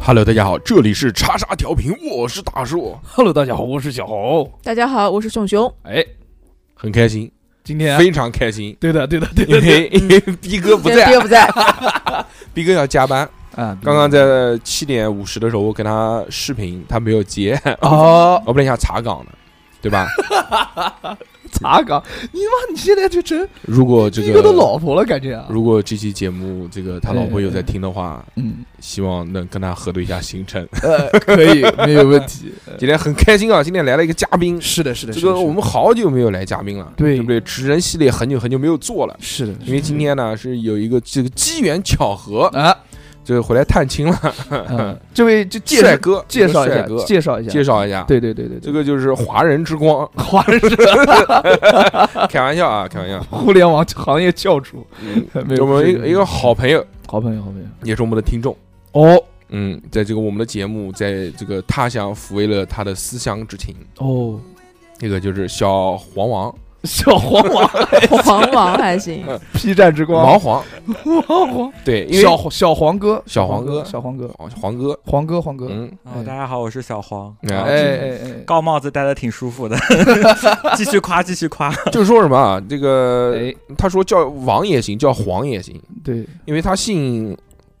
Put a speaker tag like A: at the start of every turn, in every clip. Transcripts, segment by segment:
A: Hello，大家好，这里是叉叉调频，我是大硕，
B: Hello，大家好，我是小侯。
C: 大家好，我是熊熊。
A: 哎，啊很开心，
B: 今天
A: 非常开心，
B: 对的，对的，啊对嗯
A: 因
B: 的，
A: 为因为逼哥不在，啊
C: 爹不 在，
A: 逼哥要加班。
B: 啊，
A: 刚刚在七点五十的时候，我给他视频，他没有接，
B: 啊，
A: 我本来想查岗的，对 吧？
B: 查岗，你妈，你现在就成
A: 如果这
B: 一
A: 个
B: 个的老婆了，感觉啊，
A: 如果这期节目这个他老婆有在听的话，
B: 嗯，
A: 希望能跟他核对一下行程。
B: 呃，可以，没有 问题。呃
A: 今天很开心啊，今天来了一个嘉宾，
B: 是的，是的，
A: 这
B: 是的
A: 个我们好久没有来嘉宾了，
B: 对
A: 对不对？职人系列很久很久没有做了。
B: 是的，
A: 因为今天呢是有一个这个机缘巧合，
B: 啊，
A: 就是回来探亲了，
B: 嗯这位就 介
A: 帅
B: 绍
A: 哥，
B: 介绍一
A: 帅
B: 下
A: 哥，，
B: 介绍一下，
A: 介绍一下，，
B: 对对对对，
A: 这个就是华人之光，
B: 华人是
A: 开玩笑啊，开玩笑，
B: 互联网行业翘楚， 没有
A: 我们一
B: 不
A: 个
B: 嗯是
A: 一个好朋友，
B: 好朋友，好朋友。
A: 也是我们的听众，
B: 哦
A: 嗯，在这个我们的节目，在这个他乡抚慰了他的思乡之情，
B: 哦，
A: 这个就是小黄王，
B: 小黄王
C: 黄王还行，
D: 嗯
B: ，P 站之
A: 王
B: 光，
A: 黄，
B: 黄黄，
A: 对，因为
B: 小黄小黄哥，
A: 小黄
B: 黄
A: 哥
B: 小黄哥，
A: 黄黄哥，
B: 黄哥，黄哥，
A: 嗯，
B: 哎
D: 哦，大家好，我是小黄。
A: 哎
D: 啊
B: 哎哎哎，
D: 高帽子戴的挺舒服的， 继续夸，继续夸。
A: 就是说什么啊，这个
B: 哎，
A: 他说叫王也行，叫黄也行，
B: 对
A: 因为他姓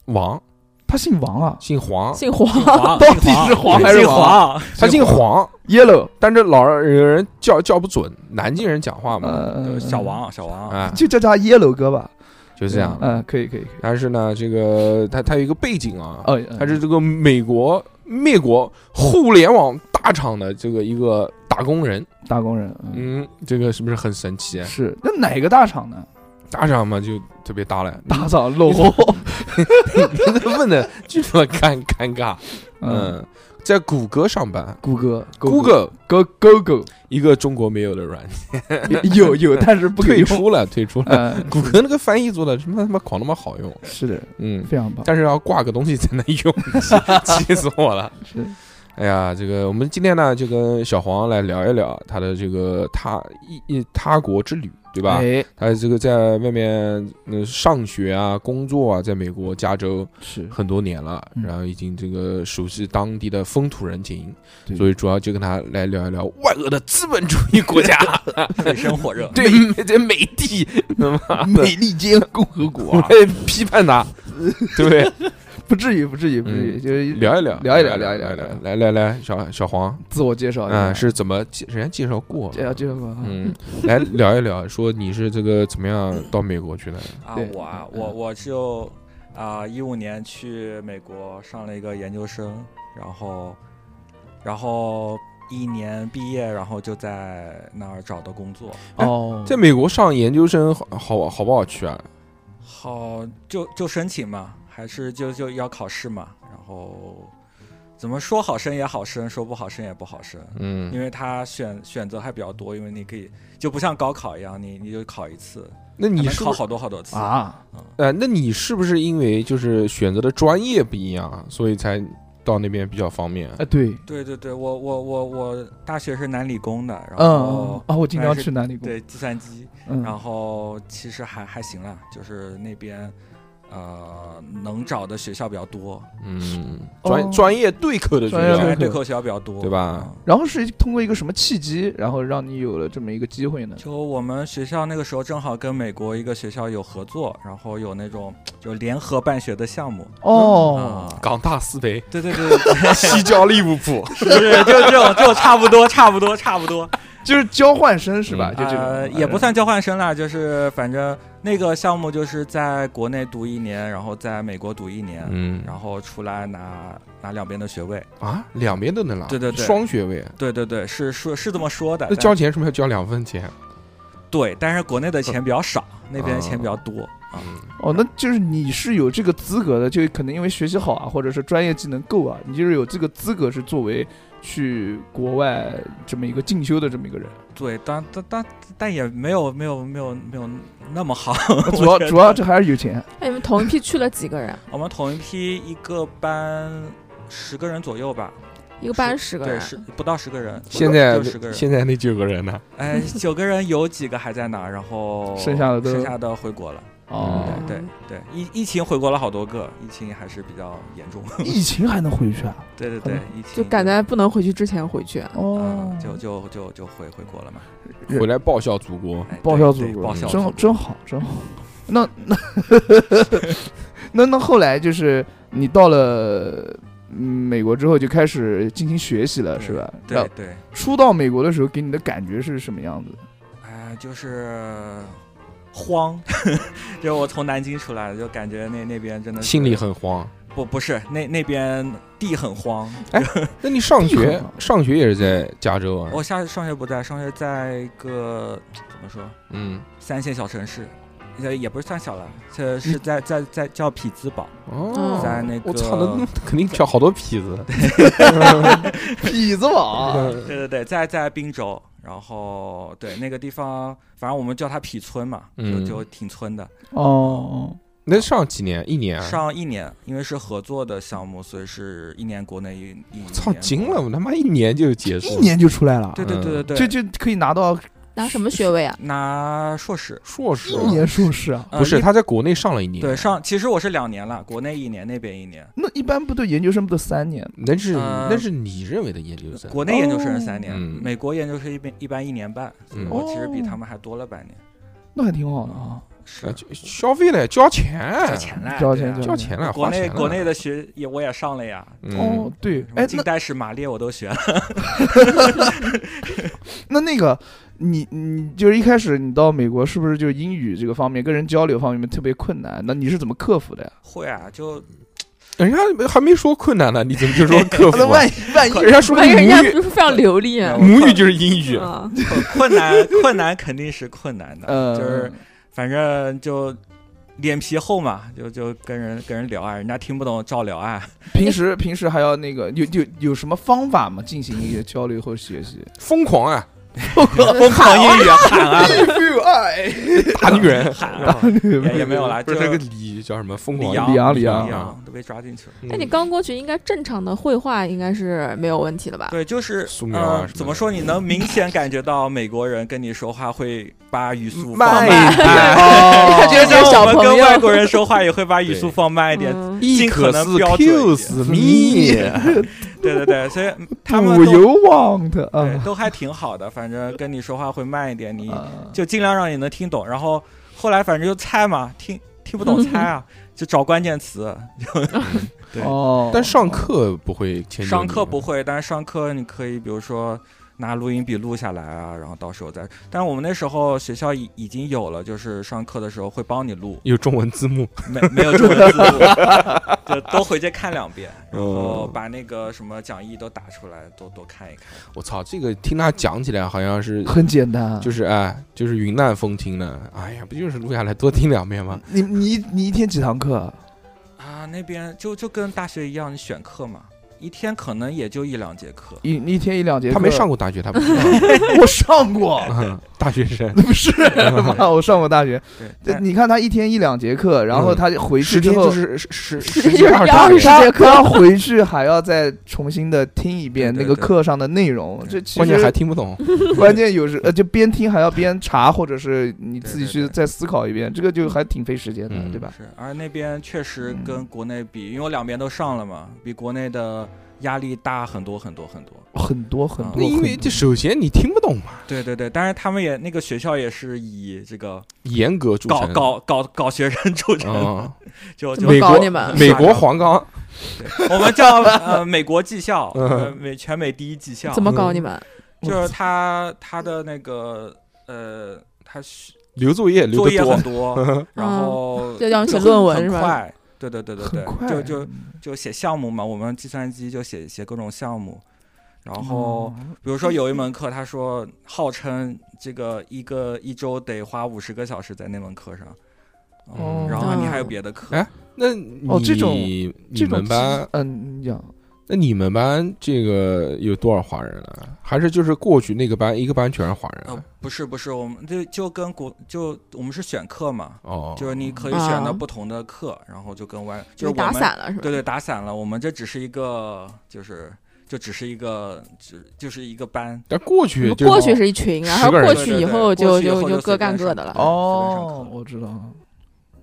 A: 王，
B: 他姓王啊
A: 姓黄，
C: 姓黄，
D: 黄
B: 到底是黄还是
D: 姓
B: 王
D: 黄？
A: 他姓黄。
B: ，Yellow，
A: 但这老人叫叫不准，南京人讲话嘛，
B: 呃，
D: 呃小，王，小王，
A: 啊，
B: 就叫他 Yellow 哥吧，
A: 嗯就
B: 就
A: 这样。
B: 嗯，可以可以可以，
A: 但是呢，这个他他有一个背景啊，
B: 哦，嗯
A: 他是这个美国灭国互联网大厂的这个一个打工人，
B: 打工人，嗯，
A: 嗯，这个是不是很神奇？啊
B: 是，那哪个大厂呢？
A: 大厂嘛就特别大 了，
B: 大厂落
A: 嗯
B: 后，
A: 你这问的就这么尴尴尬，
B: 嗯，
A: 嗯，在谷歌上班
B: 谷歌
A: ，Google
B: ，Go Go Go，
A: 一个中国没有的软件
B: 有 有，但是不可以
A: 退
B: 用，
A: 出了，退出了。
B: 嗯，
A: 谷歌那个翻译做的他妈他妈狂他妈好用，
B: 是的，
A: 嗯，
B: 非常棒，
A: 但是要挂个东西才能用，气 气死我 了。
B: 是，
A: 哎呀，这个我们今天呢就跟小黄来聊一聊他的这个他一一他国之旅，对吧？
B: 哎，
A: 他这个在外面嗯上学啊、工作啊，在美国加州
B: 是，
A: 很多年了，
B: 嗯
A: 然后已经这个熟悉当地的风土人情，
B: 对
A: 所以主要就跟他来聊一聊万恶的资本主义国家，
D: 水深火 热。
A: 对，这美帝，他妈的
B: 嗯美利坚共和
A: 我
B: 国，啊
A: 来批判他，对不对？
B: 不至于不至于不至于，
A: 嗯
B: 就是
A: 聊 一聊，
B: 聊一聊
A: 聊
B: 聊一聊
A: 聊，来来来，小小黄，
B: 自我介绍一下，
A: 嗯，是怎么介人家介绍过？
B: 介绍介绍
D: 啊
B: 过，
A: 嗯，来聊一聊，说你是这个怎么样到美国去的？
D: 啊
B: 对，嗯
D: 我啊，我我就啊，一五年去美国上了一个研究生，然后，然后一年毕业，然后就在那儿找的工作。
B: 哦，
A: 在哎美国上研究生好好好不好去啊？
D: 好，就就申请嘛，还是就就要考试嘛，然后。怎么说好申也好申，说不好申也不好申。因
A: 嗯，
D: 为它选选择还比较多，因为你可以就不像高考一样，你你就考一次，
A: 那你
D: 还能
A: 是
D: 考
A: 不是
D: 好多好多次。
B: 啊，
A: 呃，那你是不是因为就是选择的专业不一样，所以才到那边比较方便？啊
B: 哎，对，
D: 对对对，我我我我大学是南理工的，然
B: 嗯
D: 后、
B: 啊，我经常
D: 但是
B: 去南理工，
D: 对计算机，
B: 嗯，
D: 然后其实还还行啦，就是那边呃能找的学校比较多，
A: 嗯，
B: 哦
A: 专专业对口的学
B: 专业
D: 专
A: 校
D: 业
B: 对，
D: 对口学校比较多，
A: 对吧
D: 嗯
B: 然后是通过一个什么契机，然后让你有了这么一个机会呢？
D: 就我们学校那个时候正好跟美国一个学校有合作，然后有那种就联合办学的项目。
B: 哦，
D: 啊
A: 港大四 北，
D: 对对对对，
A: 西交利物浦，
D: 是不是就这种，就差不多，差不多，差不多，
A: 啊
B: 就是交换生是吧？
A: 嗯
B: 就这
D: 呃，
B: 种，
D: 也不算交换生啦，就是反正那个项目就是在国内读一年，然后在美国读一年，
A: 嗯
D: 然后出来拿拿两边的学位。
A: 啊，两边都能拿，
D: 对对对
A: 双学位。
D: 对对对，是说是这么说的。
A: 那
D: 但
A: 交钱是不是要交两份钱？
D: 啊对，但是国内的钱比较少，那边的钱比较多啊。
A: 嗯，
B: 哦，那就是你是有这个资格的，就可能因为学习好啊，或者是专业技能够啊，你就是有这个资格是作为去国外这么一个进修的这么一个人。
D: 对，但但但但也没有没有没有没有那么好。
B: 主要
D: 我觉得
B: 主要这还是有钱，
C: 那哎你们同一批去了几个人？
D: 我们同一批一个班十个人左右吧，
C: 一个班十个
D: 对，
C: 人，
D: 十不到十个人，
A: 现在
D: 就十个人。
A: 现在那九个人呢？
D: 哎，九个人有几个还在那儿，然后
B: 剩下的都
D: 剩下的回国了。
B: 哦，
D: 对对对，疫疫情回国了好多个，疫情还是比较严重。
B: 疫情还能回去啊？
D: 对对对，疫情
C: 就赶在不能回去之前回去。
B: 哦
D: 嗯，，就就就就回回国了嘛。
A: 回来报效祖国。
D: 哎
B: 报
D: 对
B: 效祖
D: 对
B: 国，
D: 报效
B: 真
D: 祖
B: 好
D: 国
B: 真好，真好。那那 那那后来就是你到了嗯美国之后就开始进行学习了，
D: 对
B: 是吧？
D: 对
B: 那
D: 对，
B: 初到美国的时候给你的感觉是什么样子？
D: 哎，就是慌， 就我从南京出来，就感觉那那边真的是
A: 心里很慌。
D: 不不是那那边地很荒。
A: 那你上
B: 地很
A: 学
B: 好
A: 上学也是在加州
B: 哎
A: 啊？
D: 我哦下上学不在，上学在一个怎么说
A: 嗯，
D: 三线小城市，呃也也不是算小了，这是在在在叫匹兹堡，
A: 哦，
D: 在那个
A: 我操，那那肯定挑好多痞子。
B: 痞子 王，
D: 对对对，在在滨州，然后对那个地方，反正我们叫它匹村嘛，就
A: 嗯
D: 就挺村的。
B: 哦，
A: 那上几年？一年啊？
D: 上一年，因为是合作的项目，所以是一年国内一一
A: 我操，
D: 年
A: 惊
D: 国
A: 了！
D: 外！
A: 我他妈一年就结束
B: 一
A: 了，
B: 年就出来了，
D: 对对对对
B: 就
D: 对，
B: 嗯就可以拿到
C: 拿什么学位啊？
D: 拿硕士
A: 硕士
B: 一
A: 啊
B: 年硕士啊。
D: 呃
A: 不是
D: 一
A: 他在国内上了一年，
D: 对上，其实我是两年了，国内一年，那边一年。
B: 那一般不都研究生不都三年？
A: 那是
D: 呃
A: 那是你认为的研究生。
D: 国内研究生是三
A: 哦
D: 年，
A: 嗯
D: 美国研究生一般一般一年半，所以
A: 嗯
D: 我其实比
B: 哦
D: 他们还多了半年。
B: 那还挺好的啊。
A: 啊
D: 是
A: 就消费了，交钱，
D: 交钱了，
B: 交
D: 对
B: 钱
D: 啊
B: 交
A: 交钱了，
D: 国
A: 花
D: 内
A: 钱了
D: 国内的学也我也上了呀，
B: 哦
A: 嗯，，
B: 对
D: 什，么
B: 哎，
D: 近
B: 那
D: 代史马列我都学了。
B: 那那个，你你就是一开始你到美国是不是就英语这个方面跟人交流方面特别困难？那你是怎么克服的呀？
D: 会啊，就
A: 人家还没说困难呢，你怎么就说 克服啊
B: 那万
A: 了？
B: 一万一
A: 人家
D: 啊
A: 说的
C: 万一人 家
A: 母
C: 是
A: 语
C: 不是非常流利啊
D: 我？
A: 母语就是英语，
D: 嗯
C: 啊，
D: 困难，困难肯定是困难的，
B: 呃，
D: 就是反正就脸皮厚嘛，就就跟人跟人聊啊，人家听不懂照聊啊。
B: 平时平时还要那个有有有什么方法吗？进行一个交流和 学习？
A: 疯狂啊，
D: 疯狂英语啊，喊啊，
B: 哎，
A: 大女人
D: 喊啊，也也没有啦，
A: 不
D: 就是
A: 那个李叫什么疯
D: 李
A: 狂
D: 阳
B: 李阳李
A: 阳嗯
D: 李阳都被抓进去了。
C: 那
A: 那
C: 哎你刚过去应该正常的绘画应该是没有问题的吧？
D: 对，就是
A: 素描啊
D: 呃
A: 什么，的
D: 怎么说？你能明显感觉到美国人跟你说话会把语速放
A: 慢
D: 慢，
A: 一 点，
B: 哦，
C: 觉得
D: 像
C: 小
D: 我们
C: 朋
D: 跟
C: 友
D: 外国人说话也会把语速放慢一点。
C: 嗯
A: 一可
D: 尽可
A: 四
D: 能标准一
A: Q
D: 点嗯
A: 四咪，
D: 对对 对，所以 他们
B: 我
D: 都
B: 有 want
D: 对
B: 啊
D: 都还挺好的，反正跟你说话会慢一点，你
B: 啊，
D: 就尽量让你能听懂。然后后来反正就猜嘛，听听不懂猜 啊，就找关键词。对
B: 哦，
A: 但上课不会迁就你
D: 上课不会，但是上课你可以比如说拿录音笔录下来啊，然后到时候再。但是我们那时候学校已已经有了，就是上课的时候会帮你录，
A: 有中文字幕，
D: 没没有中文字幕， 就都回去看两遍，然后
A: 哦
D: 把那个什么讲义都打出来，都多看一看。
A: 我操，这个听他讲起来好像 是
B: 很简单，
A: 就是哎，就是云淡风轻的。哎呀，不就是录下来多听两遍吗？
B: 你你你一天几堂课？
D: 啊，那边就就跟大学一样，你选课嘛，一天可能也就一两节课。
B: 一一天一两节课？
A: 他没上过大学，他不知 道。
B: 我上 过，
A: 嗯大学生
B: 不是，妈， 我上过大学。
D: 对，
B: 这
D: 但
B: 你看他一天一两节课，然后
A: 嗯
B: 他回去
A: 十
B: 之
A: 天
B: 后
A: 就，是十十
C: 十
A: 十
C: 天就是
A: 二
C: 要
A: 大
B: 他
C: 是
A: 学，
C: 20
B: 他他回去还要再重新的听一遍
D: 对
B: 那
D: 对
B: 个
D: 对
B: 课上的内容，这其
A: 关键还
B: 实
A: 听不懂。
B: 关键有时呃，就边听还要边查，或者是你自己
D: 对对
B: 去
D: 对
B: 再思考一遍，这个就还挺费时间的，
A: 嗯
B: 对吧？
D: 是，而那边确实跟国内比，因为我两边都上了嘛，比国内的压力大很多很多很多。
B: 很多很
D: 嗯
A: 那
B: 多，
A: 因为
B: 很
A: 这
B: 多
A: 首先你听不懂嘛，
D: 对对对，当然他们也那个学校也是以这个
A: 严格著
D: 搞
A: 称。
D: 搞搞搞学生 著称，
A: 啊，
D: 就
C: 怎
D: 就
C: 么
A: 美
C: 搞
A: 国
C: 你们？
A: 美国黄冈
D: 对我们叫呃美国技校，
A: 嗯
D: 呃美全美第一技校，
C: 怎么搞你们？
D: 就是他他的那个呃他学
A: 留作业留
D: 作
A: 的
D: 业
A: 多
D: 很，多，然后
C: 就让你写
D: 很
C: 论文是
D: 很
C: 吧？嗯
D: 快，对对对对
B: 很快
D: 对，就就就写项目嘛，我们计算机就写写各种项目，然
C: 哦
D: 后
B: 嗯
D: 比如说有一门课，他说号称这个一个一周得花五十个小时在那门课上，
B: 哦
D: 嗯，然后你还有别的课
A: 哎，那你
B: 哦这种
A: 你
B: 这种
A: 们班
B: 嗯，你讲
A: 那你们班这个有多少华人了？还是就是过去那个班一个班全是华人
D: 呃
A: 啊？，
D: 不是不是，我们就就跟国就我们是选课嘛，
A: 哦，
D: 就是你可以选
C: 啊
D: 到不同的课，然后就跟外就
C: 就是
D: 我
C: 打
D: 们
C: 散了是吧？
D: 对对，打散了。我们这只是一个，就是就只是一个，只就是一个班。
A: 但过
C: 你
A: 去
C: 们
A: 就
C: 过去是一群，然后
A: 十个人
C: 过去以后
D: 对对对过去以后
C: 就
D: 就
A: 哦
C: 各干
B: 哎
D: 随
C: 各
D: 便上
C: 的了。
D: 哦
B: 我知道，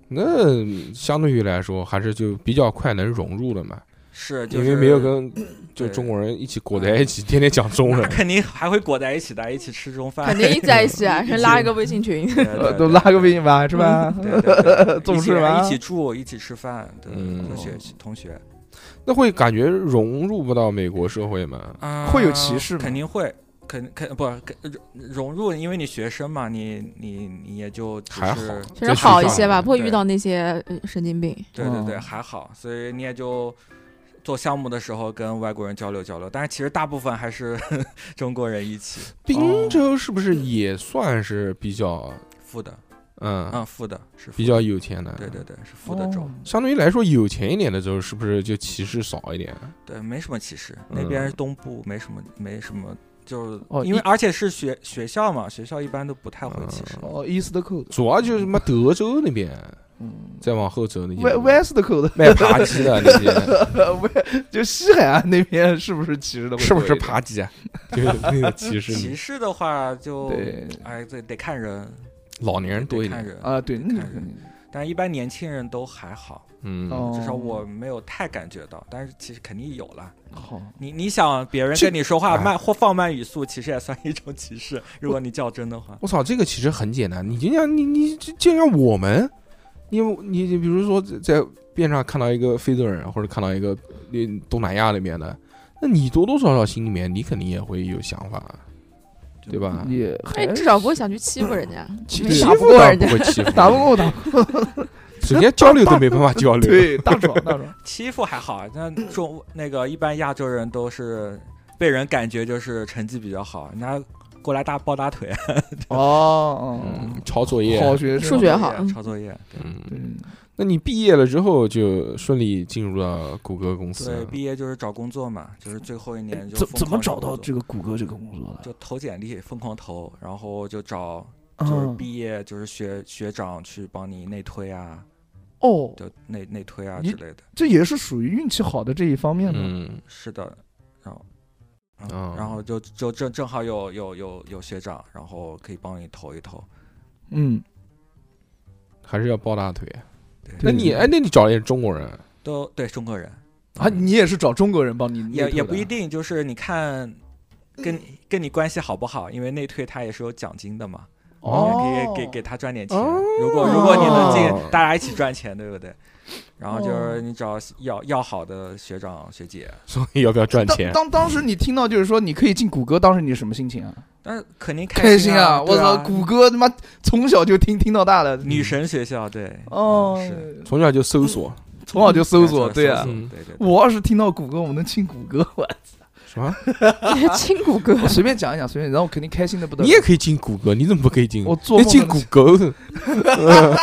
A: 那相对于来说还是就比较快能融入了嘛，
D: 是，就
A: 因
D: 是
A: 为没有跟就
D: 对
A: 中国人一起裹在一起， 天天讲中
D: 那
A: 文。
D: 肯定还会裹在一起的，一起吃中饭，
C: 肯定一在一起啊，先拉一个微信群。
D: 对
B: 呃，
D: 对
B: 都
D: 对
B: 拉个微信吧，是吧？
D: 对对对对
B: 重
D: 一起
B: 视吗
D: 一起住，一起吃饭，对，
A: 嗯
D: 同学同学，
A: 那会感觉融入不到美国社会吗？
D: 啊
B: 会有歧视吗
D: 肯定会，肯肯不肯融入，因为你学生嘛，你你你也就只
A: 还
D: 是
A: 好
C: 其实好一些吧，不会遇到那些呃神经病。
D: 对对对，
B: 嗯
D: 还好，所以你也就做项目的时候跟外国人交流交流，但是其实大部分还是 中国人一起
A: 滨州是不是也算是比较
D: 付的，
A: 嗯
D: 嗯，付的是付
A: 比
D: 的，
A: 较有钱的？
D: 对对，对，是付
C: 哦
D: 的州，
A: 相对于来说有钱一点的州是不是就歧视少一点？
D: 对，没什么歧视，那边
A: 嗯
D: 东部没什么没什么。就是
B: 哦
D: 因为
B: 一
D: 而且是学学校嘛，学校一般都不太会歧视。
B: 哦，East Coast，
A: 主要就是什么德州那边，
B: 嗯
A: 再往后走那些
B: ，West West Coast，
A: 卖扒鸡的那些，
B: West- 就西海岸那边是不是歧视的？
A: 是不是？扒鸡啊？ 就是那个歧视
D: 歧
A: 你
D: 视的话就，
B: 对
D: 哎，对，得看人，
A: 老年人多一
D: 得看
A: 点，
D: 人。
B: 啊，对，那个
D: 看
B: 肯定
D: 但一般年轻人都还好，
A: 嗯，
B: 哦
D: 至少我没有太感觉到。但是其实肯定有了。
B: 好。
D: 你你想，别人
A: 这
D: 跟你说话
A: 哎
D: 慢或放慢语速，其实也算一种歧视。如果你较真的话，
A: 我操，这个其实很简单，你就像你你就就像我们，你你你比如说在边上看到一个非洲人，或者看到一个嗯东南亚那边的，那你多多少少心里面你肯定也会有想法，对吧？
B: 也
C: 哎，
B: 还
C: 至少不会想去欺负人家，
B: 欺
C: 没
A: 欺
C: 打不
A: 负
C: 过
A: 当然
C: 人
A: 不
C: 家。
A: 会 欺负，
B: 打不，过打不过，
A: 直接交流都没办 法交流。
B: 对，大壮 大壮，
D: 欺负还好，那中那个一般亚洲人都是被人感觉就是成绩比较好，人家过来大抱大 腿，
B: 哦，
A: 嗯
B: 哦，
A: 抄作业，
B: 好学生，
C: 数
B: 啊
C: 学好嗯
D: 抄作业，对。
A: 嗯，
B: 嗯，
A: 那你毕业了之后就顺利进入了谷歌公司
D: 对，，毕业就是找工作嘛，就是最后一年就
B: 哎怎
D: 疯
B: 怎么
D: 狂
B: 找到
D: 工作
B: 这个谷歌这个工作的？
D: 就投简历，疯狂投，然后就找就是
B: 嗯，
D: 毕业就是学学长去帮你内推啊，
B: 哦，
D: 就内内推啊
B: 你
D: 之类的。
B: 这也是属于运气好的这一方面的。
A: 嗯，
D: 是的，然后。
A: 哦
D: 嗯，然后就就正正好有有有有学长，然后可以帮你投一投。
B: 嗯，
A: 还是要抱大腿。那
B: 对
A: 你哎，那你找的也是中国人
D: 都对中国人
B: 啊，你也是找中国人帮你内
D: 也
B: 推的，
D: 也不一定，就是你看跟跟你关系好不好，因为内推他也是有奖金的嘛，
B: 哦，
D: 给给给他赚点钱。
A: 哦
D: 如果如果你能
A: 哦
D: 进，大家一起赚钱，对不对？然后就是你找要要好的学长学姐，
A: 所以要不要赚
B: 当
A: 钱？
B: 当当时你听到就是说你可以进谷歌，当时你什么心情啊？
D: 但是肯定
B: 开
D: 心
B: 啊！我
D: 对
B: 操，
D: 啊嗯
B: 谷歌他妈从小就听听到大的，
D: 女神学校对，嗯
B: 哦，
D: 是
A: 从小就搜索
B: 从小就搜索，
D: 对
B: 对啊
D: 搜。索
A: 嗯
D: 对对对，
B: 我要是听到谷歌，我能进谷歌， 我
A: 什么？
C: 亲骨骼
B: 我随便讲一讲，随便，然后我肯定开心的不得了。
A: 你也可以进谷歌，你怎么不可以进？
B: 我做
A: 你
B: 梦
A: 进
B: 都
A: 谷
B: 能
A: 歌， 呃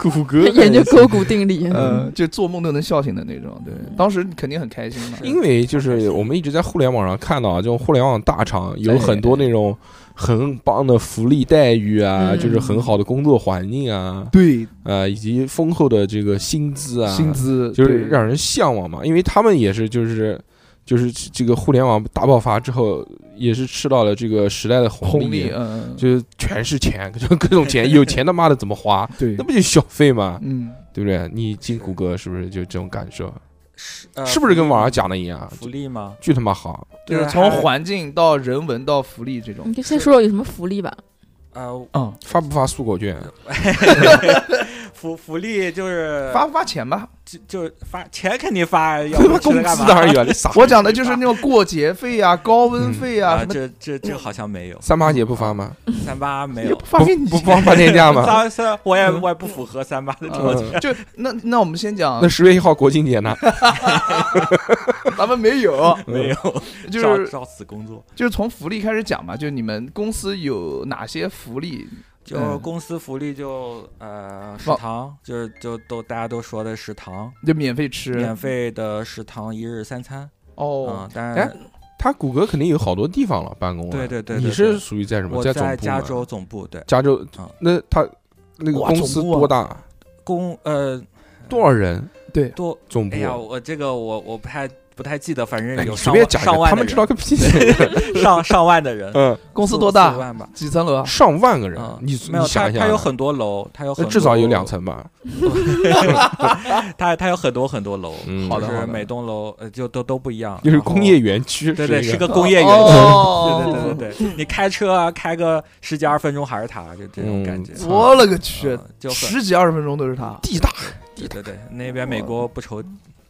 A: 谷歌
C: 研究勾股定理，嗯
B: 呃，就做梦都能笑醒的那种。对，当时肯定很开心嘛。
A: 因为就是我们一直在互联网上看到啊，这种互联网大厂有很多那种很棒的福利待遇啊，
C: 嗯
A: 就是很好的工作环境啊，
B: 对，
A: 呃，以及丰厚的这个薪资啊，
B: 薪资
A: 就是
B: 对
A: 让人向往嘛。因为他们也是就是就是这个互联网大爆发之后，也是吃到了这个时代的
B: 红
A: 红
B: 利，
D: 啊
A: 利，啊
B: 嗯，
A: 就是全是钱， 就各种钱，有钱他妈的怎么花？
B: 对
A: 那，不就消费吗？
B: 嗯，
A: 对不对？你进谷歌是不是就这种感受？
D: 是呃
A: 是不是跟网上讲的一样？
D: 福利吗？
A: 巨他妈好！
B: 就是
D: 对
B: 从
D: 还
B: 环境到人文到福利这种
C: 你。就先说说有什么福利吧。
D: 呃，
B: 嗯，
A: 发不发搜狗券？
D: 福福利就是
B: 嗯发不发钱吧？
D: 就就是发钱肯定发，要
A: 他
D: 不
A: 妈工
D: 然吃它干
A: 资
D: 嘛
A: 当然有，你 傻。
B: 我讲的就是那种过节费啊、高温费啊
D: 啊，
B: 什么，
D: 这这这好像没有，
A: 三八节不发吗？
D: 三八没
B: 也
D: 有
B: 不，发
A: 不
B: 给你
A: 不。放半天 假吗？
D: 三三我也我也不符合三八的条件。
A: 嗯
B: 就那那我们先
D: 啊
B: 讲
A: 那，十月一号国庆节呢？
B: 咱们没有，
A: 嗯
D: 没有，
B: 就
D: 照
B: 是
D: 照此工作。
B: 就是从福利开始讲嘛，就你们公司有哪些福利？
D: 就
B: 嗯
D: 公司福利就呃
A: 哦
D: 食
B: 放
D: 堂，就是就都大家都说的食堂，
B: 就免费吃
D: 免费的食堂一日三餐
B: 哦
D: 啊。当
A: 哎
D: 然，
A: 他谷歌肯定有好多地方了，办公啊。
D: 对对对对
A: 你
D: 对
A: 是属于在什么？
D: 我
A: 总部吗啊
D: 在加州总部，对
A: 加州
D: 嗯，
A: 那他那个
B: 哇
A: 公司
B: 总部啊
A: 多大？
D: 公呃
A: 多少人？
D: 多
A: 总部
D: 哎呀，我这个我我不太不太记得，反正
A: 哎
D: 哎有
A: 你
D: 上
A: 随便
D: 万
A: 讲一
D: 上
A: 个，
D: 万
A: 他
D: 的
A: 们知道
D: 人，
A: 个屁！
D: 上上万 的人，
A: 嗯，
B: 公司
D: 四
B: 多
D: 四五
B: 大？
D: 万吧。
B: 几层楼啊？
A: 上万个人
D: 嗯，
A: 你你
D: 没有，
A: 想
D: 它
A: 一
D: 它有
A: 想，
D: 很多楼，它有
A: 那
D: 很
A: 至少有
D: 多
A: 两，层吧？
D: 它它有很多很多楼，
A: 嗯，
B: 好
D: 就
B: 的
D: 是每栋楼呃就都都不一样，
A: 又是
D: 然后
A: 工业，园区，
D: 对对，
A: 一
D: 是
A: 个
D: 个工业园区，
B: 哦
D: 对对对对对，你开车啊，开个十几二十分钟还是它，就这种感觉，
A: 嗯
B: 我勒个去
D: 嗯，就很
B: 十几二十分钟都是他啊！
A: 地大，
D: 对对对，那边美国不愁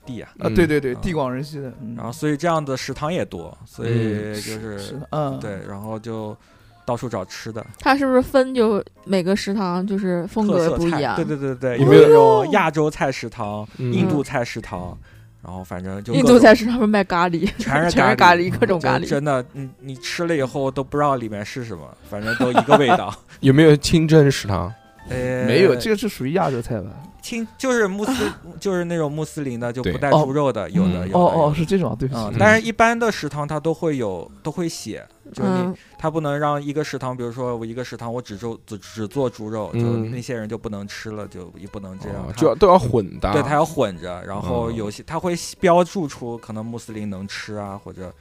D: 地啊，
A: 嗯
B: 对对对，
D: 嗯
B: 地广人稀的。嗯
D: 然后所以这样的食堂也多，所以就是、
B: 是的嗯，
D: 对，然后就到处找吃的，
C: 它是不是分就每个食堂就是风
D: 特
C: 格
D: 色
C: 不一
D: 菜，
C: 样？哎
D: 对对对对，
A: 有
D: 有
A: 没有
D: 那种亚洲菜食堂、
A: 嗯
D: 印度菜食堂，然后反正就
C: 印
D: 各
C: 度
D: 种
C: 菜市场卖咖喱，
D: 全是
C: 全是
D: 咖
C: 咖
D: 喱。
C: 喱，各种咖
D: 就
C: 喱。
D: 真的，你你吃了以后都不知道里面是什么，反正都一个味道。
A: 有没有清真食堂？
D: 呃，
B: 没有，这个是属于亚洲菜吧？
D: 听就是穆斯， 就是那种穆斯林的，就
A: 对
D: 不带
B: 哦
D: 猪肉的，有的有的
A: 嗯
D: 有的。
B: 哦哦，是这种啊，对不
D: 嗯，
B: 起。
D: 但是一般的食堂它都会有，都会写，就是你
C: 嗯，
D: 他不能让一个食堂，比如说我一个食堂我只做只只做猪肉，就
A: 嗯
D: 那些人就不能吃了，就也不能这样
A: 哦，
D: 他
A: 就要都要混搭。
D: 对他要混着，然后
A: 嗯
D: 有些他会标注出可能穆斯林能吃啊，或者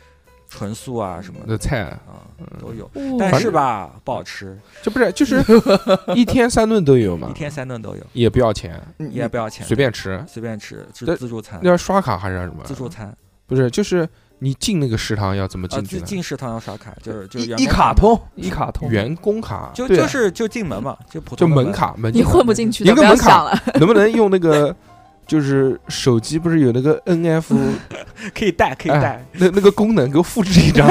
D: 纯素啊什么的
A: 的菜，
D: 啊、都有，
C: 哦
D: 但
A: 反
D: 是
A: 正
D: 吧不好吃，
A: 这不是就是 一天三顿都有
D: 一
A: 嘛，
D: 天三顿都有，
A: 也不要钱，
B: 你
D: 也不要钱，
A: 啊随便吃。
D: 随便吃，吃
A: 对
D: 自助餐，
B: 啊
A: 要刷卡还是要什么？
D: 嗯自助餐
A: 不是，就是你进那个食堂要怎么
D: 啊，
A: 进去
D: 进
A: 呢？
D: 进食堂要刷卡，就是就是
B: 一
D: 员
B: 一
D: 工
B: 卡
D: 嘛，
B: 通，一卡通，
A: 员工卡
D: 就
B: 对啊
D: 就是就进门嘛，就普
A: 就
D: 通的
A: 门，卡门
C: 你
A: 卡
C: 混不进去
A: 一
C: 的，
A: 个
C: 不要
A: 门槛
C: 想了。
A: 能不能用那个？就是手机不是有那个 NF
D: 可以带可以
A: 哎
D: 带，
A: 那那个功能，给我复制一 张，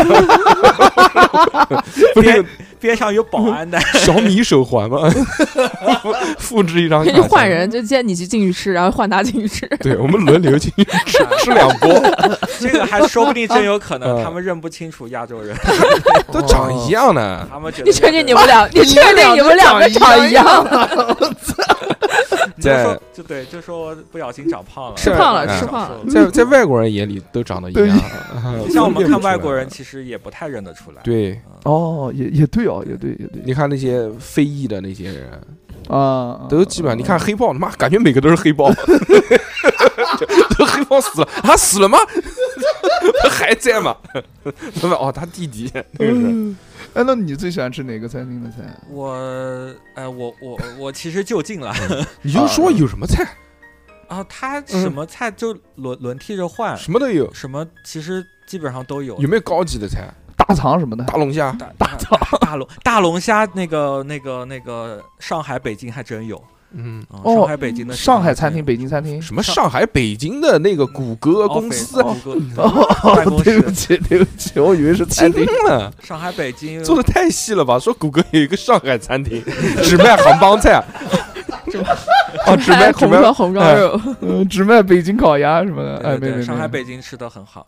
A: 不是
D: 边
A: 有
D: 边上有保安的，
A: 小米手环吗？ 复复制一张
C: 给
A: 卡，
C: 你换。人，就见你去进去吃，然后换他进去吃。
A: 对，我们轮流进去吃吃两 波，
D: 这个还说不定真有可能，
A: 嗯
D: 他们认不清楚亚洲人，
A: 都长一样呢。
D: 他们觉得
C: 你确定你
D: 亚洲
C: 们
D: 人
C: 俩？你确定你们两个长一样？
B: 啊
D: 你就说
A: 在
D: 就对，就说不小心长胖了，
A: 吃
C: 胖了
D: 嗯
C: 吃胖了
A: 在在外国人眼里都长得一样，
D: 就像我们看外国人，其实也不太认得出来。
A: 对，
D: 嗯，
B: 哦，也也对哦，也对也对
A: 你看那些非裔的那些人，
B: 啊，
A: 都基本上，
B: 嗯
A: 你看黑豹，他妈感觉每个都是黑豹， 这黑豹死了，他死了吗？ 还在吗？ 他们哦，他弟 弟那个是
B: 哎，那你最喜欢吃哪个餐厅的菜？啊
D: 我呃，我我我其实就近了
A: 你就说有什么菜，
D: 啊，他什么菜就轮轮替着换，
B: 嗯
A: 什么都有，
D: 什么其实基本上都有。
A: 有没有高级的菜？
B: 大肠什么的，
A: 大龙虾，
D: 大大大龙大龙虾那个那个那个上海北京还真有，
A: 嗯，
D: 嗯
B: 哦
D: 上海北京的
B: 上海餐
D: 真有
B: 厅、北京餐厅。
A: 什么上海、北京的那个谷歌公司啊
D: Office，
B: 哦
D: 谷歌办
B: 哦
D: 公，
B: 对不
D: 室
B: 起，对不起，我以为是餐
A: 惊
B: 厅。
A: 了，
D: 上海北京
A: 做的太细了吧？说谷歌有一个上海餐 厅，只卖杭帮菜，啊哦，只卖只
C: 红
A: 卖
C: 烧红烧肉，
B: 嗯，只卖北京烤鸭什么的。
D: 对
B: 哎，
D: 对
B: 没没
D: 对，
B: 没，
D: 上海北京吃的很好，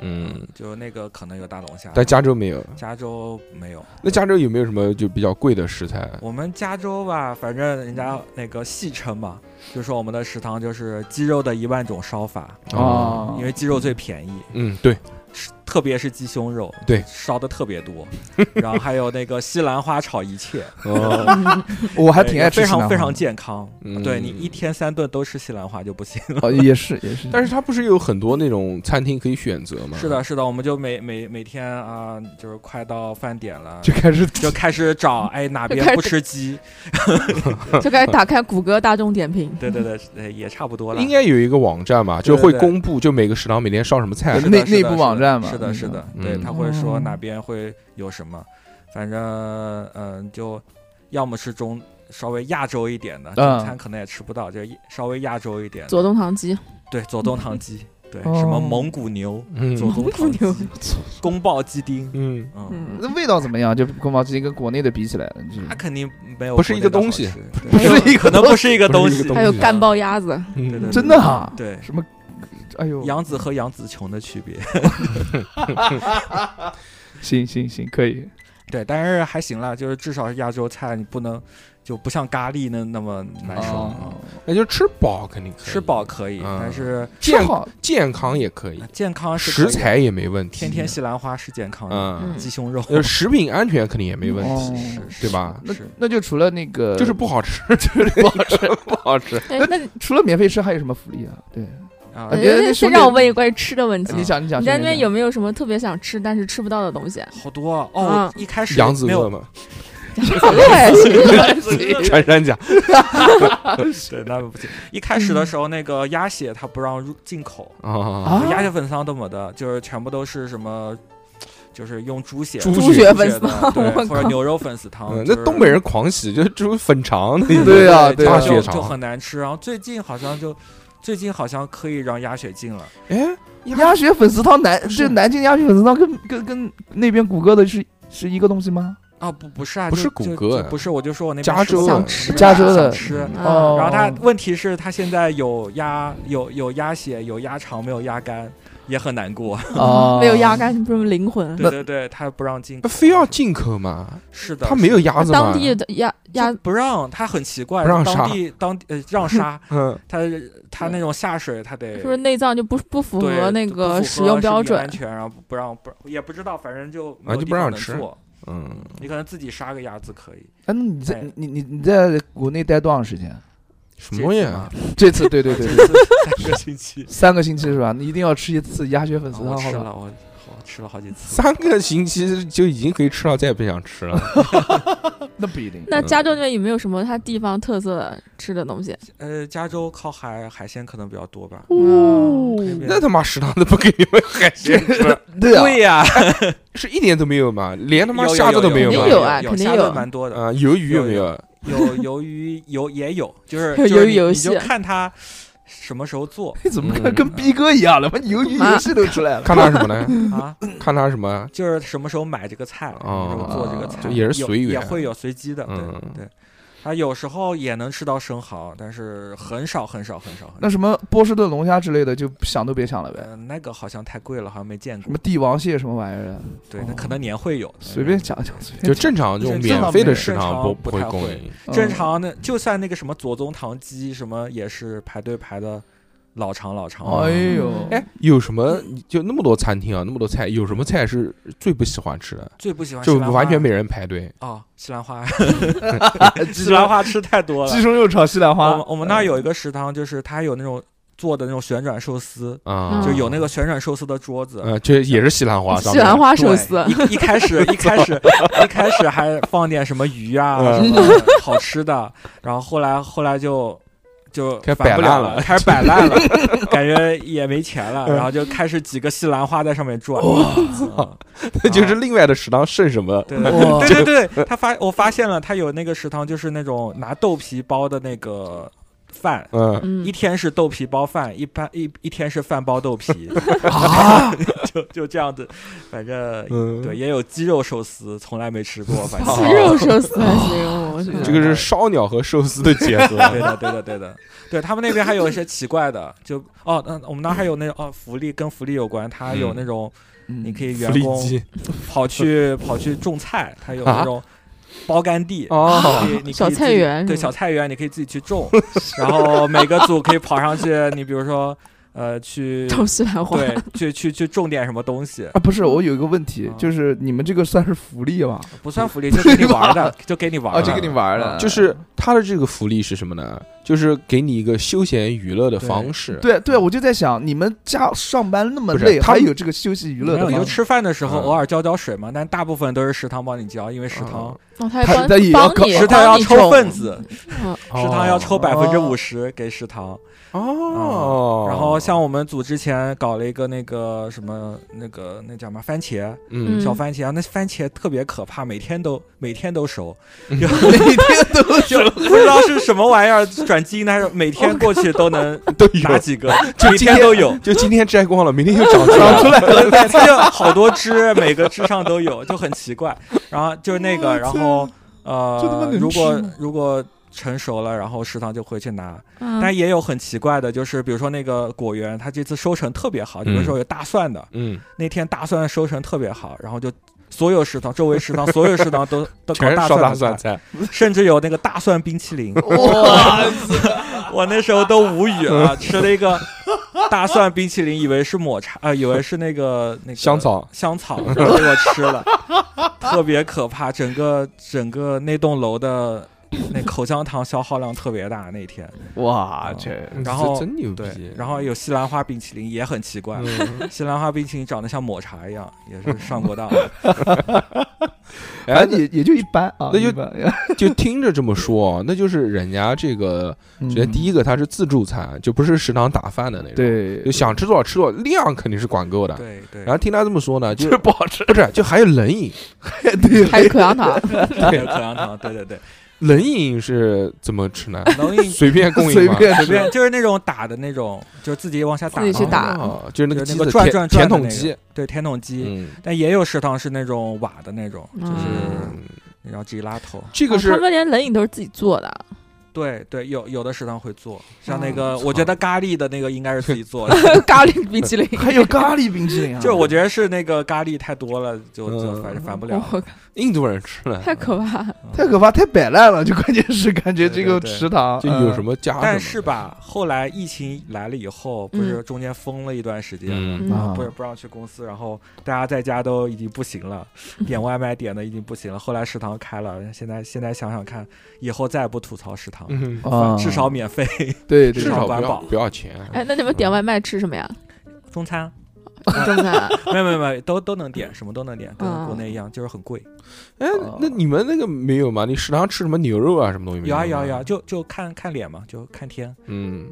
A: 嗯，
D: 就那个可能有大龙虾，
A: 但加州没有。
D: 加州没有。
A: 那加州有没有什么就比较贵的食材？
D: 我们加州吧，反正人家那个戏称嘛，就说我们的食堂就是鸡肉的一万种烧法，
B: 啊，
D: 哦因为鸡肉最便宜，
A: 嗯，对，
D: 是特别是鸡胸肉，
A: 对
D: 烧的特别多， 然后还有那个西兰花炒一切，嗯
A: 哦，
B: 我还挺爱吃
D: 非
B: 西兰花的，
D: 常非常健康。
A: 嗯
D: 对你一天三顿都吃西兰花就不行。
B: 哦，也是也是。
A: 但是它不是有很多那种餐厅可以选择
B: 嗯
A: 吗？
D: 嗯是的，，是的，我们就每每每天啊、就是快到饭点了，
B: 就开始
D: 就开始找 哎哪边不吃鸡，
C: 就开始打开谷歌大众点评。
D: 对对对，呃也差不多了。
A: 应该有一个网站吧，就
D: 对
A: 会
D: 对
A: 公布就每个食堂每天上什么菜
D: 是。的
B: 内
D: 是的
B: 内部网站嘛
D: 是的，是的，
A: 嗯
D: 对，
A: 嗯
D: 他会说哪边会有什么，反正嗯、就要么是中稍微亚洲一点的，
A: 嗯
D: 中餐可能也吃不到，就稍微亚洲一点的，
C: 左宗棠鸡，
D: 对，左宗棠鸡，对，
B: 哦
D: 什么蒙古牛、左
A: 嗯
D: 宗棠
C: 蒙
D: 鸡、宫爆鸡丁，
A: 嗯，
D: 嗯，
C: 嗯，
B: 那味道怎么样？就宫保鸡丁跟国内的比起来，就是
D: 那肯定没有
A: 不是
D: 国
A: 一
D: 内
A: 个
D: 的好
A: 东西
D: 吃，
B: 不
D: 对
B: 是一
D: 可
B: 个
D: 能不是一个
A: 不
D: 东
A: 是一个
D: 西
A: 东，
C: 还有干爆鸭子，
A: 嗯
D: 对对
B: 真的啊？
D: 对。
B: 什么？哎呦，
D: 杨紫和杨紫琼的区别，
B: 行行行，可以。
D: 对，但是还行啦，就是至少是亚洲菜，你不能就不像咖喱那那么难受。嗯
B: 哦，
A: 那就吃饱肯定可以，
D: 吃饱可以，
A: 嗯
D: 但是
B: 吃
A: 健
B: 好
A: 健康也可以，
D: 健康是可以
A: 食
D: 的
A: 材也没问题，
D: 天天西兰花是健康的，
A: 嗯，
D: 鸡胸肉
A: 呃，食品安全肯定也没问题，
B: 哦
D: 是是
A: 对吧
D: 是
B: 那就除了那个，
A: 就是不好吃，就是不好吃，不好吃。
D: 呃
C: 哎，那
B: 除了免费吃还有什么福利啊？对，
D: 啊
B: 哎，别
C: 呃
B: 兄
C: 先
B: 弟
C: 让我问一关于吃的问题。
D: 嗯
B: 你想，你想，
C: 你在
B: 兄弟
C: 那边
B: 讲
C: 有没有什么特别想吃但是吃不到的东西？
D: 好多啊
C: 嗯
D: 哦！一开始
A: 扬子
D: 没
A: 鳄
D: 有，
A: 嘛，
C: 对，
A: 穿山甲，
D: 对，那不行。一开始
C: 嗯
D: 的时候，那个鸭血它不让入进口，
A: 啊，
D: 鸭血粉丝汤都没得，就是全部都是什么，就是用猪血、
A: 猪
C: 猪血
D: 血
C: 粉丝
D: 的对
C: 我靠
D: 或者牛肉粉丝汤
A: 嗯。
D: 就
A: 那
D: 是
A: 东北人狂喜，就是这种粉肠的，
B: 对啊对
D: 就
B: 啊
A: 大血肠
D: 就很难吃。然后最近好像就，最近好像可以让鸭血进了，
A: 哎，
B: 鸭血粉丝汤南
A: 是
B: 这南京鸭血粉丝汤跟跟跟那边谷歌的是是一个东西吗？
D: 啊，不不是啊，
A: 不
D: 就是就
A: 骨骼
D: 就不是，我 就说我那边
A: 哎加
D: 吃过
A: 州
C: 想
A: 的
C: 吃
B: 加州的
D: 想吃。
A: 嗯
C: 啊
B: 哦
D: 然后它问题是，它现在有鸭有有鸭血，有鸭肠，没有鸭肝，也很难过。
B: 啊，
C: 没有鸭肝，你不是灵魂。
D: 对对对，它不让进口，
A: 非要进口嘛？
D: 是的，
A: 他没有
D: 是的
A: 鸭子嘛？
C: 当地的鸭鸭
D: 就不让，它很奇怪，
A: 不让杀
D: 当地当地呃让杀，
A: 嗯，
D: 它它那种下水，它得
C: 是不是内脏就不不符
D: 对
C: 合那
D: 不
C: 个
D: 符
C: 使
D: 合
C: 用
D: 食
C: 标
D: 品
C: 准
D: 安？全，然后不不让不也不知道，反正就
A: 啊
D: 没有
A: 就
D: 地
A: 不让
D: 方能
A: 吃
D: 做
A: 嗯，
D: 你可能自己杀个鸭子可以。
B: 哎，那你在
D: 哎
B: 你你你在国内待多长时间？
A: 什么东西
D: 这次
A: 啊
D: 嘛？
B: 这次对对对， 对，
D: 这次三个星期
B: 三个星期是吧？你一定要吃一次鸭血粉
D: 啊
B: 丝
D: 我
B: 汤，
D: 吃
B: 好吧？
D: 了，我我吃了好几次。
A: 三个星期就已经可以吃到，再也不想吃 了。
B: 那不一定。
D: 嗯
C: 那加州那边有没有什么它地方特色的吃的东西？
D: 呃，加州靠海，海鲜可能比较多吧。
C: 哦
D: 这边
A: 那他妈食堂都不给你们海鲜吃，
B: 对啊，
D: 呀，
A: 是一点都没有嘛？连他妈
D: 有有
A: 虾子都没
C: 有
A: 吗？
C: 肯定有啊肯定
D: 虾子
C: 有
D: 蛮多的。
A: 啊，鱿鱼有没有？
D: 有鱿鱼，有也有， 就是
C: 有
D: 就是
C: 鱿鱼
D: 你
C: 游
D: 你
C: 戏啊
D: 就看他什么时候做
B: 你怎么跟
A: 嗯
B: 跟逼哥一样了？把鱿 鱼游戏都出来了。
A: 看他什么 呢？
C: 嗯
D: 啊，
A: 看他什么？
D: 就是什么时候买这个菜，什么时候做这个菜，
A: 哦啊就也是
D: 有
A: 随缘
D: 也会有随机的，对
A: 嗯
D: 对。他有时候也能吃到生蚝，但是很少很少很少很少。
B: 那什么波士顿龙虾之类的，就想都别想了呗。
D: 呃，那个好像太贵了，好像没见
B: 什
D: 过
B: 么。帝王蟹什么玩意儿的，
D: 对，
A: 哦
D: 那可能年会有，
B: 随便讲讲，嗯随
A: 就
B: 便
A: 正常这种
D: 正
A: 免
B: 常
A: 费的
B: 没
A: 食
D: 正
A: 堂
D: 常
A: 不
D: 不
A: 会
D: 太
A: 供
D: 会
A: 应。
B: 讲
D: 正。
C: 嗯
D: 常的，就算那个什么左宗棠鸡什么也是排队排的老长老长。
B: 嗯哎呦，
A: 哎，有什么就那么多餐厅啊，那么多菜，有什么菜是最不喜欢吃的？
D: 最不喜欢
A: 就
D: 啊西兰花
A: 完全没人排队。
D: 哦，西兰 花，
B: 鸡
D: 西兰花吃太多了。
B: 鸡胸肉炒西兰
D: 我
B: 花嗯
D: 们，我们那儿有一个食堂，就是它有那种做的那种旋转寿司，
A: 啊，
D: 就有那个旋转寿司的桌子。
A: 呃，就也是西兰花，
C: 西兰花寿
D: 对
C: 司，
D: 一一开 始一开始一开始还放点什么鱼啊
A: 嗯
D: 什么好吃的，然后后来后来就就
A: 开始
D: 反不
A: 摆烂
D: 了
A: 了
D: 开始摆烂了，感觉也没钱了，然后就开始几个西兰花在上面转，
A: 上
D: 嗯
A: 面， 就是另外的食堂剩什么？
D: 对
B: 哇
D: 对对对，他发我发现了，他有那个食堂就是那种拿豆皮包的那个饭。
A: 嗯，
C: 嗯
D: 一，天是豆皮包饭，一般一一天是饭包 豆皮，
B: 啊，
D: 就就这样子，反正
A: 嗯
D: 对，也有鸡肉寿司，从来没 吃过，反正
C: 鸡肉寿司还行，
D: 哦
C: 我觉得
A: 这个是烧鸟和寿司的结合。
D: 对的，对的，对的，对他们那边还有一些奇怪的，就哦，那我们那儿还有那种哦，福利跟福利有关，它有那种、
C: 嗯
D: 你可
B: 以
A: 嗯福
D: 以员
A: 利
D: 工
A: 鸡
D: 跑去跑去种菜，它有那种包干地。
A: 哦，
D: 你你可以
C: 小
D: 自己
C: 菜园
D: 对
C: 是吗
D: 小菜园，你可以自己去种，然后每个组可以跑上去，你比如说，呃，去
C: 种西兰花，
D: 对，去去去种点什么东西，
B: 啊，不是，我有一个问题
D: 啊，
B: 就是你们这个算是福利吧？
D: 不 算福利，就给你玩儿的，就给你
A: 哦
D: 玩
B: 啊，
D: 儿
B: 就
D: 的，
B: 给你玩了，
A: 就是它的这个福利是什么呢？就是给你一个休闲娱乐的
D: 对
A: 方式。
B: 对对，我就在想，你们家上班那么
A: 不是
B: 累，
A: 他
B: 还
A: 们
B: 有这个休息娱乐
D: 没有
B: 的
D: 你就
B: 吗？
D: 吃饭的时候
A: 嗯
D: 偶尔浇浇水嘛，但大部分都是食堂帮你浇，因为食堂
A: 嗯
C: 哦，他还
B: 他他也要
C: 帮帮你，
D: 食堂要
C: 帮你
D: 抽
C: 种哦
D: 份子，
A: 哦
D: 食堂要抽百分之五十给食堂。
A: 哦，
D: 嗯然后像我们组之前搞了一个那个什么那个那叫什么番茄
A: 嗯
C: 嗯
D: 小番茄啊，那番茄特别可怕，每天都每天都熟，
A: 嗯
D: 就
B: 每天都是
D: 就不知道是什么玩意儿转基因的，还是每天过去都能
A: 都
D: 拿
A: 有，
D: 几个，每天都有。
A: 就今天摘光了，明天又长出来
B: 长
A: 了。
B: 出来了，
D: 对， 它就好多枝，每个枝上都有，就很奇怪。然后就是那个，然后
B: 这他妈
D: 呃，
B: 能
D: 如果
B: 吃吗
D: 如果成熟了，然后食堂就回去拿。
C: 嗯
D: 但也有很奇怪的，就是比如说那个果园，它这次收成特别好，
A: 嗯
D: 比如说有大蒜的，
A: 嗯，
D: 那天大蒜收成特别好，然后就所有食堂、周围食堂、所有食 堂都都搞
A: 全是
D: 大
A: 烧大
D: 蒜
A: 蒜
D: 蒜，
A: 菜。
D: 甚至有那个大蒜冰 淇淋，
B: 哇，
D: 我那时候都无语了，吃了一个大蒜冰淇淋，以为是抹茶，呃，以为是那个那个
A: 香草
D: 香草，然后给我吃了，特别可怕，整个整个那栋楼的那口香糖消耗量特别大那天。
B: 哇，这
D: 然后
A: 嗯真牛逼
D: 对，，然后有西兰花冰淇淋也很奇怪，
A: 嗯
D: 西兰花冰淇淋长得像抹茶一样，也是上过当。
A: 哎
B: 反，哎正也也就一般啊，
A: 那就
B: 一般。
A: 那哎就听着这么说，啊那就是人家这个，首先第
B: 一
A: 一个它是自助餐，就不是食堂打饭的那种，，
B: 对
A: 就想吃多少吃多少，量肯定是管够的。
D: 对对，
A: 然后听他这么说 呢，就
B: 就是不好吃，
A: 不是就还有冷饮，
B: 对
C: 还有口香 糖，
D: 还有口香糖，对对对，
A: 冷饮是怎么吃 呢？
D: 能硬
A: 随便 供应
B: 随
A: 吗？
B: 便
D: 随
B: 吃
D: 便就是那种打的那种，就是自己往下打
C: 自
D: 的
C: 己
D: 那
C: 去
D: 种，
C: 打
A: 哦，就是那个
D: 就是
A: 机
D: 那个
A: 子
D: 转
A: 甜
D: 转
A: 甜
D: 转的
A: 筒
D: 那个
A: 机，
D: 对甜筒机。
A: 嗯，
D: 但也有食堂是那种瓦的那种，就是
C: 嗯
D: 然后自己拉头。
A: 这个
C: 哦他
A: 是
C: 们连冷饮都是自己做 的，
D: 对对，有有的食堂会做，像那
C: 嗯
D: 个
A: 操
D: 我觉得咖喱的那个应该是自己做的，
C: 咖喱冰淇淋。
B: 还有咖喱冰淇淋啊，
D: 就是我觉得是那个咖喱太多了，就
A: 嗯
D: 就 反正反不了。嗯
C: 我
A: 印度人吃 的，
C: 太可怕了。
B: 哦太可怕，太摆烂了，就关键是感觉这个
D: 对对对
B: 食堂
A: 就有什么加什么的，
D: 呃但是吧，后来疫情来了以后，不
B: 嗯
D: 是中间封了一段时间吗，
A: 嗯，
C: 嗯
B: 啊
D: 不是不让去公司，然后大家在家都已经不行 了，点外卖点的已经不行了。后来食堂开了，现在现在想想看，以后再也不吐槽食堂，
A: 嗯，
B: 啊，
D: 至少免费
B: 对对
A: 至
D: 至
A: 少
D: 少
A: 不
D: 管
A: 要
D: 饱
A: 不要钱。
C: 哎，那你们点外卖吃什 么呀？
D: 中餐，
C: 中餐？啊
D: 没有没有没有，都都能点，什么都能点，跟
B: 哦
C: 嗯
D: 国内一样，就是很贵。
A: 哎，
D: 哦
A: 那你们那个没有吗？你食堂吃什么牛肉啊，什么东西没
D: 有啊有
A: 吗
D: 啊有啊，，就就看看脸嘛，就看天。
A: 嗯，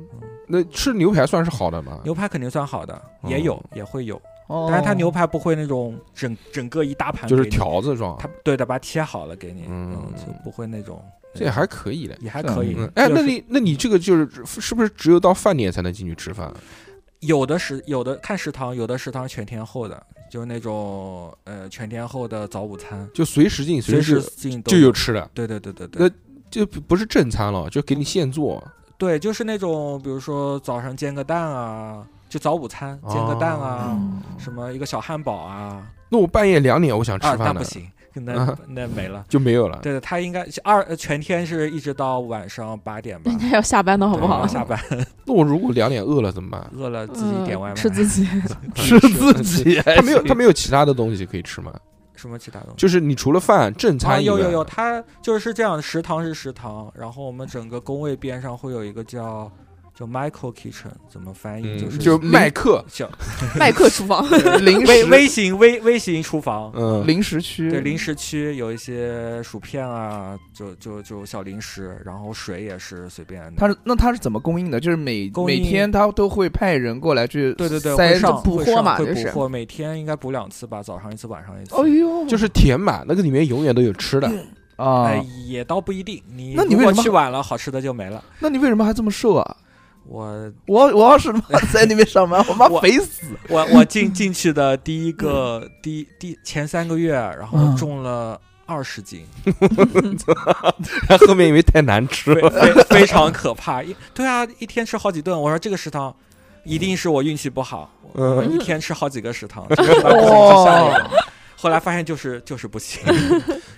A: 那吃牛排算是好的吗？
D: 牛排肯定算好的，也有也会有，
B: 哦，
D: 但是它牛排不会那种整整个一大盘，
A: 就是，条子状，
D: 它对的，把它切好了给你，
A: 嗯
D: 嗯，就不会那种。
A: 这也还可以的。
D: 也还可以
A: 嗯，。哎，
D: 就
A: 那
D: 是
A: 你那你这个就是是不是只有到饭点才能进去吃饭？
D: 有的食有的看食堂，有的食堂全天候的，就是那种呃全天候的早午餐，
A: 就随时进
D: 随时
A: 时
D: 进都
A: 就有。吃的，
D: 对对对对
A: 那
D: 对
A: 就不不是正餐了，就给你现做。
D: 对，就是那种比如说早上煎个蛋啊，就早午餐煎个蛋
A: 哦
D: 啊，
C: 嗯
D: 什么一个小汉堡啊
A: 那我半夜两点我想吃
D: 啊，那
A: 饭
D: 不
A: 了，
D: 行，那
A: 啊
D: 那没了。
A: 就没有了。
D: 对对，他应该二呃全天是一直到晚上八点吧
C: 人，家要下班的好不
D: 对
C: 好
D: 要？下班
A: 那我如果两点饿了怎么办？
D: 饿了自己点外卖，
C: 嗯吃自 己。
B: 吃自己，
A: 他没有他没有其他的东西可以吃吗？
D: 什么其他东西。
A: 就是你除了饭正
D: 啊，
A: 餐以
D: 有
A: 外，
D: 有有，它就是这样，食堂是食堂，然后我们整个工位边上会有一个叫叫 Michael Kitchen，怎么翻译、
A: 嗯，
D: 是
A: 就
D: 就
A: 麦克，
D: 小
C: 麦克厨房
B: 零
D: 微
B: 食
D: 微型微微型厨房，
A: 嗯，
B: 零食区，
D: 对零食区有一些薯片啊，就就就小零食，然后水也是随便的。
B: 它是那它是怎么供应的？就是每
D: 供
B: 每
D: 应
B: 天它都会派人过来去
D: 对对对，
B: 塞
D: 会上
C: 补
D: 会
C: 货
D: 上
C: 嘛
D: 会
C: 就是
D: 补货，每天应该补两次吧，早上一次，晚上一次。
B: 哎呦，
A: 就是填满，那个里面永远都有吃的。
B: 啊
D: 哎，，也倒不一定。你
B: 那你
D: 如
B: 为
D: 果
B: 什么
D: 去晚了，好吃的就没了。
B: 那你为什么还这么瘦啊？
D: 我
B: 我我要是 他妈在那边上班，我妈
D: 我
B: 肥死。
D: 我我进进去的第一个第一第前三个月，然后
B: 嗯
D: 重了二十斤，
A: 后面因为太难吃
D: 非
A: 了，
D: 非非常可怕。一对啊，一天吃好几顿。我说这个食堂一定是我运气不好，我
A: 嗯，
D: 一天吃好几个食 堂，这个食堂不行就下一个。后来发现就是就是 不行，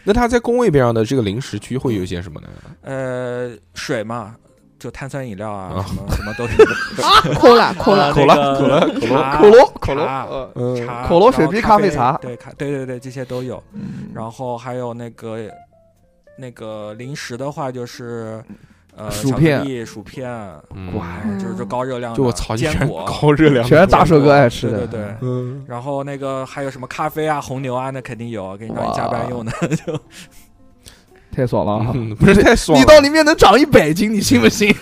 A: 那他在工位边上的这个零食区会有一些什么呢？
D: 呃，水嘛，就碳酸饮料啊
A: 啊，
D: 什么什 么都有，
C: 抠了抠了，
D: 呃那个
A: 可乐可乐
B: 可乐可
D: 茶
B: 乐，
D: 茶
B: 呃
A: 嗯，
D: 茶
B: 可乐水
D: 然后
B: 啤
D: 咖
B: 咖啡茶
D: 对咖对对对，这些都有。
B: 嗯
D: 然后还有那个那个零食的话，就是呃，
B: 薯
D: 巧克
B: 片
D: 力、薯片，
A: 嗯
B: 哇
D: 哎就是这高热量的，
A: 就我操，
D: 坚
A: 全
D: 果，
A: 高热量，
B: 全是大手哥爱吃的，
D: 对对对。
A: 嗯，
D: 然后那个还有什么咖啡啊、红牛啊，那肯定有，给你让你加班用的。就
B: 太爽了 啊！
A: 嗯不是太爽
B: 你
A: 了。
B: 到里面能长一百斤，你信不 信？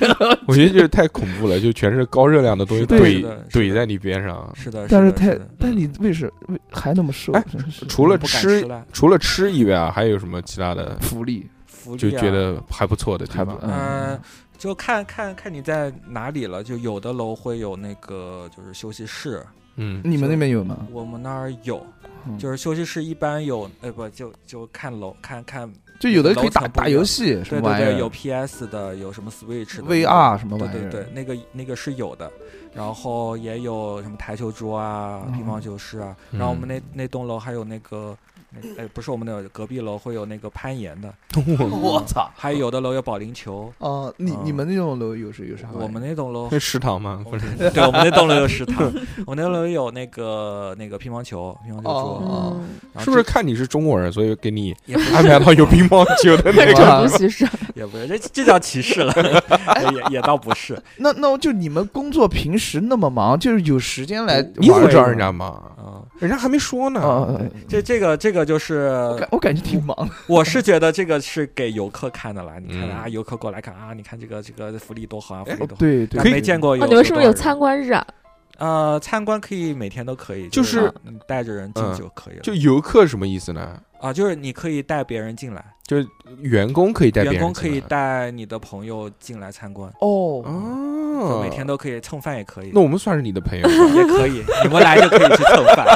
A: 我觉得就是太恐怖了，就全是高热量的东西
D: 是的
A: 怼
D: 是的是的
A: 怼在你边上。
D: 是的，
B: 但
D: 是
B: 是
D: 的
B: 太
D: 的，
B: 但你为什为还那么瘦？
A: 哎
B: 真是
A: 除了
D: 不敢
A: 吃
D: 吃了
A: 除了吃以外啊，还有什么其他的
B: 福利，
D: 福利
A: 就
D: 啊
A: 觉得还不错的地
B: 还不
A: 方？
B: 呃
D: 嗯，就看看看你在哪里了。就有的楼会有那个就是休息室，
A: 嗯，
B: 你们那边有吗？
D: 我们那儿有，
B: 嗯
D: 就是休息室一般有，呃不就就看楼看看
B: 就有的可以打
D: 楼层不一样
B: 打游戏什
D: 对
B: 么玩意
D: 对
B: 儿，
D: 对，有 PS 的，有什么 Switch 的
B: VR 什么
D: 对
B: 玩意
D: 对
B: 儿，
D: 对，那个那个是有的，然后也有什么台球桌啊、
B: 嗯
D: 乒乓球室啊，然后我们那那栋楼还有那个，那哎，不是我们的隔壁楼会有那个攀岩的，
B: 我操！
D: 还有的楼有保龄球。
B: 哦，你
D: 嗯
B: 你们那种楼有是有啥玩意儿？
D: 我们那 栋楼
A: 那，食堂吗？不是，
D: 对我们 那栋楼有食堂，我们那栋楼有那个那个乒乓球、乒乓球桌，
B: 哦
C: 嗯，
D: 然后
A: 是不是
D: 这
A: 看你是中国人，所以给你
D: 也不
A: 安排到有乒乓球的那
C: 这
A: 个？
C: 不是是，哦
D: 也也不是，这这叫歧视了， 也也倒不是。
B: 那那就你们工作平时那么忙，就是有时间来玩一玩，
A: 你怎么知道人家忙？
D: 嗯，
A: 人家还没说呢。
B: 啊？啊
D: 这这个这个就
B: 我
D: 是
B: 感，我感觉挺忙的。
D: 我是觉得这个是给游客看的啦。你看
A: 嗯
D: 啊，游客过来看啊，你看这个这个福利多好啊，福
A: 哎
D: 利多好。
B: 对对
D: 但
A: 可以
D: 没见过有
C: 哦，你
D: 多少人。
C: 们是不是有参观日啊？
D: 呃，参观可以每天都可以，
A: 就是是
D: 你带着人进
A: 嗯
D: 就可以了。
A: 就游客什么意思呢？
D: 啊，就是你可以带别人进来，
A: 就是员工可以带别
D: 员
A: 人进来，
D: 工可以带你的朋友进来参观，
B: 哦，
D: 就
A: 哦，
D: 每天。都可以蹭饭也可以
A: 那，我们算是你的朋友吧，
D: 也可以，你们来就可以去蹭 饭。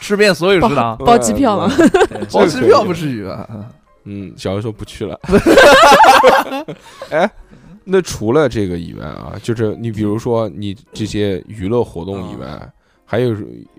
B: 吃遍所有食
C: 包
B: 堂，
C: 包机票吗？
D: 对
A: 这
B: 包
A: 个
B: 机
A: 可以
B: 哦票
A: 的
B: 不至于啊吧？
A: 嗯，小优说不 去了。哎，那除了这个以外啊，就是你比如说你这些娱乐活动以
D: 嗯
A: 外，还有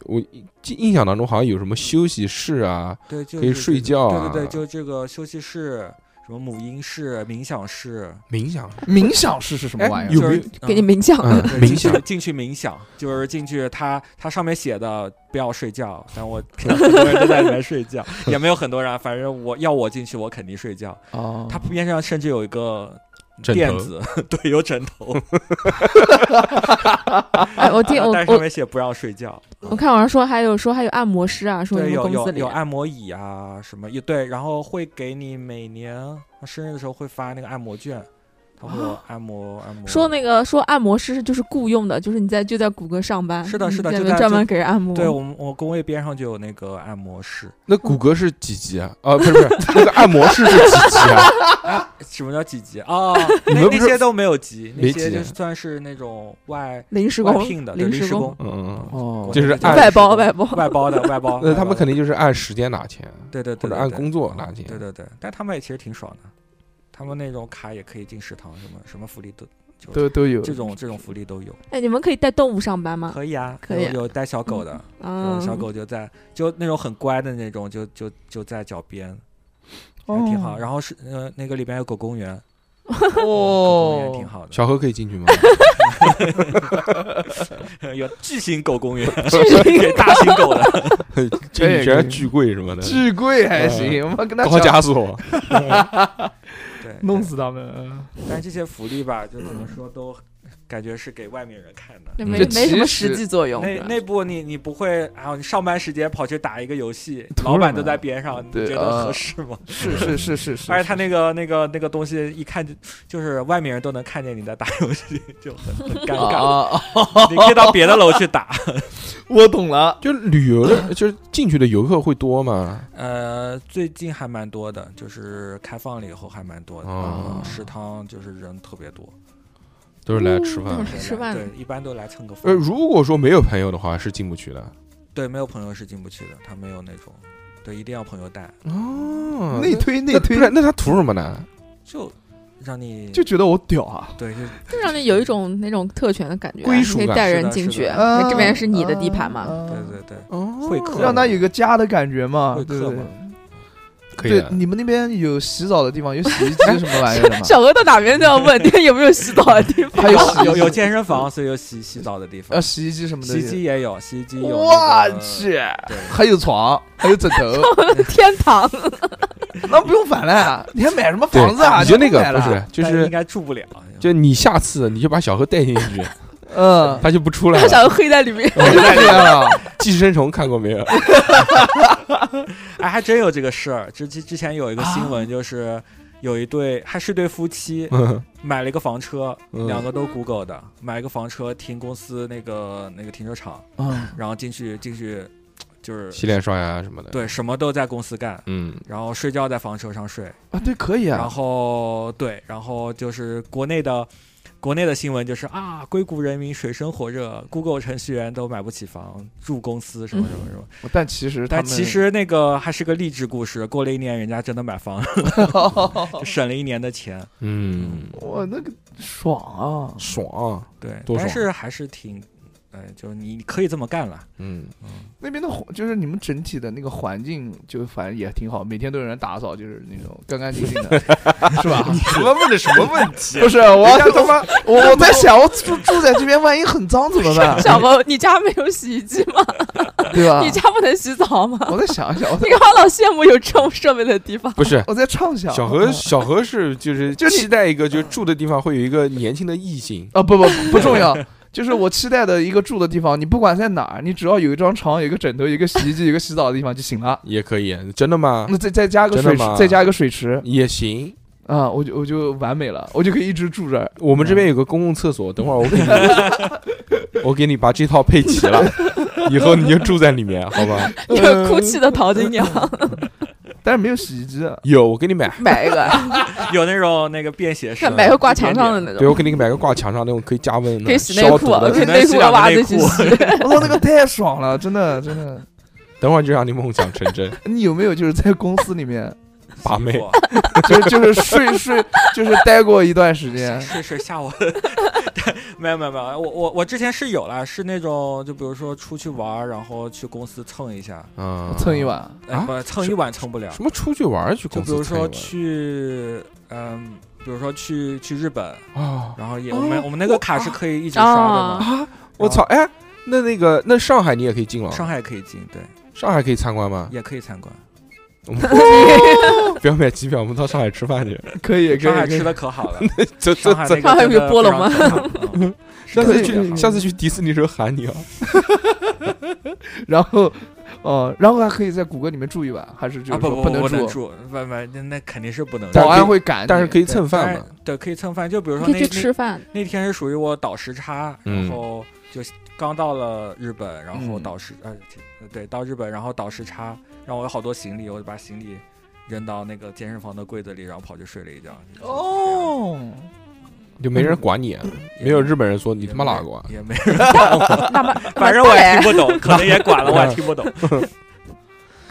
A: 我记印象当中好像有什么休息室啊，
D: 对，就
A: 可以
D: 是
A: 睡觉啊
D: 对对对，就这个休息室、什么母婴室、冥想室，
A: 冥想
B: 冥想室是什么
A: 哎
B: 玩意
A: 有
B: 儿？
D: 就是
A: 没
C: 给你啊
D: 嗯
C: 冥想，
A: 嗯
D: 对
A: 冥
D: 进去
A: 想
D: 进去冥想，就是进去它，它上面写的不要睡觉，但我很多人都在里面 睡觉，也没有很多人啊，反正我要我进去，我肯定睡觉。
B: 哦
D: 它边上甚至有一个
A: 枕
D: 垫
A: 头
D: 子， 对，有枕头，
C: 哎，我 听我
D: 啊但是上
C: 我
D: 面写不让睡觉。
C: 我看网上说还有说还有按摩师啊，说
D: 对，
C: 你
D: 有
C: 们公
D: 有
C: 司里
D: 有按摩椅啊什么，也对，然后会给你每年生日的时候会发那个按摩券，它会有按摩按摩。
C: 哦说那个说按摩师是就是雇佣的，就是你在就在谷歌上班，
D: 是的是的
C: 你在
D: 就
C: 那边
D: 在
C: 专
D: 就
C: 门给人按摩。
D: 对我们我工位边上就有那个按摩室。
A: 那谷歌是几级啊？ 啊，不是不是，那个按摩室是几级 啊？
D: 什么叫几级 啊？
A: 你
D: 那
A: 们不
D: 那
A: 是
D: 些都没有级，那
A: 没
D: 些
A: 级
D: 就算是那种外
C: 临时
D: 外
C: 工，
D: 聘的，对，
C: 临
D: 临
C: 时
D: 时工，
A: 嗯嗯，嗯
B: 哦
A: 就是
D: 对对对
A: 按。
C: 外包
D: 时
C: 外包。
D: 外包的外包
A: 那他们肯
D: 定
A: 定就是按时间拿钱，
D: 对对
A: 或
D: 对，
A: 者
D: 对
A: 按
D: 对
A: 工作拿钱。
D: 对对对，但他们也其实挺爽的，他们那种卡也可以进食堂，什么什么福利都
B: 都都有
D: 这种这种福利都有。
C: 哎，你们可以带动物上班吗？
D: 可以啊，
C: 可以
D: 有有带小狗的，
C: 啊
A: 嗯
D: 有，嗯小狗就在就那种很乖的那种，就就就在脚边，
C: 哦
D: 还挺
A: 哦
D: 好。然后是呃那个里边有狗公园， 狗公园
B: 哦
D: 挺，好的，
A: 小何可以进 去吗？
D: 有巨型狗公园，
C: 型
D: 给大型狗 的。
A: 进去
C: 哦
A: 全是巨贵什么的，
B: 巨贵还行，我跟他
A: 高
B: 讲
A: 加索。
D: 对，
B: 弄
D: 对
B: 死他们。
D: 但这些福利吧，就怎么说都感觉是给外面人看的。
C: 那
A: 嗯
C: 没
A: 这
C: 没什么
B: 其实
C: 实际作用。
D: 内
C: 对吧
D: 内部你你不会啊？你上班时间跑去打一个游戏，
B: 图
D: 老
B: 了
D: 板
B: 嘛
D: 都在边上，你
B: 对
D: 觉得
B: 啊
D: 合适吗？
B: 是是是是是，
D: 而且他那个那个那个东西一看就就是外面人都能看见你在打游戏，就很很
C: 哦
D: 尴尬。
B: 啊，啊
D: 你可以到别的楼去打。
B: 我懂了。
A: 就旅游的， 就是进去的游客会多吗？
D: 呃，最近还蛮多的，就是开放了以后还蛮多的。
A: 哦
D: 嗯食堂就是人特别多，
A: 都是来吃
C: 嗯
A: 饭。
D: 对
C: 吃饭
D: 对，一般都来蹭个
A: 呃，
D: 饭。
A: 如果说没有朋友的话，是进不去的。
D: 对，没有朋友是进不去的，他没有那种，对，一定要朋友带，
B: 嗯
C: 嗯
A: 哦
B: 内推内
A: 那
B: 推
A: 那，那他图什么呢？
D: 就让你
B: 就觉得我屌啊！
D: 对，就
C: 就让你有一种那种特权的感觉啊，
A: 归
C: 你
A: 属
C: 可以
A: 感
C: 带
D: 是
C: 人
D: 的
C: 进
D: 是
C: 去，
D: 的
B: 嗯
C: 那
B: 啊
C: 这边是你的地盘嘛。
B: 嘛
D: 对对对，
A: 哦
D: 会客
B: 啊让他有个家的感觉嘛，
D: 会
B: 对
D: 客
B: 不对
D: 嘛？
A: 可以
B: 对，
C: 啊
A: 的。
B: 你们那边有洗澡的地方，有洗衣机什么玩意儿的吗？
C: 小鹅到哪边都要问，这有没有洗澡的地
B: 嗯
C: 方？
B: 还有洗
D: 有有
B: 衣机
D: 健身房，所以有洗洗澡的地方
B: 啊，，洗衣机什么的
D: 洗
B: 也，
D: 衣机也有，洗衣机有那
B: 我
D: 个
B: 去，
D: 对，
B: 还有床，还有枕头，
C: 天堂，
B: 那不用烦了，你还买什么
A: 对
B: 房子啊？
A: 你就那
B: 不用买
A: 个
B: 了
A: 不是，就
D: 但应
A: 是
D: 该住不了。
A: 就你下次你就把小何带进去，
B: 嗯，
A: 他就不出来
C: 让
A: 了。
C: 小鹅黑在里面。？
B: 我就这样啊 了。
A: 寄生虫看过没有？
D: 哎，还真有这个事儿。之之之前有一个
B: 啊
D: 新闻，就是有一对还是对夫妻
A: 嗯
D: 买了一个房车，
A: 嗯
D: 两个都 Google 的，买一个房车停公司那个那个停车场，
B: 嗯，
D: 然后进去进去就是
A: 洗脸刷牙什么的。，
D: 对什么都在公司干，
A: 嗯，
D: 然后睡觉在房车上睡，
B: 啊，对，可以
D: 然
B: 啊。
D: 后对，然后就是国内的。国内的新闻就是啊，硅谷人民水深火热，Google 程序员都买不起房，住公司什么什么什么。
B: 但其实他们，
D: 但其实那个还是个励志故事，过了一年，人家真的买房了，就省了一年的钱。
A: 嗯，
B: 我那个爽啊！
A: 爽啊。
D: 对，
A: 多
D: 但
A: 爽
D: 是还是挺哎，就是你你可以这么干了。
A: 嗯，
B: 那边的环就是你们整体的那个环境，就反正也挺好，每天都有人打扫，就是那种干干净净的，是 吧？
E: 什么问的什么问题？
B: 不是，我要他妈，我我在想，我住住在这边，万一很脏怎么办
C: 小萌，你家没有洗衣机吗？
B: 对吧
C: 你？家不能洗澡吗？
B: 啊我再想一想，我
C: 你
B: 在
C: 干嘛老羡慕有这种设备的地方？
A: 不是。
B: 我在畅想。嗯
A: 小何，小何是就是
B: 就是你
A: 期待一个，就是住的地方会有一个年轻的异性，
B: 啊，不不不重要，就是我期待的一个住的地方，你不管在哪儿，你只要有一张床、有一个枕头、有一个洗衣机、有一个洗澡的地方就行了。
A: 也可以，真的吗？
B: 那再再加个
A: 真的
B: 水池
A: 吗，
B: 再加一个水池
A: 也行。
B: 啊，我就我就完美了，我就可以一直住这儿。
A: 我们这边有个公共厕所，等会儿我给你， 我给你把这套配齐了，以后你就住在里面，好吧？
C: 就是哭泣的淘金娘，
B: 但是没有洗衣机啊，
A: 有，我给你买，
C: 买一个，
D: 有那种那个便携式
C: 看
D: 的，
C: 买个挂墙上的那
A: 对
C: 种，
A: 我给你买个挂墙上那种可以加温的、
C: 可以洗内
A: 消毒
C: 裤，啊可以
A: 的。
D: 只能
C: 内
D: 洗
C: 裤和
D: 两个
C: 袜子
D: 内
C: 一起
D: 裤
C: 洗。
B: 我操，那个太爽了，真的真的。
A: 等会儿就让你梦想成真，
B: 你有没有就是在公司里面，
A: 把妹。
D: 哇
B: 就是就是睡睡，就是待过一段时间？
D: 是是吓 我的，没有没有没有，我我我之前是有啦，是那种就比如说出去玩儿，然后去公司蹭一下，
A: 嗯，
B: 蹭一。晚，
D: 哎、
A: 啊
D: 不蹭一晚蹭不了，
A: 什么出去玩儿去公
D: 就比
A: 司
D: 如
A: 蹭一
D: 说
A: 晚？
D: 去嗯，比如说去去日本，
A: 啊，
D: 然后也、
A: 哦
D: 我们我们那
A: 我
D: 个
C: 啊
D: 卡是可以一直刷的
C: 哦
D: 嘛，
A: 我操！哎，那那个那上海你也可以进了，
D: 上海可以进，对，
A: 上海可以参观吗？
D: 也可以参观，
A: 我们不要买机票，我们到上海吃饭去。
B: 可以可
D: 上海
B: 以。
D: 吃
B: 可以
D: 的可好了，
A: 这这
D: 上海
A: 这
D: 那，
C: 上海
D: 个
C: 有
D: 真的
C: 波
D: 非
C: 龙
D: 常
C: 吗
D: 可好？嗯是
A: 下
D: 真的
A: 次
D: 比较
A: 去
D: 好
A: 下次去迪士尼时候喊你啊！
B: 然后哦，然后还可以在谷歌里面住一晚，还是就
D: 啊
B: 是
D: 不
B: 说
D: 不
B: 能
D: 不
B: 住？
D: 住，不不那那肯定是不能住。
A: 但
B: 保
A: 是可
B: 安
A: 以
B: 会赶你，
A: 但是可以蹭
D: 当
A: 饭
D: 然
A: 嘛，
D: 对，可以蹭饭。就比如说
C: 可
D: 那
C: 以去
D: 那
C: 吃饭，
D: 那天是属于我倒时差，
A: 嗯
D: 然后就刚到了日本，然后
B: 嗯
D: 倒时、呃对，到日本然后倒时差，然后我有好多行李，我就把行李扔到那个健身房的柜子里，然后跑去睡了一觉。就是这样，
B: 哦，
A: 就没
D: 嗯
A: 人管你，啊
D: 也
A: 没有日本人说你
D: 也
A: 他妈
D: 没
A: 哪国啊？
D: 也没人，
C: 那么
D: 反正我也听不 懂，可能也管了，我也 听不懂。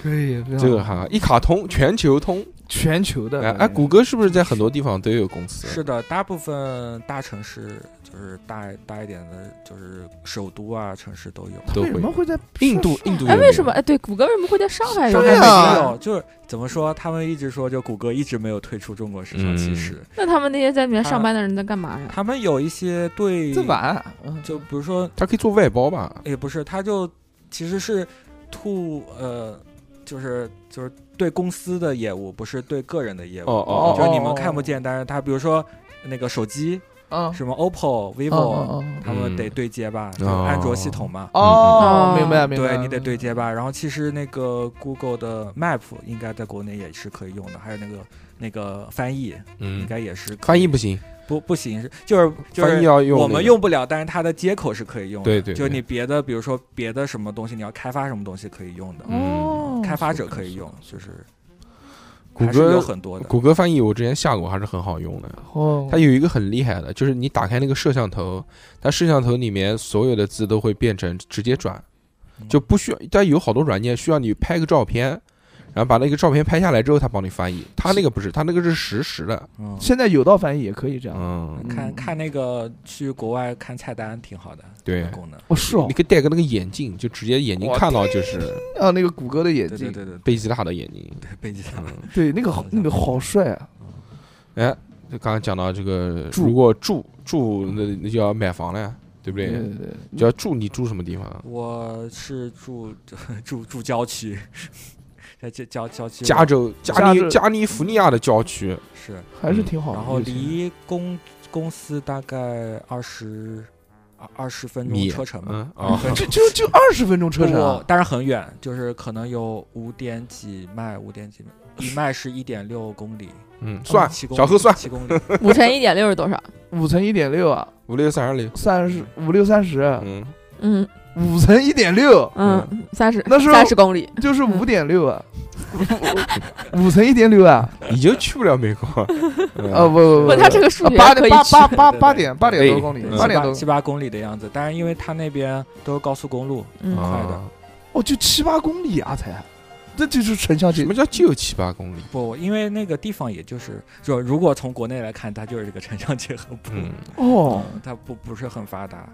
B: 可以，
D: 啊
B: 非常
A: 这个
B: 好
A: 哈一卡通全球通，
B: 全球的
A: 哎哎，谷歌是不是在很多地方都有公司？
D: 是的，大部分大城市就是大大一点的，就是首都啊城市都有。
B: 它
A: 都
B: 为什
A: 会
B: 么
A: 有
B: 会在
A: 印度印度
C: 哎，
A: 有
C: 为
A: 没
C: 什
A: 有
C: 么？哎，对，谷歌为什么会在上海有
D: 上
B: 对
D: 海
B: 呀
D: 北
B: 啊
D: 京有，就是怎么说？他们一直说，就谷歌一直没有退出中国市场。其
A: 嗯
D: 实，
C: 那他们那些在里面
D: 他
C: 上班的人在干嘛呀？
D: 他们有一些对，
B: 这晚？嗯
D: 就比如说，
A: 它可以做外包吧？
D: 也不是，他就其实是吐呃，就是就是对公司的业务，不是对个人的业务。
A: 哦哦
D: 就是
A: 哦，
D: 你们看不见，但是他比如说那个手机，
A: 哦
B: 嗯
D: 什么
B: 嗯
D: OPPO、vivo，
B: 嗯
D: 他们得
A: 嗯
D: 对接吧，
A: 哦
D: 就安卓系统嘛
B: 嗯。哦，明白明白，
D: 对你得对接吧，然后其实那个 Google 的 Map 应该在国内也是可以用的，还有那个那个翻译应
A: 嗯，
D: 该也是可
A: 翻译
D: 以
A: 不行，
D: 不不行是就是就
A: 翻
D: 是
A: 译要用
D: 我
A: 那个
D: 们用不了，但是它的接口是可以用的。
A: 对对
D: 就
A: 对
D: 你别的，比如说别的什么东西，你要开发什么东西可以用的，
C: 哦
A: 嗯
D: 开发者可以用，就是
A: 谷
D: 还是有
A: 歌
D: 很多的。
A: 谷歌翻译我之前下过，还是很好用的。
B: 哦，
A: 它有一个很厉害的，就是你打开那个摄像头，它摄像头里面所有的字都会变成直接转，
D: 嗯
A: 就不需要。但有好多软件需要你拍个照片，然后把那个照片拍下来之后，它帮你翻译。它那个不是，它那个是实时的。
D: 嗯，
B: 现在有道翻译也可以这样。
A: 嗯，
D: 看
B: 嗯
D: 看那个去国外看菜单挺好的，
A: 对
D: 那个功能。
B: 哦，是哦
A: 你，可以戴个那个眼镜，就直接眼睛
B: 我
A: 看到就是
B: 啊，那个谷歌的眼
D: 对对
B: 镜，
D: 对对对，
A: 贝吉塔的眼睛。
D: 背景上
A: 嗯，
B: 对那个好，那个好帅啊！
A: 哎，就刚才讲到这个，
B: 住
A: 如果住住那那就要买房了，对不
B: 对
A: 对？
B: 对
A: 就
B: 对，
A: 要住，你住什么地方？
D: 我是住 住住郊区， 在这郊郊区
A: 加州加
B: 加
A: 利
B: 州
A: 加利福尼亚的郊区，
D: 是，
B: 还是挺
A: 哦
B: 好的。
D: 嗯然后
B: 有钱
D: 离公公司大概二十二十分钟
A: 米
D: 车程吧。
A: 嗯 啊，
B: 就就就二十分钟车程
D: 不
B: 啊，
D: 但是很远，就是可能有五点几迈，五点几迈，一迈是一点六公里，
A: 嗯，算
D: 七公里
A: 小何算
D: 七公里，
C: 五乘一点六是多少？
B: 五乘一点六啊，
A: 五六三十六，
B: 三十五六三十，啊
A: 嗯，
C: 嗯
B: 五乘一点六
C: 嗯，三十，
B: 那是
C: 三十公里。
B: 就是五点六啊，五乘一点六啊，
A: 你就嗯去不了美国，
B: 啊
A: 啊，
B: 不不
C: 不，他这个数学
B: 八
C: 可
B: 点
C: 以
B: 八八
C: 去
B: 八
D: 对
B: 八
D: 对
B: 点八点多公里
A: 对，
B: 八
D: 七
B: 点
D: 八
B: 多
D: 七八公里的样子。但是因为它那边都是高速公路，
C: 嗯，
D: 快的
A: 啊，
B: 哦，就七八公里啊才，这就是城乡
A: 什
B: 结
A: 么叫就七八公里？
D: 不，因为那个地方也就是，就如
B: 嗯
D: 果从国内来看，它就是这个城乡结合部，
A: 嗯，
B: 哦，
D: 它不不是很发达。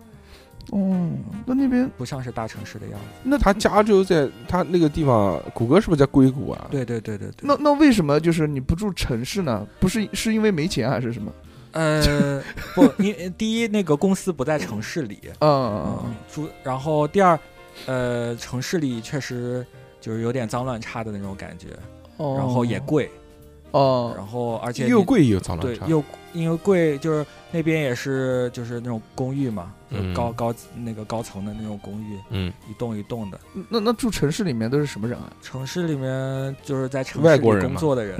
B: 哦，那那边
D: 不像是大城市的样子。
B: 那
A: 他家就在他那个地方，谷歌是不是在硅谷啊？
D: 对对对对对。
B: 那那为什么就是你不住城市呢？不是是因为没钱还是什么？
D: 呃，不，你 第一那个公司不在城市里，
B: 啊
D: 嗯，住，然后第二，呃，城市里确实就是有点脏乱差的那种感觉，
B: 哦，
D: 然后也贵，
B: 哦
D: 然后而且
A: 又
D: 你
A: 贵又脏乱
D: 对
A: 差。
D: 又因为贵，就是那边也是就是那种公寓嘛，
A: 嗯
D: 高高那个高层的那种公寓，
A: 嗯，
D: 一栋一栋的。
B: 那那住城市里面都是什么人啊？
D: 城市里面就是在城
A: 外
D: 市
A: 国
D: 里
A: 人
D: 工
A: 嘛
D: 作的人，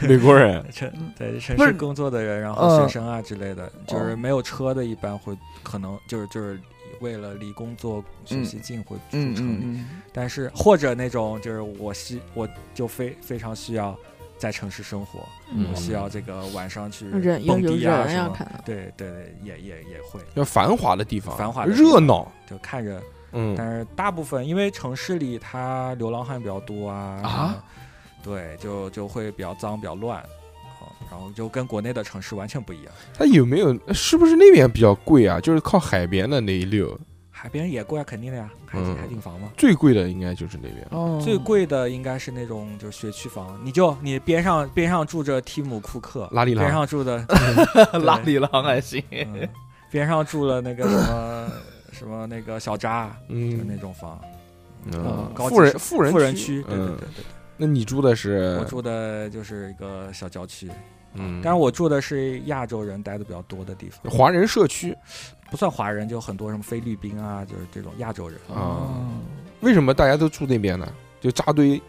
A: 美国人
D: 城在城
B: 嗯不是
D: 市工作的人，然
B: 呃
D: 后学生啊之类的，就是
B: 哦
D: 没有车的，一般会可能就是就是为了离工作学习近会住
B: 嗯
D: 城里，
B: 嗯
D: 但是或者那种就是我需我就非非常需要在城市生活，
A: 嗯
D: 我需要这个晚上去
C: 人有
D: 蹦
C: 有
D: 迪
C: 人
D: 啊
C: 啊，
D: 什么，
C: 看到
D: 对对对，也也也会
A: 要繁华的地方，
D: 繁华的地
A: 热
D: 方
A: 闹。
D: 就看人，
A: 嗯，
D: 但是大部分因为城市里它流浪汉比较多啊，
B: 啊
D: 什么对，就就会比较脏比较乱。哦然后就跟国内的城市完全不一样，
A: 它有没有？是不是那边比较贵啊？就是靠海边的那一溜，
D: 海边也贵啊，肯定的呀，海景
A: 嗯
D: 海景房嘛。
A: 最贵的应该就是那边。
B: 哦，
D: 最贵的应该是那种就是学区房，你就你边上边上住着提姆库克，
A: 拉里
D: 边
A: 郎，
D: 上住的
B: 拉里郎还行，
D: 嗯，边上住了那个什么什么那个小扎，就是那
A: 嗯，
D: 种房，
A: 嗯
D: 高级
A: 富人
D: 是
A: 富人
D: 富人
A: 区
D: 区，，对对对
A: 嗯，
D: 对
A: 那你住的
D: 对，我
A: 是？
D: 住的就是一个小郊区，
A: 嗯，
D: 但是我住的是亚洲人待的比较多的地方，
A: 华人社区，
D: 不算华人，就很多什么菲律宾啊，就是这种亚洲人。
B: 哦
A: 啊为什么大家都住那边呢？就扎堆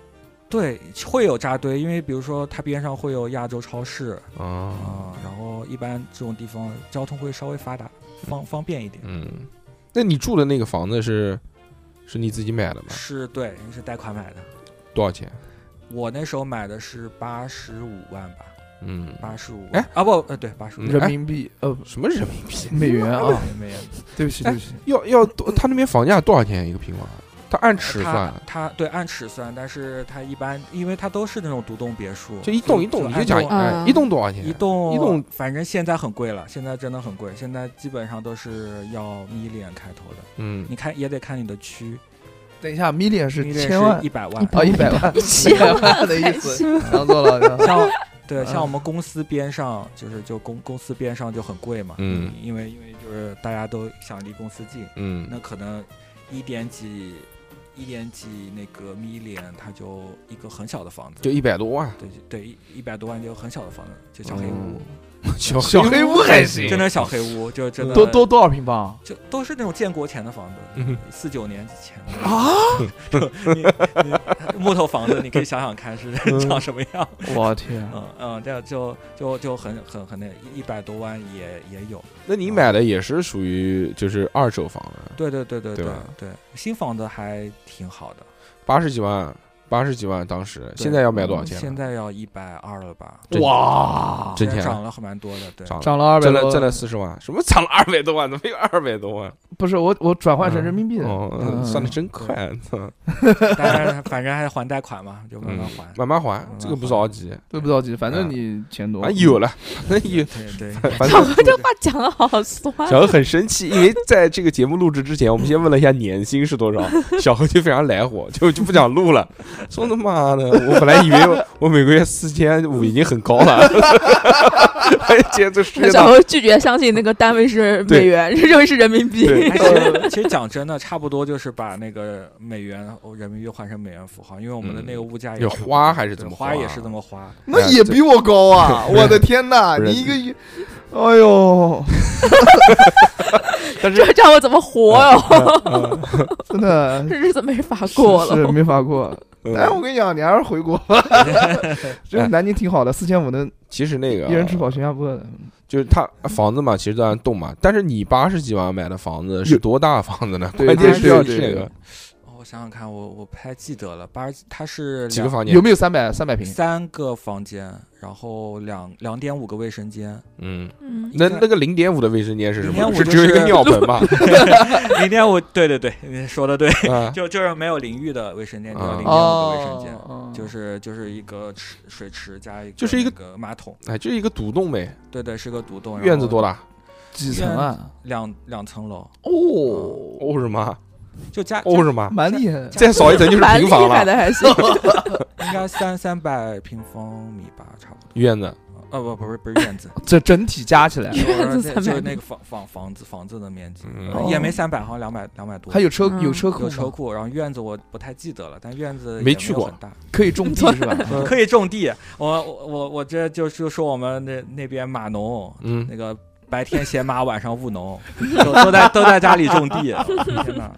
D: 对，会有扎堆，因为比如说它边上会有亚洲超市
A: 啊，
D: 啊、然后一般这种地方交通会稍微发达，方方便一点。
A: 嗯，那你住的那个房子是是你自己买的吗？
D: 是对，是贷款买的。
A: 多少钱？
D: 我那时候买的是八十五万吧，
A: 嗯，
D: 八十五
A: 哎
D: 啊不呃对八十五
A: 嗯
B: 人民币呃不
A: 什么人民币？
B: 美元啊，
D: 没有
B: 对不起对不起，
A: 要要多？他那边房价多少钱一个平方？他按尺算，
D: 它对按尺算，但是它一般因为它都是那种独栋别墅，
A: 就一栋一栋，你就
D: 按
A: 讲
D: 栋
A: 哎，一栋多少钱？
D: 一栋
A: 一栋，
D: 反正现在很贵了，现在真的很贵，现在基本上都是要 million 开头的，
A: 嗯，
D: 你看也得看你的区
B: 等一下，million 是
D: ，million
B: 千万
D: 是一百万，
B: 哦，一百万，
C: 千
B: 万的意思，
C: 行
B: 想错了，
D: 像对像
B: 嗯
D: 我们公司边上就是就公公司边上就很贵嘛，
A: 嗯
D: 因为因为就是大家都想离公司近，
A: 嗯，
D: 那可能一点几一点几那个 million，它就一个很小的房子，
A: 就一百多万，
D: 对对一一百多万就很小的房子，就小黑屋，
A: 嗯小
B: 小黑屋还行
D: 真的小黑屋，就 真的
B: 多多多少平方？啊
D: 就都是那种建国前的房子，
A: 嗯
D: 四九年之前的 啊，你你木头房子，你可以想想看是
A: 嗯
D: 长什么样。
B: 我天，
D: 嗯嗯，这样就就就很很很那一百多万也也有。
A: 那你买的也是属于就是二手房啊了，
D: 对对对对
A: 对
D: 对
A: 吧
D: 对，新房子还挺好的。
A: 八十几万，八十几万，当时
D: 对
A: 现在要买多少钱啊了？
D: 现在要一百二了吧？
A: 真
B: 哇，
A: 真
D: 现在
A: 钱
D: 涨
A: 了
D: 了很蛮多的。对，
A: 涨了，
B: 涨了二百
A: 挣
B: 多，
A: 了挣了四十万，什么涨了二百多 万？怎么有二百多万？
B: 不是我我转换成人民币的，
A: 哦，
B: 嗯
A: 算的真快，嗯操
D: 当然反正还还贷款嘛，就慢慢还。
A: 慢慢还，这个不着急，
B: 对不着急，反正你钱多，
A: 反正有了，反正有，
D: 对对，
A: 反
C: 小
A: 正。
C: 何这话讲的好酸， 啊
A: 小何很生气，因为在这个节目录制之前，我们先问了一下年薪是多少， 小何就非常来火，就就不想录了，说他妈的，我本来以为我我每个月四千五已经很高了， 哎而且这世界
C: 小
A: 上
C: 何拒绝相信那个单位是美元，认为是人民币。
A: 对
D: 哎其实其实讲真的，差不多就是把那个美元、哦人民币换成美元符号，因为我们的那个物价也
A: 嗯有
D: 差不多
A: 花还是怎
D: 对
A: 么
D: 花也是
A: 花啊
D: 这么花。
B: 那也比我高 啊！我的天哪，
A: 不是
B: 你一个月， 哎 呦，
A: 但是
C: 这叫我怎么活哟？
B: 真的
C: 这日子没法过
B: 嗯是是
C: 了。
B: 没法 过。
A: 嗯
B: 但是我跟你讲，你还是回国 吧，就是南京挺好的，四千五能
A: 其实那个啊
B: 一人吃饱全家不饿的。
A: 就是他房子嘛，其实都按栋嘛，但是你八十几万买的房子是多大的房子呢？
B: 对
A: 关键是要
B: 对
A: 这
B: 对
A: 个
D: 哦我想想看，我我不太记得了，八十它是
A: 几个
D: 两
A: 房间
B: 有，没有三百三 百平？
D: 三个房间，然后两两点五个卫生间，
A: 嗯，
C: 嗯，
A: 那那个零点五的卫生间是什么？
D: 0.5
A: 是
D: 就
A: 只有一 个
D: 是
A: 尿盆吧？
D: 零点五，对对对，你说 的对，
A: 啊，
D: 就就是没有淋浴的卫生间，就
A: 啊
D: 零点五个卫生间，
B: 哦，
D: 就是就是一个池水池加一个
A: 就是一
D: 那
A: 个
D: 个马桶，
A: 哎，就一个独栋呗，
D: 对对，是个独栋。然
A: 院子
D: 后
A: 多大？
B: 几层啊？
D: 两两层楼，
B: 哦，
A: 哦什么？
D: 就加
A: 哦什么？
B: 蛮厉害 的。
A: 再少一层就是
C: 蛮
A: 平
C: 厉
A: 房了，
C: 害的，还是
D: 应该三三百平方米吧，差不多。
A: 院子。
D: 呃，不，不是，不是院子，
B: 这整体加起来
D: 就是
C: 院子
D: 那就是
C: 300
D: 那个房房房子房子的面积，
A: 嗯
D: 呃也没三百，好像两百两百多。
B: 还有车
C: 嗯
B: 有车库
D: 有
B: 吗，
D: 车库，然后院子我不太记得了，但院子也
A: 没去
D: 有
A: 过
D: 很 大，
B: 可以 种地是吧？
D: 可以种地。我我我我这就就说我们那那边码农，
A: 嗯，
D: 那个白天闲马，晚上务农，都都在都在家里种地。 天哪！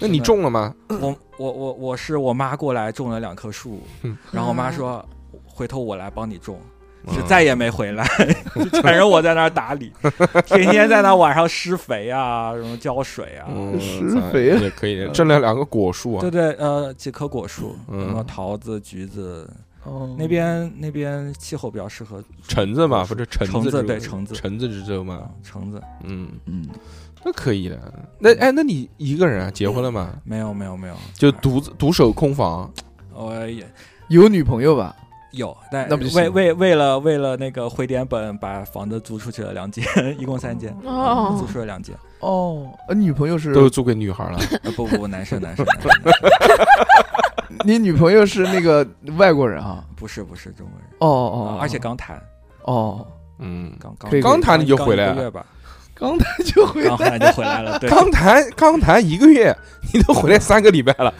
A: 那你中了吗？
D: 我我我我是我妈过来种了两棵树
A: 嗯，
D: 然后我
C: 啊
D: 妈说，回头我来帮你种。就
A: 嗯
D: 再也没回来， 就全是我在那儿打 理，天天在那儿晚上施肥啊，什么浇水啊，
A: 嗯
B: 施
A: 咱
B: 肥
A: 也可以，种了两个果树啊
D: 对。对，呃，几棵果树，什
A: 嗯
D: 么桃子、橘子，
B: 哦
D: 那边那边气候比较适合
A: 橙子嘛，不是橙
D: 橙
A: 子
D: 子
A: 之
D: 对
A: 州
D: 橙子
A: 橙子之州
D: 啊
A: 嘛，
D: 橙子。
A: 嗯，
B: 嗯，
A: 那可以的。那哎，那你一个人啊，结婚了吗？
D: 没有没有没有，
A: 就独自独守空房，
D: 我也
B: 有女朋友吧？
D: 有，但
B: 那不就行
D: 为为为了为了那个回点本，把房子租出去了两间， 一共三间，租
C: 哦，
D: 出了两间。
B: 哦，呃女朋友是
A: 都租给女 孩了。
D: 呃不不，男生男生，男生
B: 你女朋友是那个外国人啊？
D: 不是不是中国人，
B: 哦哦
D: 啊，而且刚谈
B: 哦，
A: 嗯，
D: 刚刚
B: 可以
A: 刚谈你就回来
D: 刚
A: 了
D: 一个月吧，
B: 刚才就回
D: 刚谈就回来了，对，
A: 刚谈刚谈一个月，你都回来三个礼拜了，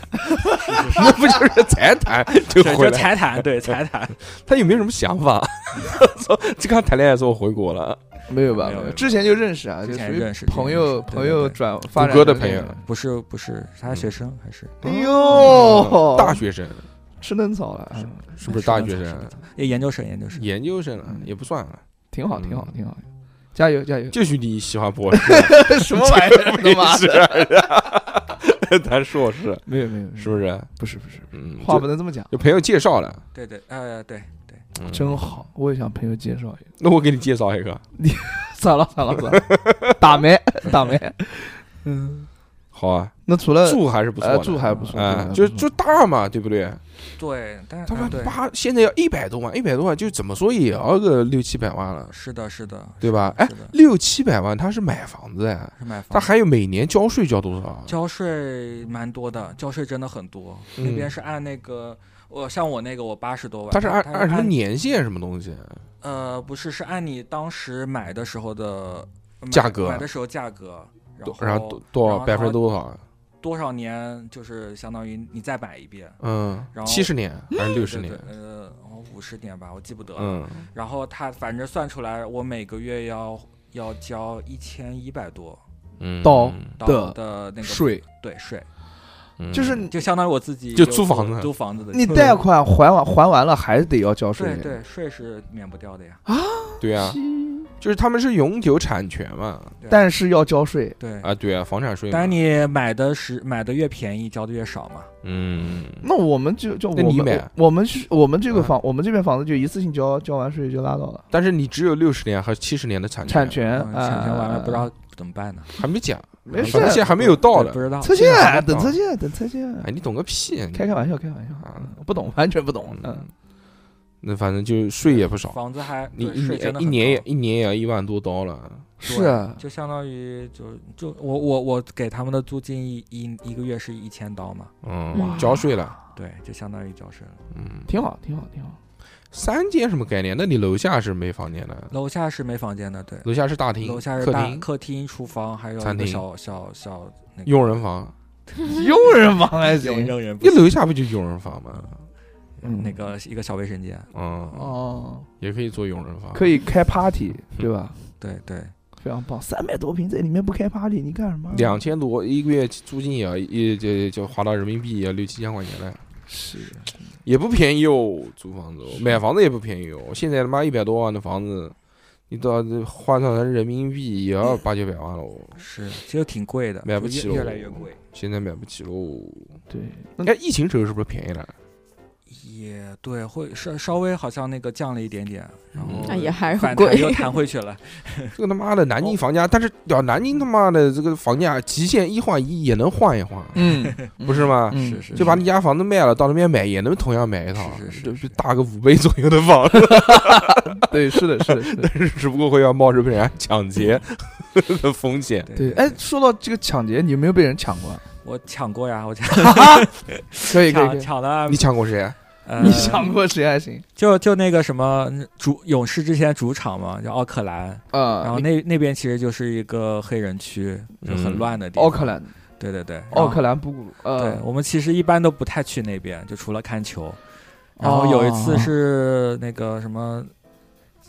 A: 那不就是 才谈就
D: 对
A: 回来？
D: 就才 谈，对才谈，
A: 他有没有什么想法？ 操，这刚谈恋爱说我回国了，
B: 没有吧
D: 没有没有？
B: 之前就认识啊，就
D: 之前
B: 属于
D: 认识
B: 朋友
D: 之前认识对
B: 朋友
D: 对对
B: 转发展
A: 谷歌的朋友
B: 那种
D: 不是不是，他是学生还是
B: 哎呦，
A: 嗯大学生
B: 吃嫩草了，嗯
A: 是不是大学
D: 啊是
A: 生啊
D: 的？也研究生研究生，
A: 研究生了也不算了，
B: 挺好，
A: 嗯
B: 挺好，挺好，加油 加油！
A: 就许你喜欢博士，啊
B: 什么玩意儿？他妈的
A: 是，谈啊硕士
B: 没有没有，
A: 是不是？
B: 不是不是，
A: 嗯，
B: 嗯话
A: 就
B: 不能这么讲，
A: 有朋友介绍了，
D: 对对，呃对对，
A: 嗯
B: 真好，我也向朋友介绍一个。
A: 那我给你介绍一个，
B: 算了算了算了，打没打没。嗯，
A: 好啊，
B: 那除了
A: 住还是不错
B: 呃
A: 的，
B: 住还不错，嗯住还
A: 哎，
B: 不
A: 就
B: 错
A: 就大嘛，对不对？
D: 对，但是
A: 他
D: 啊
A: 妈
D: 对，
A: 八现在要一百多万，一百多万就怎么说也要个六七百万了，
D: 是的，是的，
A: 对吧？哎
D: 是的，
A: 六七百万他是买房子哎，
D: 是买
A: 他
D: 房。
A: 还有每年交税交多少？
D: 哦
A: 啊
D: 交税蛮多的，交税真的很多。
A: 嗯
D: 那边是按那个，我像我那个我八十多万，
A: 他是按
D: 它
A: 按什么年限什么东西？啊
D: 呃，不是，是按你当时买的时候的买
A: 价格
D: 买的时候价格，然
A: 多
D: 后
A: 然后多多
D: 然
A: 少
D: 后
A: 百分之
D: 它
A: 多少？啊
D: 多少年就是相当于你再买一遍，
A: 嗯，
D: 然后
A: 七十年还是六十
D: 对
A: 年
D: 对？呃，五十年吧，我记不得了。
A: 嗯，
D: 然后他反正算出来，我每个月要要交一千一百多
A: 嗯，
B: 到
D: 到
B: 的
D: 的那个
B: 税，
D: 对税，
A: 嗯
B: 就是你
D: 就相当于我自己
A: 就
D: 有
A: 租房子
D: 租房子的
B: 你
D: 钱嗯
B: 贷款还完还完了，还得要交税
D: 对。对税是免不掉的呀。
A: 对啊，就是他们是永久产权嘛，
D: 对
B: 但是要交税，
D: 对，
A: 啊，对啊，房产税嘛。
D: 但是你买的是买的越便宜，交的越少嘛。
A: 嗯，
B: 那我们就就我
A: 那你
B: 们
A: 买
B: 我们是我们这个
D: 嗯
A: 啊
B: 房，我们这边房子就一次性交交完税就拉倒了，
A: 但是你只有六十年和七十年的产权，
B: 产权
D: 嗯产权完了
B: 啊
D: 不知道怎么办呢？
A: 还没讲，
B: 没事
A: 反正现在还没有到
D: 对不
A: 呢。
D: 知道
B: 拆迁
A: 还没
B: 等
A: 到
B: 拆迁等拆迁，
A: 哎，你懂个屁！你
B: 开开玩笑开玩笑
A: 啊，
B: 嗯不懂完全不懂，嗯
A: 嗯，，那反正就税也不少，
D: 房子还
A: 你
D: 对
A: 一
D: 税真
A: 年
D: 的
A: 一
D: 很
A: 年也
D: 高
A: 一年也要一万多刀了。
B: 是啊，
D: 就相当于就就我我我给他们的租金一一一个月是一千刀嘛，
A: 嗯，
C: 哇
A: 交税了，
D: 对，就相当于交税了。
A: 嗯，
B: 挺好挺好挺好，
A: 三间什么概念？那你楼下是没房间的，
D: 楼下是没房间的，对，
A: 楼下是大厅，
D: 楼下是
A: 客
D: 大
A: 厅、
D: 客厅、厨房，还有
A: 餐
D: 一个
A: 厅
D: 小小小那个
A: 佣人房。
B: 佣人房还
D: 佣
B: 行，
D: 佣人不
A: 你
D: 行，
A: 楼下不就佣人房吗？
B: 嗯
D: 那个一个小卫生间，
A: 嗯，
B: 哦，
A: 也可以做佣
D: 啊
A: 人房，
B: 可以开
D: 嗯
B: party 对吧？
D: 对对，
B: 非常棒，三百多平在里面不开 party，你干什么？
A: 两千多一个月租金也要一就就花到人民币也要六七千块钱了。
B: 是
A: 也不便宜哦，租房子哦买房子也不便宜哦。现在他妈一百多万的房子，你到换算成人民币也要八九百万喽，
D: 是，其实挺贵的，
A: 买不
D: 就
A: 起
D: 越
A: 喽
D: 越来越贵，
A: 现在买不起喽。
B: 对，那
A: 哎，疫情时候是不是便宜了？
D: 也对，会稍稍微好像那个降了一点点，然后
A: 嗯
C: 那也还是很
D: 反
C: 贵
D: 弹，又弹回去了，
A: 这个他妈的南京房价，但是屌南京他妈的这个房价极限一换一也能换一换，
B: 嗯，
A: 不是吗？
B: 嗯
D: 是是，
A: 就把你家房子卖了，到那边买也能同样买一套，
D: 是是是
A: 就是大个五倍左右的房子，
B: 对，是的，是的，是的，
A: 只不过会要冒着被人家抢劫的风险。
B: 对，哎，， 说到这个抢劫，你有没有被人抢过？
D: 我抢过 呀，我抢
B: 可以 可以可
D: 抢
B: 以，
D: 抢了
A: 你，抢过谁？啊
D: 呃
B: 你抢过谁还行
D: 就就那个什么主勇士之前主场嘛，叫奥克兰，
B: 啊？
D: 然后那那边其实就是一个黑人区，就很
A: 嗯
D: 乱的地方。
B: 奥克兰，
D: 对对对，
B: 奥克
D: 兰。
B: 兰布鲁，
D: 对
B: 呃，
D: 我们其实一般都不太去那边，就除了看球。然
B: 哦
D: 后有一次是那个什么，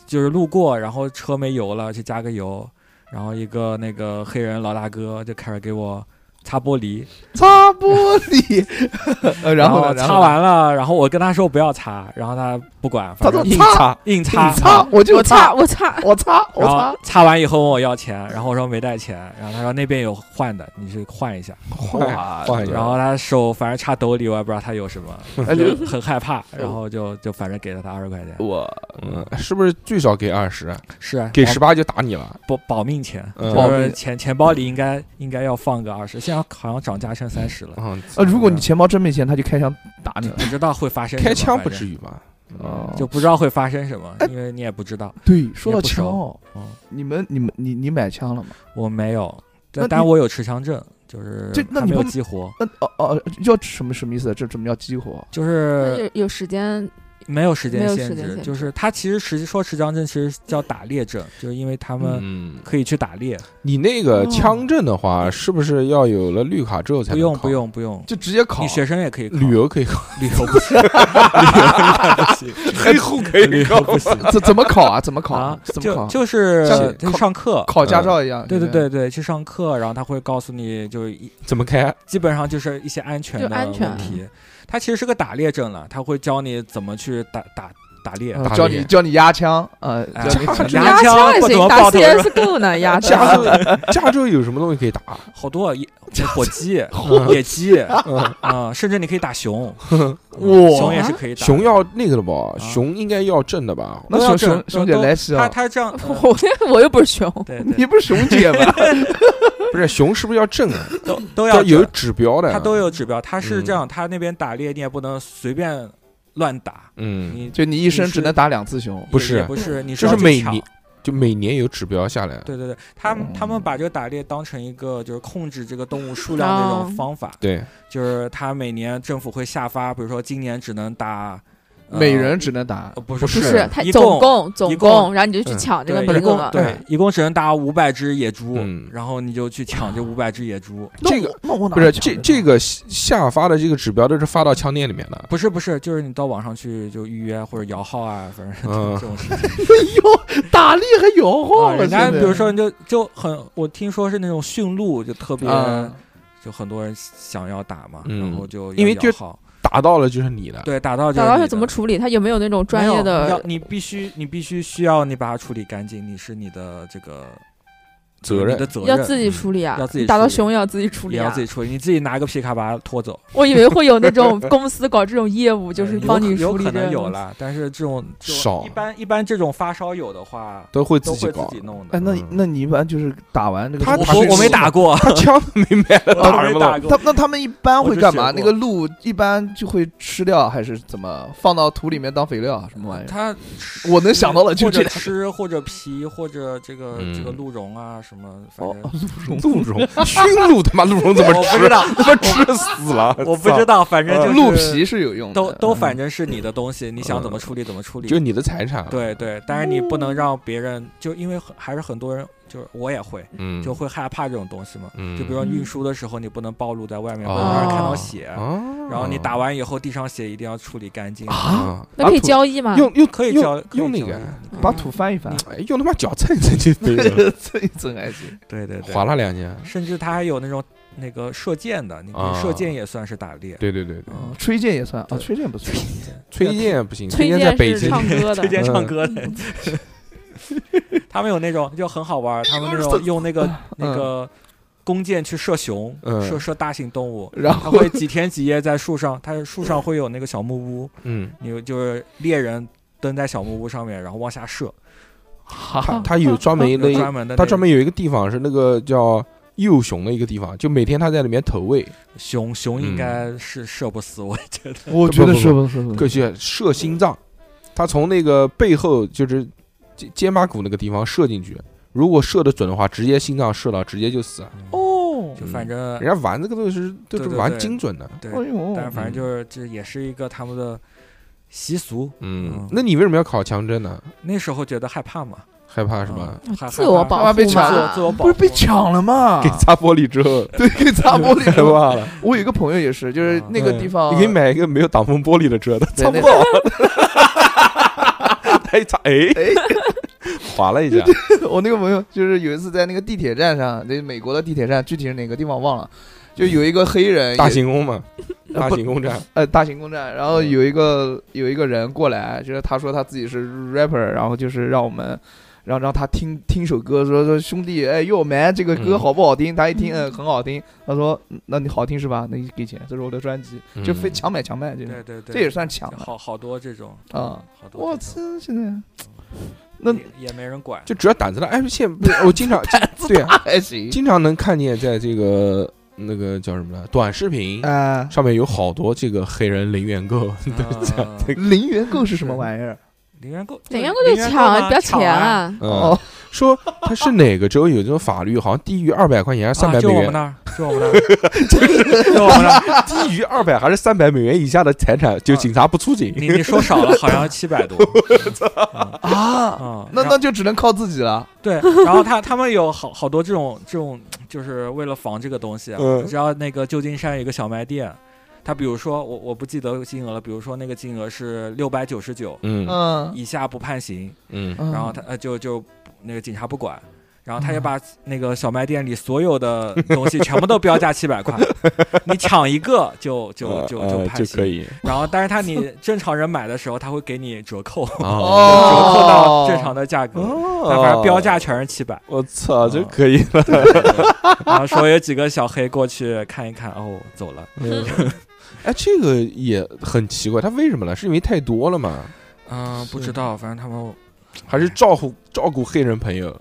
D: 就是路过，然后车没油了，去加个油，然后一个那个黑人老大哥就开始给我擦玻璃，
B: 擦玻璃， 呃，然后呢？然后
D: 擦
B: 呢
D: 完了，然后我跟他说不要擦，然后他不管，
B: 他
D: 反
B: 说
D: 正
A: 硬
B: 擦，
A: 擦，
D: 硬
B: 你
D: 擦，
B: 擦，我就
C: 我擦，，我擦，
B: 我擦，我
D: 然
B: 擦
D: 后，擦完以后问我要钱，然后我说没带钱，然后他说那边有换的，你去换一下。
A: 哇
B: 哇
A: 换一下啊
D: 然后他手反正插兜里，我也不知道他有什么，
B: 哎
D: 就
B: 就
D: 很害怕，然后就就反正给了他二十块钱，
B: 我
A: 嗯，是不是最少给二十？哎
D: 是啊，
A: 给
D: 保
A: 十八就打你了。
D: 保保命钱，
A: 嗯
D: 就
B: 保
D: 是
B: 命
D: 钱钱包里应该应该要放个二十，现在好像涨价剩三十了，
A: 嗯，
B: 呃，如果你钱包真没钱，他就开枪打你了。
D: 不知道会发生什么
A: 开枪不
D: 反
A: 至
D: 正
A: 于吧？嗯
B: 哦
D: 就不知道会发生什么，因为你也不知道。
B: 对，说到
D: 也不熟
B: 枪哦，
D: 嗯，
B: 你们你们你你买枪了吗？
D: 我没有，
B: 那
D: 但但
B: 你
D: 我有持枪证，就是
B: 这那
D: 还
B: 你
D: 没有
B: 不
D: 激活，
B: 那哦哦，要什么什么意思？啊这怎么叫激活？
D: 就
C: 那
D: 是
C: 有有时间
D: 没有时间
C: 没有
D: 限
C: 时间
D: 制，
C: 限
D: 就
C: 制
D: 是它其实实际说持枪证其实叫打猎证，就是因为他们
A: 嗯，
D: 可以去打猎，
A: 你那个
C: 哦
A: 枪证的话，是不是要有了绿卡之后才
D: 不
A: 能
D: 用
A: 考
D: 不，用不用，
B: 就直接啊考
D: 你学生也可以考
A: 旅游可以考，
D: 旅游不行，旅游不行，
A: 黑户可
D: 旅游不行
B: 怎怎么考啊？怎么考
D: 啊，
B: 怎么
D: 就
B: 考？
D: 就是
B: 像
D: 去上课。
B: 考驾照一样。
D: 对对
B: 对
D: 对对，去上课，然后他会告诉你，就是一
A: 怎么开？
D: 基本上就是一些安全
C: 就
D: 的
C: 安全嗯
D: 问题。它其实是个打猎证了，他会教你怎么去打打打猎。
B: 嗯
A: 打
B: 教
A: 猎
B: 你教你压枪，呃，
D: 哎
B: 教你
D: 打
B: 怎
D: 猎
B: 么
D: 压
C: 压
D: 枪
C: 也
D: 不怎
C: 行，
D: 么
C: 打
D: 爆头是吧
C: CSGO 呢，压枪。
A: 加州加州有什么东西可以打？
D: 好多野火鸡、野鸡啊，甚至你可以打熊，嗯
B: 哇
D: 熊也是可以打
A: 嗯
D: 的。
A: 熊要嗯那个的吧？
D: 啊
A: 熊应该要正的吧？
B: 那
D: 都要
B: 熊
D: 这
B: 熊熊姐
D: 都
B: 来气
D: 他
B: 啊！
D: 他这样， 呃
C: 我我又不是熊，
D: 对
B: 你
D: 对，
B: 不是 熊姐吗？
A: 不是熊是不是要正啊？
D: 都都
A: 要
D: 要
A: 有
D: 这，
A: 指标的。
D: 他都有指标。他是这
A: 嗯
D: 样，他那边打猎你也不能随便乱打，
A: 嗯，
D: 你
B: 就你一生
D: 你是
B: 只能打两次熊，
A: 不
D: 也也
A: 是
D: 不是，你
A: 就是是
D: 要去
A: 每
D: 抢
A: 年就每年有指标下来。
D: 对对对，他们他们把这个打猎当成一个就是控制这个动物数量的一种
C: 哦
D: 方法，
A: 对，
D: 就是他每年政府会下发，比如说今年只能打呃
B: 每人只能打
D: 呃 不是
A: 不
D: 不
C: 不
A: 是
C: 是，它
D: 一
C: 总
D: 共
C: 共
D: 一
C: 总
D: 共
C: 共，然后你就去
A: 嗯
C: 抢这个
D: 对一
C: 名
D: 共
C: 额。
D: 对一共只能打五百只野猪
A: 嗯，
D: 然后你就去 抢这五百只野猪。
A: 这个
B: 那我
A: 不是这这 个下下发的这个指标都是发到枪店里面的。
D: 不是不是，就是你到网上去就预约或者摇号啊，反正
A: 嗯
D: 这种事情。
B: 哟哎打猎还摇
D: 啊
B: 晃了，
D: 人家
B: 真的
D: 比如说你就就很，我听说是那种驯鹿，就特别
C: 嗯
B: 啊，
D: 就很多人想要打嘛，
A: 嗯
D: 然后就
A: 因为
D: 要
A: 就
D: 摇号
A: 打到了就是你的。
D: 对打到
C: 打到
D: 是
C: 是怎么处理？它有没有那种专业
D: 没有要
C: 的？
D: 你必须你必须需要你把它处理干净，你是你的这个
A: 责任
D: 你的责任嗯
C: 要自己处理啊！
D: 要自己
C: 你打到
D: 处理
C: 熊也要自己处
D: 也
C: 理
D: 要
C: 啊！
D: 自己处理，你自己拿个皮卡把它拖走，
C: 我以为会有那 种公司搞这种业务，就是
D: 嗯有
C: 帮
D: 可
C: 你
D: 有
C: 处理
D: 可
C: 这
D: 能
C: 个
D: 有
C: 东西。
D: 啦，但是这种这种
A: 少
D: 一般一般这种发烧友的话
A: 都会
D: 都
A: 自己
D: 会自
A: 搞。
D: 己弄的
B: 哎，。那
A: 嗯
B: 那你一般就是打完这个，
A: 他
D: 我
A: 打
D: 我
A: 是
D: 我没打过，
A: 他枪都没买，打
D: 我
A: 什
D: 没
A: 么
D: 打
A: 了？
D: 过
B: 他。那他们一般会干嘛？
D: 我就
B: 那
D: 学
B: 个
D: 过
B: 鹿一般就会吃掉，还是怎么放到土里面当肥料啊？什么玩意儿？
D: 他
B: 我能想到的就
D: 或
B: 这两
D: 者吃或者皮或者这个这个
A: 嗯
D: 鹿茸啊什么，反正
A: 鹿茸，驯鹿他妈鹿茸怎么
D: 我不
A: 吃
D: 知？道，
A: 他妈吃死 了！
D: 我不知
A: 道，
D: 道，反正
B: 个
D: 就是
B: 呃鹿皮是有用的，
D: 都都
B: 嗯
D: 反正是你的东西，你想怎么处理怎么处理，
A: 就你的财产。，
D: 对对，但是你不能让别人，就因为很还是很多人，就是我也会，
A: 嗯，
D: 就会害怕这种东西嘛。
A: 嗯，
D: 就比如说
C: 嗯
D: 运输的时候，你不能暴露在外面，
A: 哦
D: 会让人看到血。
A: 啊，
D: 然后你打完以后，地上血一定要处理干净。
B: 啊，
A: 啊，
C: 那可以
B: 土
C: 交易吗？
A: 用用
D: 可以
A: 用
D: 交可以
A: 用那
D: 交
A: 个
D: 易
C: 嗯
B: 把土翻一 翻，
A: 哎用他妈脚蹭一蹭就可以了，
B: 蹭一蹭还行。
D: 对对对，
A: 划拉两下。
D: 甚至它还有那种那个射箭的，你可
A: 啊
D: 以射箭也算是打猎。
A: 对嗯对对对，
B: 嗯，吹剑也算啊，
D: 对
B: 吹剑不错。
A: 崔健不行，崔
C: 崔
A: 健在北
C: 健是
A: 京。
C: 唱歌的
D: 推，荐唱
A: 嗯
D: 歌的，他们有那种就很好玩儿，他们那种用 那个那个弓箭去射熊，
A: 嗯
D: 射射大型 动物，
B: 然后
D: 他会几天几夜在树上，他树上会有那个小木屋，
A: 嗯，
D: 你就是猎人蹲在小木屋上面，然后往下射，
A: 他
B: 哈，
A: 他有专门
D: 有
A: 的，
D: 专门的那个，
A: 他专门有一个地方是那个叫幼熊的一个地方，就每天他在里面投喂，
D: 熊熊应该是射不死，我 觉得
B: 我
A: 觉得是
B: 不是不
A: 可惜射心脏，他从那个背后就是肩肩胛骨那个地方射进去，如果射得准的话，直接心脏射到，直接就死。
B: 哦，
D: 就反正
A: 人家玩这个东西是都是
D: 对对
A: 玩
D: 对
A: 精准的。
D: 对，
B: 哎呦，
D: 但反正就是这也是一个他们的习俗。
A: 嗯
D: 嗯，
A: 那你为什么要考强针呢？
D: 那时候觉得害怕嘛，
A: 害怕是吧？
D: 嗯？害
C: 自 我保
B: 他妈
C: 护嘛，
B: 被抢
D: 了自我保
B: 啊不是被抢了吗？
A: 给擦玻璃之 后，
B: 对，给擦玻璃
A: 害
B: 了。
A: 怕了。嗯
B: 我有一个朋友也是，就是那个地方，
A: 你可以买一个没有挡风玻璃的车的，
B: 对
A: 擦
B: 那
A: 不到。他一擦，哎，
B: 哎
A: 划了一 下。
B: 我那个朋友就是有一次在那个地铁站上，那美国的地铁站，具体是哪个地方忘了，就有一个黑人，
A: 大
B: 也
A: 行宫嘛，大行宫站，
B: 呃大型公站，然后
A: 嗯
B: 有一个有一个人过来，就是他说他自己是 rapper，然后就是让我们。让让他听听首歌，说说兄弟，哎哟 man，这个歌
A: 嗯
B: 好不好听？他一听，
C: 嗯
B: 嗯，很好听。他说，嗯那你好听是吧？那你给钱，这是我的专辑， 就非
A: 嗯
B: 强买强卖，这种
D: 对对对，
B: 这也算抢的
D: 好好多这种，
B: 啊！
D: 好多
B: 我
D: 这
B: 操
D: 种，
B: 现在那
D: 也也没人管，
A: 就只要胆子大。哎，现在不是我经常对啊，
B: 还行
A: 经常能看见在这个那个叫什么呢？短视频
B: 啊。
A: 上面有好多这个黑人零元购，
D: 啊
B: 零元购是什么玩意儿？
D: 零元购，
C: 怎样
D: 就
C: 就抢，
D: 嘛
C: 不要
D: 抢
C: 钱
D: 啊！
C: 啊！
A: 嗯
B: 哦，，
A: 说他是哪个州有这种法律，好像低于二百块钱还是三
D: 啊
A: 百
D: 就
A: 美
D: 我们
A: 元，
D: 那儿，就我们那儿， 就我们那儿。
A: 低于二百还是三百美元以下的财产，就
D: 啊
A: 警察不出警。
D: 你你说少了，好像七百多。嗯
B: 啊，
D: 嗯，
B: 那
D: 然
B: 那就只能靠自己了。
D: 对，然后他他们有好好多这种这种，就是为了防这个东西啊。
A: 嗯
D: 你知道那个旧金山有一个小卖店，他比如说我我不记得金额了，比如说那个金额是六百九十九
A: 嗯
B: 嗯，
D: 以下不判刑，
A: 嗯
B: 然
D: 然后他呃就就那个警察不管。然后他也把那个小卖店里所有的东西全部都标价七百块，你抢一个就就就
A: 呃
D: 就
A: 呃
D: 判
A: 就可
D: 刑。
A: 以
D: 然后，但是 他你正常人买的时候，他会给你折扣，折
A: 哦
D: 扣到正常的价格。但
A: 哦
D: 反正标价全是七百。
A: 我操，这
D: 哦
A: 可以了。
D: 然后说有几个小黑过去看一看，哦，走了。
A: 哎，这个也很奇怪，他为什么呢？是因为太多了吗？
D: 嗯、不知道，反正他们
A: 还是照顾照顾黑人朋友？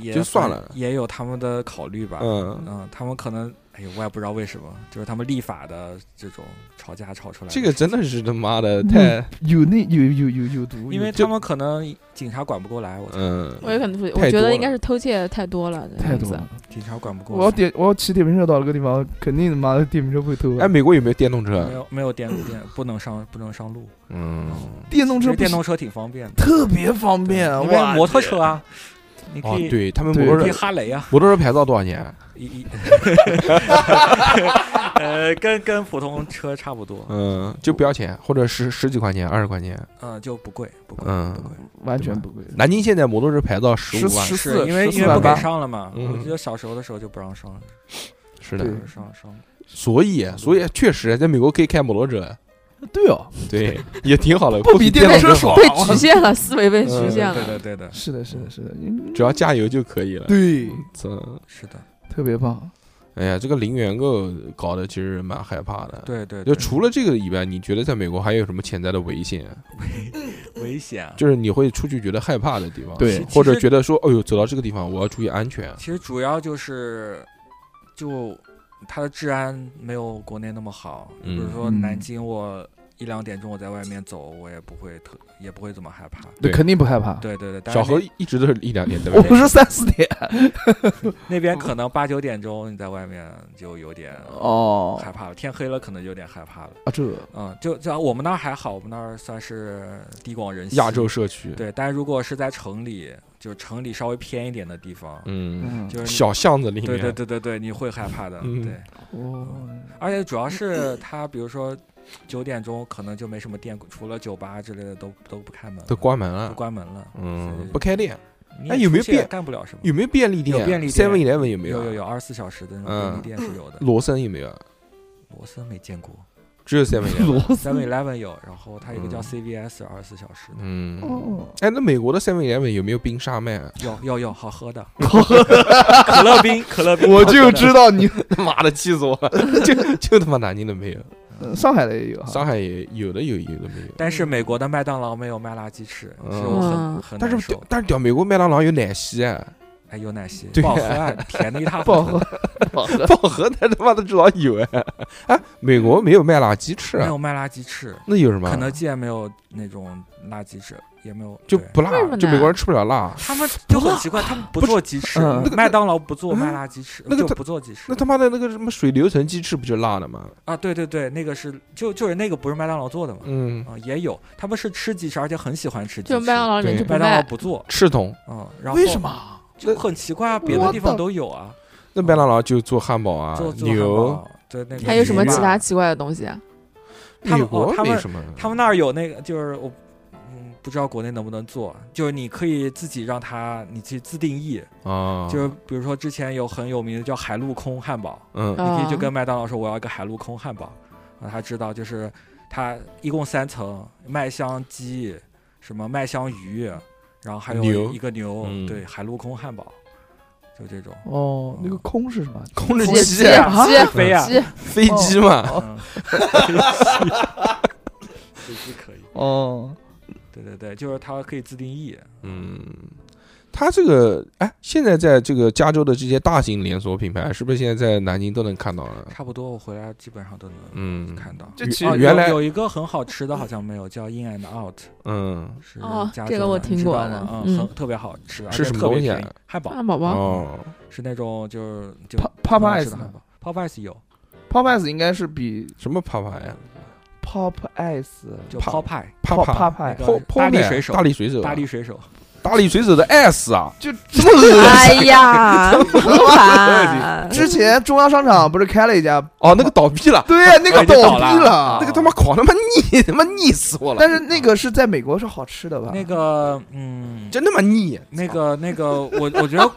D: 也
A: 就算了
D: 也有他们的考虑吧。嗯
A: 嗯，
D: 他们可能，哎呦，我也不知道为什么，就是他们立法的这种吵架吵出来的。
A: 这个真的是他妈
C: 嗯
A: 的太，
B: 有那有有有有毒，
D: 因为
B: 有
D: 他们可能警察管不过来，我操，
A: 嗯，
C: 我也可能不，
A: 太
C: 我觉
A: 多
C: 得
A: 了
C: 应该是偷窃太多了，这
B: 太
C: 样
B: 多
C: 子
B: 了。
D: 警察管不过来。
B: 我要电，我要骑电瓶车到那个地方，肯定他妈的电瓶车会偷啊。
A: 哎，美国有没有电动车
D: 没？有没有电电不能上不能上路，
A: 嗯，
B: 电动
D: 其
B: 车
D: 实
B: 不行
D: 电动车挺方便的，
B: 特别方便，
D: 因
B: 哇
D: 为，摩托车啊，你
A: 哦
D: 可，以
A: 对他们
B: 对
A: 摩
D: 你
A: 托
D: 可以
A: 车
D: 哈雷啊，
A: 摩托车牌照多少钱？
D: 一一，呃，跟跟普通车差不多，
A: 嗯，就不要钱，或者十十几块钱、二十块钱。
D: 嗯、就不贵不贵
A: 嗯
D: 不贵。
B: 完全不会。
A: 南京现在摩托车牌照十
B: 十
A: 五万，
B: 十
D: 是
B: 四，
D: 因为
B: 14
D: 因为不
B: 万
D: 给
B: 八
D: 上了嘛，
A: 嗯
D: 我记得小时候的时候就不让上了，
A: 是
B: 对
A: 的。
D: 不上上了。
A: 所以，啊所以确实在美国可以开摩托车，
B: 对哦，
D: 嗯
A: 对， 也挺好的，
B: 不比
A: 电
B: 电动车
A: 好，
C: 被局限了，思维被局
A: 嗯
C: 限
D: 对
C: 了。
D: 的对的，
B: 是的，是的，是的，
A: 只要加油就可以了。
B: 对，
A: 操！
D: 是的，
B: 特别棒。
A: 哎呀，这个零元购搞得其实蛮害怕的。
D: 对对
A: 就
D: 对，
A: 除了这个以外，你觉得在美国还有什么潜在的危险？
D: 危险啊。
A: 就是你会出去觉得害怕的地方，
B: 对
A: 或者
D: 其实
A: 觉得说，哎呦，走到这个地方我要注意安全。
D: 其实主要就是就它的治安没有国内那么好，比如
A: 嗯
D: 说
B: 嗯
D: 南京，我一两点钟我在外面走，我也不会特也不会怎么害怕。
A: 对
B: 那肯定不害怕。
D: 对对对，但
A: 啊小
D: 是
A: 何一直都是一两点对
B: 我
A: 吧？
B: 不是三四点
D: 那边可能八九点钟你在外面就有点
B: 哦
D: 害怕了，天黑了可能有点害怕了。
B: 啊，这
D: 嗯，就就我们那儿还好，我们那儿算是地广人稀，
A: 亚洲社区，
D: 对，但是如果是在城里，就是城里稍微偏一点的地方，
A: 嗯，
B: 嗯，
D: 就是你
A: 小巷子里面，
D: 对对对对对，你会害怕的。
A: 嗯
D: 对，
B: 哦，
D: 而且主要是他，比如说九点钟可能就没什么店，除了酒吧之类的都都不开门了，
A: 都关门
D: 都
A: 了，
D: 关门了。
A: 嗯，
D: 是
A: 不开店，
D: 你
A: 哎
D: 也
A: 有
D: 出
A: 没有
D: 去也
A: 变
D: 干不了什么？
A: 有没有便利店？
D: 有便利
A: Seven
D: 店
A: Eleven 有没
D: 有有
A: 有啊？
D: 有二十四小时的那种
A: 嗯
D: 便利店是有的，
A: 罗森有没有？
D: 罗森没见过
A: 只有 Seven Eleven。
B: 螺丝
D: ，Seven Eleven 有，然后它有一个叫
A: 嗯
D: CVS 二十四小时的，
A: 嗯，
B: 哦，
A: 哎，那美国的 Seven Eleven 有没有冰沙卖啊？
D: 有有有好 喝的，可乐冰可乐冰，
B: 我
D: 好
B: 就
D: 喝的
B: 知 道你
A: 他 妈的气死我了！ 啊就就他妈南京的没有，
B: 呃上海的也有哈，
A: 上海也有的有，有的没有。
D: 但是美国的麦当劳没有麦辣鸡翅，
A: 嗯
D: 是我很很
A: 但
D: 难
A: 是屌
D: 受。
A: 但是屌，美国麦当劳有奶昔啊，
D: 哎，有奶昔
A: 对
D: 不好喝啊，甜的一塌糊
B: 不好喝
D: 涂。
B: 好的，
A: 放河南他妈的至少有哎，哎，美国没有卖辣鸡翅
D: 没
A: 啊，
D: 有卖垃圾翅，
A: 那有什么
D: 肯？德基也没有那种垃圾翅，也没有
A: 就
D: 对
A: 不辣
C: 为什么，呢
A: 就美国人吃不了辣。
D: 他们就很奇怪，他们不做鸡翅
B: 嗯
A: 那，个
D: 麦当劳不做卖
A: 嗯
D: 垃圾翅，
A: 那个
D: 就
A: 他
D: 不做鸡翅
A: 那他妈的那个什么水流层鸡翅不就辣的吗？
D: 啊，对对对，那个是就就是那个不是麦当劳做的嘛，
A: 嗯，
D: 啊也有，他们是吃鸡翅，而且很喜欢吃鸡
C: 就
D: 翅，
C: 是麦当劳里面
A: 对
C: 就
D: 麦
C: 不
D: 当劳
C: 卖，
D: 不做，
A: 赤桶，
D: 嗯， 然后
B: 为什么？
D: 就很奇怪啊，别的地方都有啊，
A: 那麦当劳就做汉堡啊
D: 做，做汉
A: 牛
D: 堡，对那个
C: 还有什么
D: 牛
C: 其
D: 吧
C: 他奇怪的东西啊？
D: 他
A: 美
D: 们
A: 国
D: 哦他
A: 没
D: 们
A: 什么，
D: 他们那儿有那个，就是我，嗯，不知道国内能不能做，就是你可以自己让它，你去自定义，
A: 啊，
D: 就是比如说之前有很有名的叫海陆空汉堡，
A: 嗯
D: 你可以
C: 啊
D: 就跟麦当劳说我要一个海陆空汉堡，让他知道就是它一共三层，麦香鸡，什么麦香鱼，然后还有
A: 牛
D: 一个牛，
A: 嗯
D: 对，海陆空汉堡，就这种。
B: 哦，那个空是什么？
A: 空着
C: 鸡
A: 机
C: 鸡
A: 啊
B: 啊
C: 鸡
D: 飞呀、
C: 鸡，
A: 飞机嘛，
D: 嗯，飞机可以，
B: 哦，
D: 对对对，就是它可以自定义，
A: 嗯。他这个哎，现在在这个加州的这些大型连锁品牌，是不是现在在南京都能看到了？
D: 差不多我回来基本上都能
A: 嗯
D: 看到。
B: 这
A: 原
B: 其
D: 哦，
B: 实
A: 原来
D: 有有一个很好吃的，好像没有叫 In and Out，
A: 嗯，
D: 是
C: 哦
D: 加
C: 这
D: 州
C: 个我
D: 的
C: 听
D: 你知道
C: 过
D: 吗
C: 的
D: 嗯，
C: 嗯
D: 很特别好吃，而
A: 是
D: 且
A: 什么
D: 特别
A: 东西啊
D: 便宜汉堡
C: 汉堡包，
A: 哦，
D: 是那种就是就
B: 帕帕
D: 很好
B: 派
D: 吃
B: 斯
D: 的汉堡，Popeyes 有
B: Popeyes 应该是比
A: 什么啪啪呀？
B: Popeyes
D: 就
A: 帕
D: Popeye
A: 啪
B: 泡
A: 啪
B: Popeye
D: 那
A: 泡
D: 个
A: 泡
D: 大力
A: 奶
D: 水手
A: 大力水手啊，
D: 大力水手，
A: 大力水手的 S 啊，
B: 就
A: 这么恶心
C: 哎呀，老板，
B: 之前中央商场不是开了一家？
A: 哦，那个倒闭 了，
B: 对，那个
D: 已经倒
B: 闭
D: 了啊
A: 那个他妈狂他妈腻， 他妈腻死我了，
B: 但是那个是在美国是好吃的吧？
D: 那个嗯，
A: 真他妈腻，
D: 那个那个我我觉得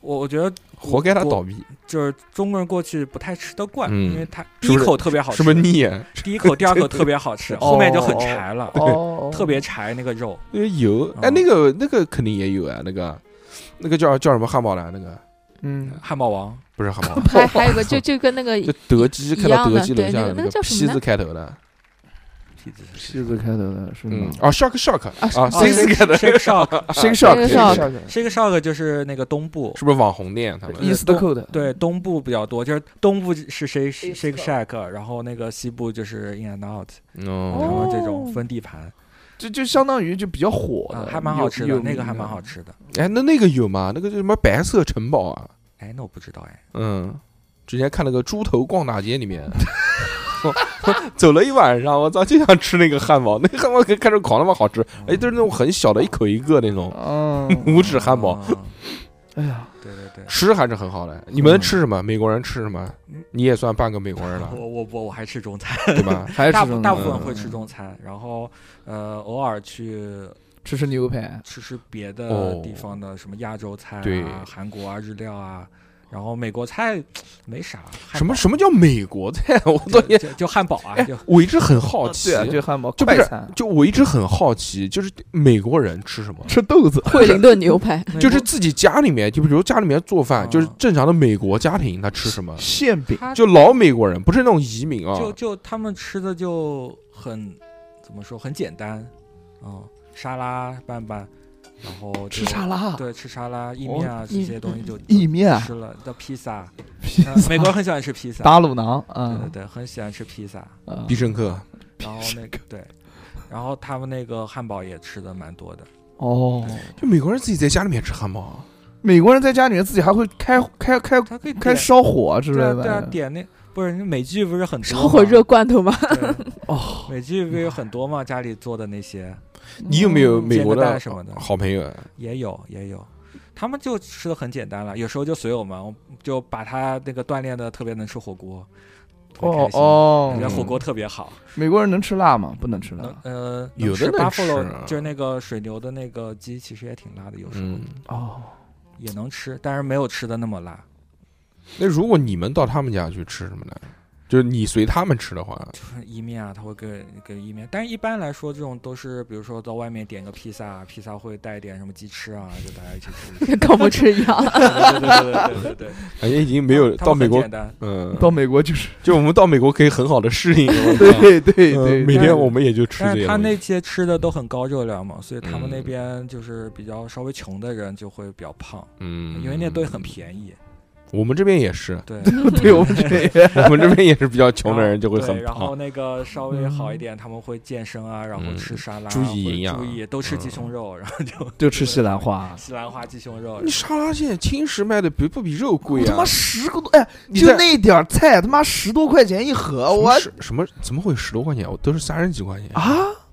D: 我我觉得
A: 活该他
D: 我
A: 倒闭，
D: 就是中国人过去不太吃得惯，
A: 嗯
D: 因为它
A: 是
D: 第一
A: 不是
D: 口特别好吃
A: 什，么腻？
D: 第一口第二口特别 好吃，
B: 哦
D: 后面就很柴了，
B: 哦，
D: 特别柴那个肉，
A: 那个油，哎，
D: 哦
A: 那个那个肯定也有啊，那个那个叫叫什么汉堡来？那个
B: 嗯，
D: 汉堡王
A: 不是汉堡，
C: 还还有个就就跟那个
A: 就德基
C: 一
A: 看到
C: 样
A: 德
C: 的
A: 基楼
C: 对
A: 下
C: 那个
A: 的
C: 那
A: 个
C: 个叫什么
A: 披
C: 呢
A: 字开头的，
D: 披子是啊
B: 字开头的是
A: 嗯，哦，Shark Shark
C: 是
A: 啊
C: 哦
A: ，C 字开头，
D: Shake Shack
B: 新
C: Shake Shack
D: Shake Shack 就是那个东部，
A: 是不是网红店？他们
D: 一
B: East Coast
D: 对，东部比较多，就是东部是 Shake Shake Shack，然后那个西部就是 In and Out，然
A: 哦，
D: 后这种分地盘，
B: 就就相当于就比较火
D: 啊
B: 的，
D: 还蛮好吃的，啊那个还蛮好
B: 吃。
D: 吃的。
A: 哎，那那个有吗？那个叫什么白色城堡啊？
D: 哎，那我不知道哎，
A: 嗯，之前看那个《猪头逛大街》里面， 走了一晚上，我操，就想吃那个汉堡，那个汉堡开始狂他妈好吃，哎，就是那种很小的，一口一个那种
B: 嗯，
A: 五指汉堡，
D: 嗯
B: 哎呀，
D: 对对对，
A: 吃还是很好的。你们吃什么？美国人吃什么
D: 嗯？
A: 你也算半个美国人了，
D: 我我我我还吃中餐，
A: 对吧？
B: 还是
D: 大
B: 吃
D: 部
B: 中
D: 大部
B: 餐
D: 分
A: 嗯
D: 会吃中餐，然后呃偶尔去
B: 吃吃牛排，
D: 吃吃别的
A: 哦
D: 地方的什么亚洲菜
A: 对
D: 啊、韩国啊、日料啊，然后美国菜没啥，汉
A: 什么
D: 堡
A: 什么叫美国菜？ 我
D: 就
A: 到现
D: 就就汉堡啊，
A: 哎
D: 就，
A: 我一直很
D: 哦
A: 好奇
B: 对，啊，就汉堡
A: 就不
B: 快
A: 是
B: 餐，
A: 就我一直很好奇，就是美国人吃什么？
B: 吃豆子，
C: 惠 灵顿牛排，
D: 美
A: 就是
D: 国
A: 自己家里面，就比如家里面做饭，
D: 啊
A: 就是正常的美国家庭，他吃什么？
B: 馅饼，
D: 它
A: 就老美国人，不是那种移民啊。
D: 就就他们吃的就很怎么说很简单，嗯，沙拉拌拌，然后就
B: 吃沙拉，
D: 对吃沙拉意面啊、这
C: 意
D: 些东西就
B: 哦意面啊，
D: 吃了，叫披萨，
B: 披
D: 呃
B: 萨
D: 美国人很喜欢吃披萨，
B: 打卤囊，
D: 对对
B: 嗯，
D: 对，很喜欢吃披萨，
B: 嗯
A: 必胜客，
D: 然后那个对，然后他们那个汉堡也吃的蛮多的，
B: 哦，
A: 就美国人自己在家里面吃汉堡啊，
B: 美国人在家里面自己还会开开开
D: 他可以
B: 开
D: 点
B: 烧火之类
D: 对啊对啊，
B: 的，
D: 点那不是那美剧不是很
C: 烧
D: 多
C: 火
D: 吗
C: 热罐头吗？
D: 对
B: 哦，
D: 美剧不是有很多嘛，家里做的那些
A: 你有没有
B: 嗯
A: 美国
D: 煎个
A: 的
D: 蛋什么的
A: 好朋友啊？
D: 也有也有，他们就吃的很简单了，有时候就随我们，我就把他那个锻炼的特别能吃火锅，特别
B: 哦
D: 开心，
B: 哦
D: 感觉
A: 嗯
D: 火锅特别好。
B: 美国人能吃辣吗？不能吃辣
D: 能呃，
A: 啊有的能
D: 巴夫罗
A: 吃啊
D: 就是那个水牛的那个鸡，其实也挺辣的，有时候、
A: 嗯，
B: 哦。
D: 也能吃，但是没有吃的那么辣，
A: 那如果你们到他们家去吃什么呢？就是你随他们吃的话，
D: 就是意面啊，他会给给意面，但是一般来说，这种都是比如说到外面点个披萨啊，披萨会带一点什么鸡翅啊，就大家一起吃一吃。
C: 跟高不吃一 样，
D: 对对对对对对，
A: 感哎觉已经 没有到
D: 他们
A: 美
D: 很
A: 国
D: 简，单，
A: 嗯，
B: 到美国就是，
A: 就我们到美国可以很好的适应。我
B: 对
A: 靠
B: 对对
A: 呃
B: 对，
A: 每天我们也就吃
D: 但
A: 这
D: 是
A: 些
D: 他
A: 东
D: 那
A: 西。
D: 些吃的都很高热量嘛，所以他们那
A: 嗯
D: 边就是比较稍微穷的人就会比较胖，
A: 嗯，
D: 因为那都很便宜。
A: 我们这边也是，
D: 对，
B: 对我们这边
A: 我们这边也是比较穷的人就会
D: 对
A: 很
D: 然后
A: 胖，
D: 那个稍微好一
C: 嗯
D: 点，他们会健身啊，然后
A: 嗯
D: 吃沙拉，
A: 注意
D: 或者
A: 营养
D: 注意都吃鸡
A: 嗯
D: 胸肉，然后就
B: 就吃西兰花，
D: 西兰花鸡胸肉
A: 你。沙拉现在轻食卖的比不比肉贵
B: 我
A: 啊？
B: 他妈十个多，哎，
A: 你
B: 就
A: 在
B: 那点儿菜，他妈十多块钱一盒，
A: 什
B: 我
A: 么十什么怎么会十多块钱？我都是三十几块钱！
B: 啊，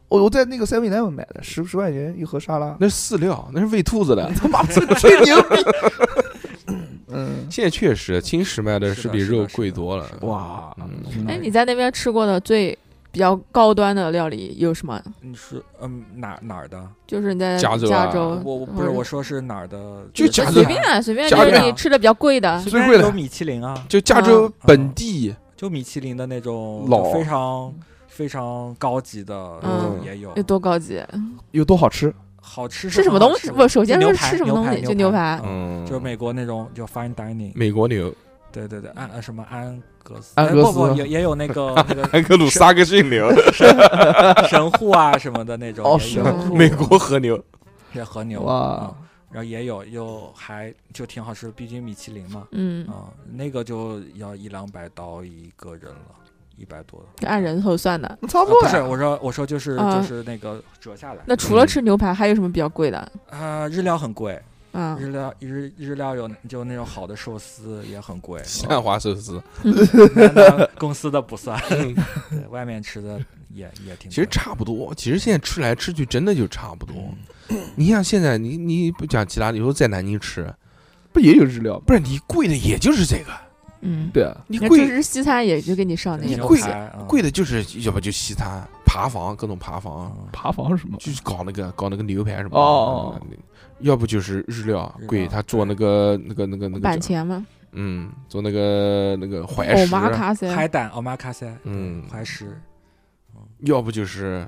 B: 我我在那个 Seven Eleven 买的，十十块钱一盒沙拉，
A: 那是饲料，那是喂兔子的
B: 你。他妈吹吹牛逼！嗯，
A: 现在确实轻食卖的
D: 是的
A: 比
D: 是的
A: 肉
D: 是
A: 贵
D: 的
A: 多了
D: 是。的
B: 哇
A: 嗯，
C: 哎，你在那边吃过的最比较高端的料理有什么？
D: 你是嗯哪哪儿的？
C: 就是你在
A: 加州啊
C: 州
D: 我我不是我说是哪儿的？
A: 就
D: 就是
A: 加州
C: 嗯随便啊随便，
A: 加
C: 就
A: 州
C: 是你
D: 啊
C: 吃的比较贵的，
D: 随
B: 最
D: 便
B: 贵的
D: 有米其林啊，
A: 就加州本地，
D: 就米其林的那种
A: 老
D: 就非常非常高级的
C: 嗯
D: 也有
C: 有，多高级？
B: 有多好吃？
D: 好吃
C: 吃什么
D: 很好
C: 东西？
D: 吃
C: 不，首先
D: 就
C: 说
D: 牛排
C: 吃什么东西？就牛排。
A: 嗯，
D: 就是美国那种就 fine dining，
A: 美国 牛，
D: 对对对，安呃什么安格斯，
B: 安
D: 哎
B: 格
D: 不不
B: 斯
D: 也也有 那个那个
A: 安格鲁萨克逊 牛，
D: 神户啊什么的那种
B: 哦
D: 也有，
B: 神 户
A: 美国和牛，
D: 也和牛
B: 哇
D: 啊，然后也有又还就挺好吃，毕竟米其林嘛，
C: 嗯，
D: 啊，那个就要一两百刀一个人了，一百多了。
C: 就按人头算的。
B: 差
D: 啊、
B: 不多
D: 不是，
B: 呀。
D: 我说我说就是、
C: 哦啊
D: 就是那个折下来
C: 那除了吃牛排，还有什么比较贵的？
D: 啊、日料很贵，
C: 啊，
D: 日料日日料有就那种好的寿司也很贵，哦
A: 西兰花寿司。嗯
D: 那那公司的 不算，对外面吃的也也挺贵。
A: 其实差不多，其实现在吃来吃去真的就差不多。
D: 嗯
A: 你像现在你你不讲其他，你说在南京吃，
B: 不也有日料吗？
A: 不是你贵的也就是这个，
C: 嗯，
B: 对啊，
A: 你
C: 那就
A: 贵
C: 是西餐也就给你上那
D: 对
C: 个
D: 牛
A: 贵
D: 排啊
A: 贵的就是要不就西餐、扒房各种扒房，
D: 嗯
B: 爬房是什么？
A: 就是搞那个搞那个牛排什么的。
B: 哦哦
A: 要不就是日料啊
D: 日料
A: 贵，他做那个那个那个那个
C: 板
A: 叫
C: 前嘛，
A: 嗯，做那个那个怀
C: 欧
A: 石，
C: 玛卡塞，
D: 海胆、哦奥马卡塞、
A: 嗯
D: 怀石。
A: 要不就是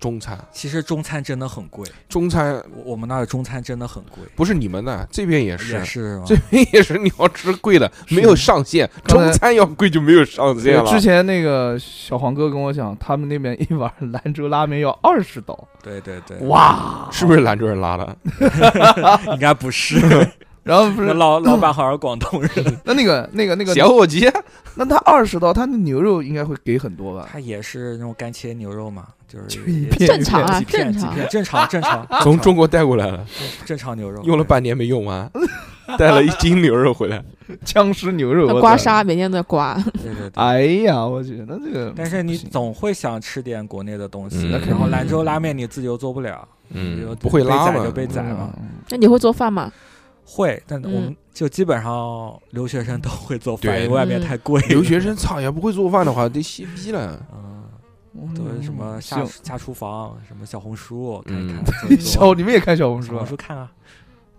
A: 中餐。
D: 其实中餐真的很贵，
A: 中餐
D: 我我们那儿的中餐真的很贵，
A: 不是你们的，这边也
D: 也
A: 是，
D: 是嗯吗
A: 这边也是你要吃贵的，
B: 是
A: 没有上限。
B: 刚才
A: 中餐要贵就没有上限了。
B: 之前那个小黄哥跟我讲，他们那边一碗兰州拉面要二十刀，
D: 对对对，
B: 哇！
A: 是不是兰州人拉的？
D: 应该不 是，
B: 然后不
D: 那
B: 是
D: 老老板好像是广东人，
B: 那那个那个那个，
A: 小伙计，
B: 那他二十刀，他的牛肉应该会给很多吧？
D: 他也是那种干切牛肉嘛，就是
B: 就一
D: 也
B: 片
C: 正常啊
D: 几
C: 正
D: 片
C: 常
D: 几片正常正常，
A: 从中国带过来了，
D: 正常牛肉
A: 用了半年没用完，带了一斤牛肉回来。
B: 僵尸牛肉，
C: 那
B: 我
C: 刮
B: 操！
C: 痧每天都在刮。
D: 对对对。
B: 哎呀，我去，那这个，
D: 但是你
B: 不行
D: 总会想吃点国内的东西，
A: 嗯那肯定
D: 然后兰州拉面你自己又做不了，
A: 嗯
D: 就，
A: 不会拉
D: 被宰
A: 嘛
D: 就？被宰嘛。
B: 嗯
C: 那你会做饭吗？
D: 会，但
C: 嗯
D: 我们就基本上留学生都会做饭，
A: 对
D: 因为外面太贵。
A: 留学生操，要不会做饭的话，得歇逼了。
D: 嗯，都是什么
B: 嗯
D: 下啊
B: 行
D: 下厨房，什么小红书看一
A: 嗯
D: 看，做 一做
B: 小，你们也看小红
D: 小
B: 书
D: 红
B: 啊？
D: 书看啊。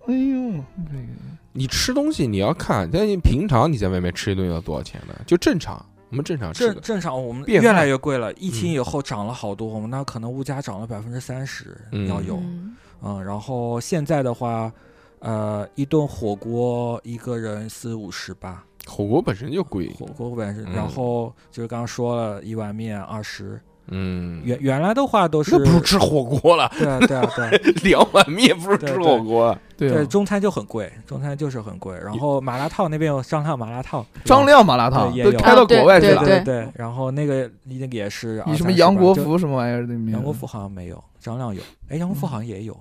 B: 哎呦，这个
A: 你吃东西你要看，但你平常你在外面吃一顿要多少钱呢？就正常，我们正常吃
D: 正
A: 啊的。
D: 正常，我们
A: 便
D: 越来
A: 饭
D: 越贵了。疫情以后涨了好多，我们那可能物价涨了百分之三十
A: 嗯
D: 要有。
C: 嗯
D: 嗯，然后现在的话，呃，一顿火锅一个人四五十吧，
A: 火锅本身就贵，
D: 火锅本身。
A: 嗯
D: 然后就是刚刚说了一碗面二十，
A: 嗯，
D: 原原来的话都是
A: 那不如吃火锅了，
D: 对啊对啊对啊
A: 两碗面不如吃火锅。
B: 对
D: 对
B: 啊，
D: 中餐就很贵，中餐就是很贵。然后麻辣烫那边有张亮麻辣烫，
B: 张亮麻辣烫
D: 对也
B: 都
D: 有
B: 开到国外去
D: 对
B: 了
C: 啊，
D: 对
C: 对
D: 对，然后那个那个也是
B: 你什么
D: 20-30
B: 杨国
D: 吧就
B: 福什么玩意儿的名？
D: 杨国福好像没有，张亮有，哎，杨国福好像也有，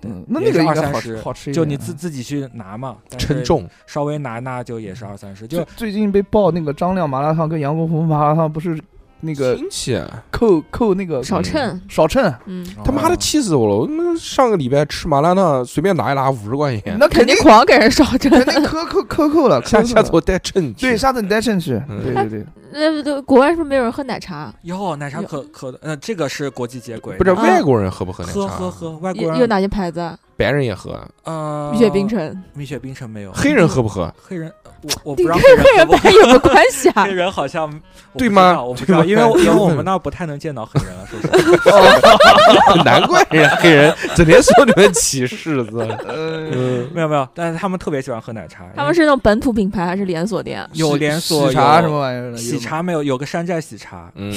D: 对
B: 嗯，那
D: 也
B: 那个
D: 是
B: 应
D: 二
B: 该
D: 三
B: 好
D: 十，
B: 好吃一点。啊
D: 就你自自己去拿嘛，但
A: 称
D: 是
A: 重，
D: 稍微拿拿就也是二三十，
B: 就
D: 就
B: 最近被爆那个张亮麻辣烫跟杨国福麻辣烫不是那个
A: 亲戚，
D: 哦
B: 扣扣那个
C: 少称，
B: 少称，
C: 嗯，
A: 他妈的气死我了！我他妈上个礼拜吃麻辣烫，随便拿一拿五十块钱，
B: 那
C: 肯
B: 肯
C: 定
B: 定
C: 狂给人烧 着。
B: 肯 定扣扣扣扣了。
A: 下
B: 克扣
A: 下次我
B: 了
A: 带秤去
B: 对，。下次你带秤去。
A: 嗯
B: 对对 对，
C: 那都国外是不是没有人喝奶茶？
D: 哟，奶茶
C: 有
D: 可可的，呃，这个是国际接轨，
A: 不知道
C: 啊
A: 外国人喝不啊喝奶
D: 喝
A: 茶？
D: 喝，喝，外国
C: 有有
D: 人
C: 哪些牌子啊？
A: 白人也喝，
D: 呃，
C: 蜜雪冰，城，
D: 蜜雪冰城没有，
A: 黑人喝不喝？
D: 黑人，呃我我不
C: 你
D: 知道
C: 跟
D: 黑人
C: 黑人
D: 喝不
C: 白有什么关系啊
D: 黑？人好像我不
A: 对
D: 知
A: 吗
D: 道我不
A: 对
D: 知道，
A: 吗
D: 因为我因为我
A: 对
D: 们那儿不太能见到黑人了，说实话。
A: 难怪人家黑人整天说你们歧视，是吧
B: 呃
A: 嗯，
D: 没有没有，但是他们特别喜欢喝奶茶。
C: 他们
D: 是
C: 是那种本土品牌还是连锁店？
D: 有连锁
B: 喜茶
D: 有
B: 什么玩意儿的？
D: 喜茶没有，有个山寨喜茶，
A: 嗯，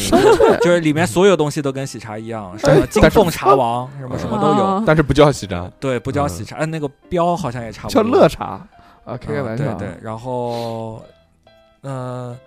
D: 就是里面所有东西都跟喜茶一样，什
A: 但
D: 么金
A: 但是
D: 凤茶王，什么什么都有。
C: 哦
A: 但是不叫喜茶，
D: 呃对，不叫喜茶，嗯，那个标好像也差不
B: 叫
D: 多。
B: 乐茶，啊，开开
D: 嗯
B: 玩笑
D: 对
B: 啊，
D: 对，然后，呃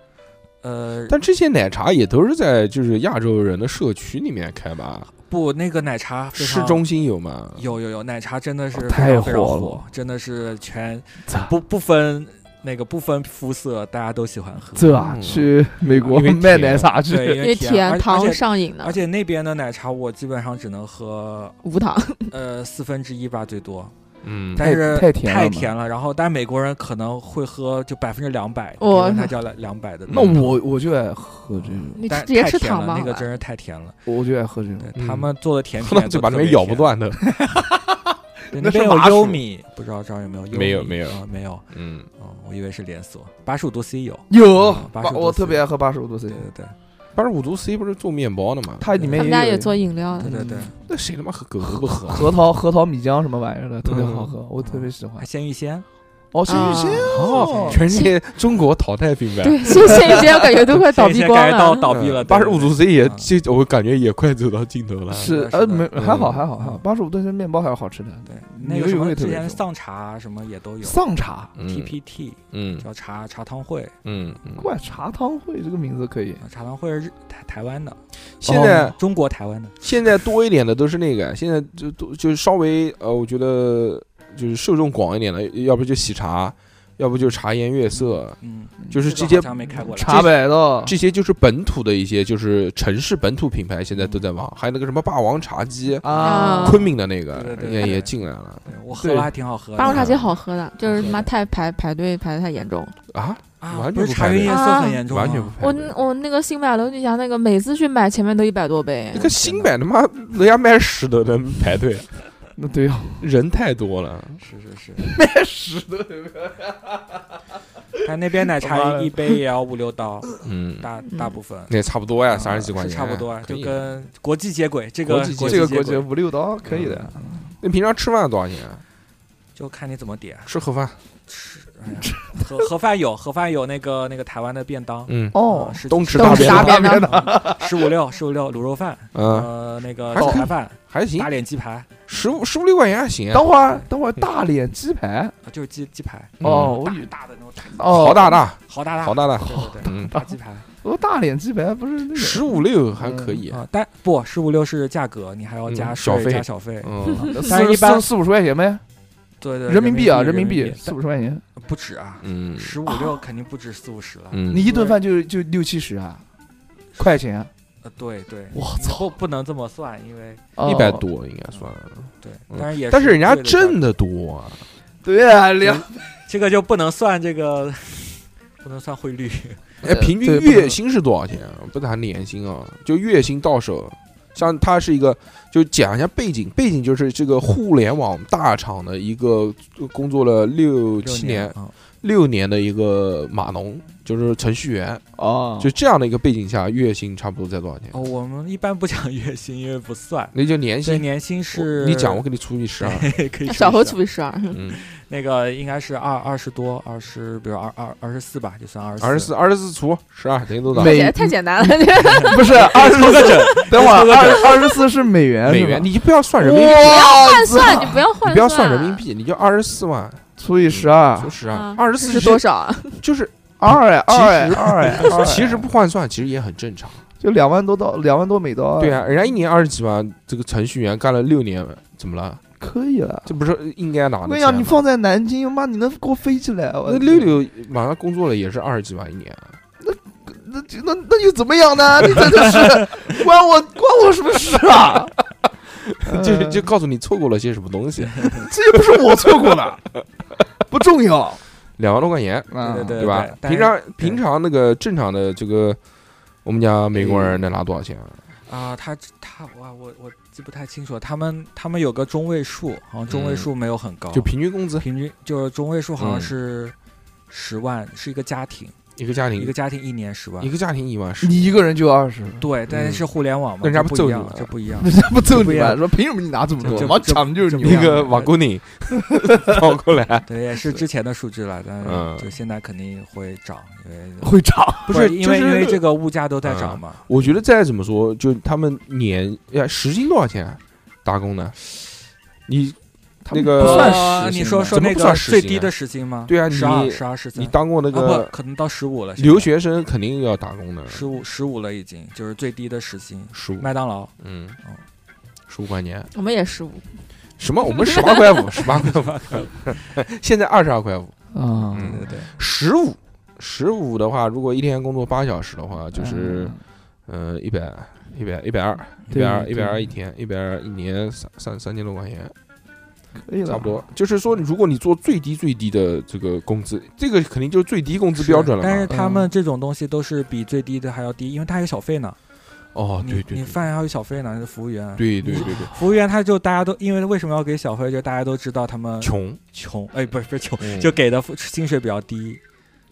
D: 呃，
A: 但这些奶茶也都是在就是亚洲人的社区里面开吧？
D: 不，那个奶茶非
A: 市
D: 常
A: 中心有吗？
D: 有有有奶茶真的是
B: 哦
D: 非
B: 太
D: 常非常
B: 火了
D: 火，真的是全
B: 这
D: 不不分那个不分肤色，大家都喜欢喝。
B: 这啊，
A: 嗯
B: 去美国
A: 因
D: 嗯
A: 为
B: 卖
A: 甜
B: 奶茶去，
D: 对，因嗯
C: 因为
D: 甜
C: 甜
D: 而
C: 糖
D: 而且
C: 上瘾了
D: 而，且那边的奶茶我基本上只能喝
C: 无糖。
D: 呃四分之一吧，最多。
A: 嗯，
D: 但是
B: 太甜了
D: 太
B: 嘛
D: 甜了。然后，但美国人可能会喝就百分之两百，
C: 我
D: 它叫两两百的。
B: 那我我就爱喝这种，
C: 你
D: 但
C: 直接
D: 太
C: 吃
D: 甜
C: 糖
D: 了
C: 吧，
D: 那个
C: 好吧
D: 真是太甜了。
B: 我就爱喝这种。
D: 对
A: 嗯
D: 他们做的甜
A: 喝到
D: 品
A: 嘴巴里
D: 里
A: 面
D: 面
A: 咬不。断的。
D: 对
B: 那
D: 那边
B: 是
D: 有
B: 麻薯
D: 优米，不知道这儿有没有优米？
A: 没有没有
D: 啊没有。
A: 嗯，
D: 哦，我以为是连锁，巴蜀都 C 有。
B: 有
D: 嗯
B: 八
D: 85度
B: 我特
D: C
B: 别爱喝八十五度 C，
D: 对对对
A: 八十五度 C 不是做面包的吗？
B: 它里面
C: 他们家
B: 有
C: 也做饮料的
D: 对，对对，
A: 那谁他妈喝狗狗不喝啊？
B: 核桃核桃米浆什么玩意儿的，特别
A: 嗯
B: 好喝，我特别喜欢
D: 还。鲜芋仙，
B: 哦，鲜芋仙哦，
A: 全世界中国淘汰品牌。
C: 对，谢谢一些我感觉都快倒闭
D: 现在
C: 光
D: 该到
C: 了。嗯
D: 倒闭 了。
A: 八十五度 C 也
D: 嗯
A: 这，我感觉也快走到尽头了。
B: 是
D: 是的
B: 呃
D: 是的
B: 没还好
A: 嗯
B: 还好还好，八十五度 C 面包还是好吃的。
D: 对，那
B: 牛
D: 个什
B: 油
D: 么
B: 味特
D: 之
B: 别
D: 前
B: 重
D: 丧茶什么也都有
B: 丧茶，
A: 嗯
D: ，TPT
A: 嗯
D: 叫茶茶汤会，啊
A: 嗯，嗯
B: 怪茶汤会这个名字可以。
D: 茶汤会是日台台湾的，
A: 现在
D: 中国台湾的，
A: 现在多一点的都是那个，现在就都就是稍微呃，我觉得就是受众广一点的，要不就喜茶，要不就茶颜悦色，
D: 嗯，
A: 就是
D: 这
A: 直
D: 个
A: 接
D: 好像没开过来。
B: 茶百道，
D: 啊
A: 这些就是本土的一些就是城市本土品牌，现在都在
D: 嗯
A: 忙，还有那个什么霸王茶鸡，
B: 啊
C: 啊，
A: 昆明的那个
D: 对对对
A: 也
D: 对
A: 也进来了
D: 对嗯我喝
B: 对
D: 了还挺好喝的。
C: 八王茶
A: 茶
C: 街好喝的，就是他妈太排排队排的太严重了。
A: 啊，
D: 啊，
A: 完全
D: 不是
A: 不
D: 茶
A: 排
D: 颜
A: 队
D: 悦色很严重吗，啊
A: 完全不排
C: 我
A: 队
C: 我那个新买楼底下那个，每次去买前面都一百多杯
A: 那，个新版他妈人家卖屎都能排队，
B: 那对哦，
A: 人太多了。
D: 是是是，
B: 石头
D: 但那边奶
B: 他妈
D: 茶
B: 的
D: 一杯也要五六刀，
A: 嗯，
D: 大
C: 嗯
D: 大部分
A: 那也差不多呀，
D: 啊
A: 三十几块
D: 是
A: 钱，
D: 差不多，就
A: 可以啊
D: 跟国际接轨，这个
A: 国际接
B: 这个国际
D: 接轨
B: 五六刀可以的，
A: 那平常吃饭多少钱啊？
D: 就看你怎么点。
A: 吃盒饭，
D: 哎呀 盒盒饭有盒饭有那个那个台湾的便当，
A: 嗯，
B: 哦
D: 啊，
A: 东吃
C: 都
A: 大
C: 是
A: 便
C: 大
A: 当，
C: 便当，
D: 嗯十五六十五六卤肉饭，
A: 嗯，
D: 呃，那个
A: 还
D: 炒
A: 可以
D: 排饭、
A: 还行
D: 打，脸鸡排，
A: 十五十五六块钱还行啊。
B: 等会儿等会儿大脸鸡排
D: 啊就是鸡鸡排，
A: 嗯
B: 哦，，我以
D: 大的那种大
B: 哦
A: 好大大，
D: 好大大
A: 好大大，
D: 对对对，
A: 嗯，
D: 大 鸡排
B: 我大脸鸡排不是那个
A: 十五六还可以，
D: 啊，但不十五六是价格，你还要加
A: 嗯小
D: 税
A: 费
D: 加小费，
A: 嗯
D: 但是一般
B: 四四五十块钱呗，
D: 对对，
B: 人民币啊，人
D: 民
B: 民币四五十块钱，
D: 但不止啊，
A: 嗯
D: 十五六肯定不止四五十了，
A: 嗯，
B: 你一顿饭就就六七十啊，块钱啊，
D: 呃，对对，
B: 我
D: 你不不能这么算，因为
B: 哦
A: 嗯一百，多应该算，
D: 对
A: 嗯，
D: 但是也
A: 但是人家
D: 对的
A: 挣的多啊，
B: 对啊，两
D: 这个就不能算这个，不能算汇率，
A: 哎，平均
B: 呃对不
A: 月
B: 能
A: 薪是多少钱啊？不谈年薪啊，就月薪到手。像他是一个，就讲一下背景，背景就是这个互联网大厂的一个工作了六
D: 六
A: 七
D: 年
A: 年、
D: 啊，
A: 六年的一个码农，就是程序员，
B: 哦，
A: 就这样的一个背景下，月薪差不多在多少钱？
D: 哦，我们一般不讲月薪，因为不算。
A: 那就年
D: 所以
A: 薪，
D: 年薪是
A: 我你讲，我给你除以 十二。
D: 可以
C: 小
D: 说
C: 何
D: 一下
C: 除以十二，
A: 嗯，
D: 那个应该是二二十多，二十，比如二二二十四吧，就算二
A: 二十四，二十四除十二等于多少？
B: 美
C: 太简太简单了，
B: 不是二十四，等会儿
D: 抽个
B: 二二十四是美元，
A: 美
B: 是吧
A: 元，你就不要算人民币，
B: 哇，
C: 换算你不要
A: 你
C: 换，
A: 不要算人民币，你就二十四万
B: 除以十二
A: 除，十二
C: 啊，
A: 二十四
C: 是多少啊？
A: 就是
B: 二哎
A: 其
B: 二哎
A: 实
B: 二哎，二哎
A: 其实不换算，其实也很正常。
B: 就两万多刀，两万多美刀，
A: 对，啊，人家一年二十几万，这个程序员干了六年，怎么了？
B: 可以了。
A: 这不是应该拿
B: 我
A: 的
B: 跟
A: 钱
B: 你讲，
A: 吗？
B: 你放在南京，妈，你能给我飞起来？啊我
A: 那六六马上工作了，也是二十几万一年。
B: 那那那又怎么样呢？你真的是 关我关我什么事啊？
A: 就
B: 呃
A: 就告诉你错过了些什么东西，
B: 这也不是我错 过的，不重要。啊
A: 两万多块钱，
D: 对对
A: 对吧？
D: 但
A: 平
D: 是
A: 常平常那个正常的这个，我们讲美国人能拿多少钱啊？
D: 啊，他他哇，我我记不太清楚，他们他们有个中位数，好像中位数没有很高，
A: 嗯就平均工资，
D: 平均就是中位数好像
A: 嗯
D: 是十万，是一个家庭，
A: 一个家庭
D: 一个家庭一年十万
A: 一，个家庭一万十，
B: 你一个人就二十，
D: 对，但
A: 嗯
D: 是是互联网嘛，
A: 那人家
D: 这
A: 不
D: 不
A: 揍
D: 一
A: 你
D: 样
A: 了，
D: 这不一 样，
B: 人家 不揍你
D: 不一
B: 吗？
D: 样
B: 说凭什么你拿这么多
D: 这？
B: 老抢就是
D: 这
B: 牛
A: 那个
D: 不一样
A: 瓦古 宁跑过来，
D: 对，也是之前的数据了，但
A: 嗯
D: 是就现在肯定会涨，因为
B: 会涨。
D: 不
A: 是
D: 因为
A: 就
D: 因
A: 是嗯
D: 为这个物价都在涨嘛，
A: 我觉得再怎么说，哎就他们年呀时薪多少钱啊、打工的？你
B: 他
A: 那
B: 们
A: 个
B: 不算
D: 呃
A: 时薪
D: 你说
A: 吧
D: 说
A: 怎么
D: 那
A: 不
D: 个
A: 算时
D: 最
A: 薪
D: 低
A: 啊
D: 的时薪吗？
A: 对啊
D: 十二
A: 你
D: 十二十
A: 你
D: 三，
A: 当过那
D: 啊
A: 个
D: 不可能到十五了。
A: 留学生，肯定要打工的，
D: 十五十五了已经，就是最低的时薪。
A: 十五，
D: 麦当劳
A: 嗯
D: 哦，
A: 十五块钱。
C: 我们也十五，
A: 什么？我们十八块五，十八块五， 现在二十二块五，
B: 啊，
A: 嗯
D: 对对，
A: 十五，十五的话，如果一天工作八小时的话，就是
B: 嗯
A: 嗯一百一百一百二，一
B: 对
A: 百二一
B: 对
A: 百二一天，一百二一年三三三千多块钱，
B: 哎可以了，
A: 差不多。就是说，如果你做最低最低的这个工资，这个肯定就是最低工资标准了
D: 但是
A: 嘛。
D: 他们这种东西都是比最低的还要低，因为他还有小费呢。
A: 哦，
D: 你
A: 对对
D: 你
A: 对
D: 饭还有小费呢，是服务员。，
A: 对对对对，
D: 服务员他就大家都因为为什么要给小费，就大家都知道他们
A: 穷
D: 穷，哎，不是不是穷，
A: 嗯
D: 就给的薪水比较低，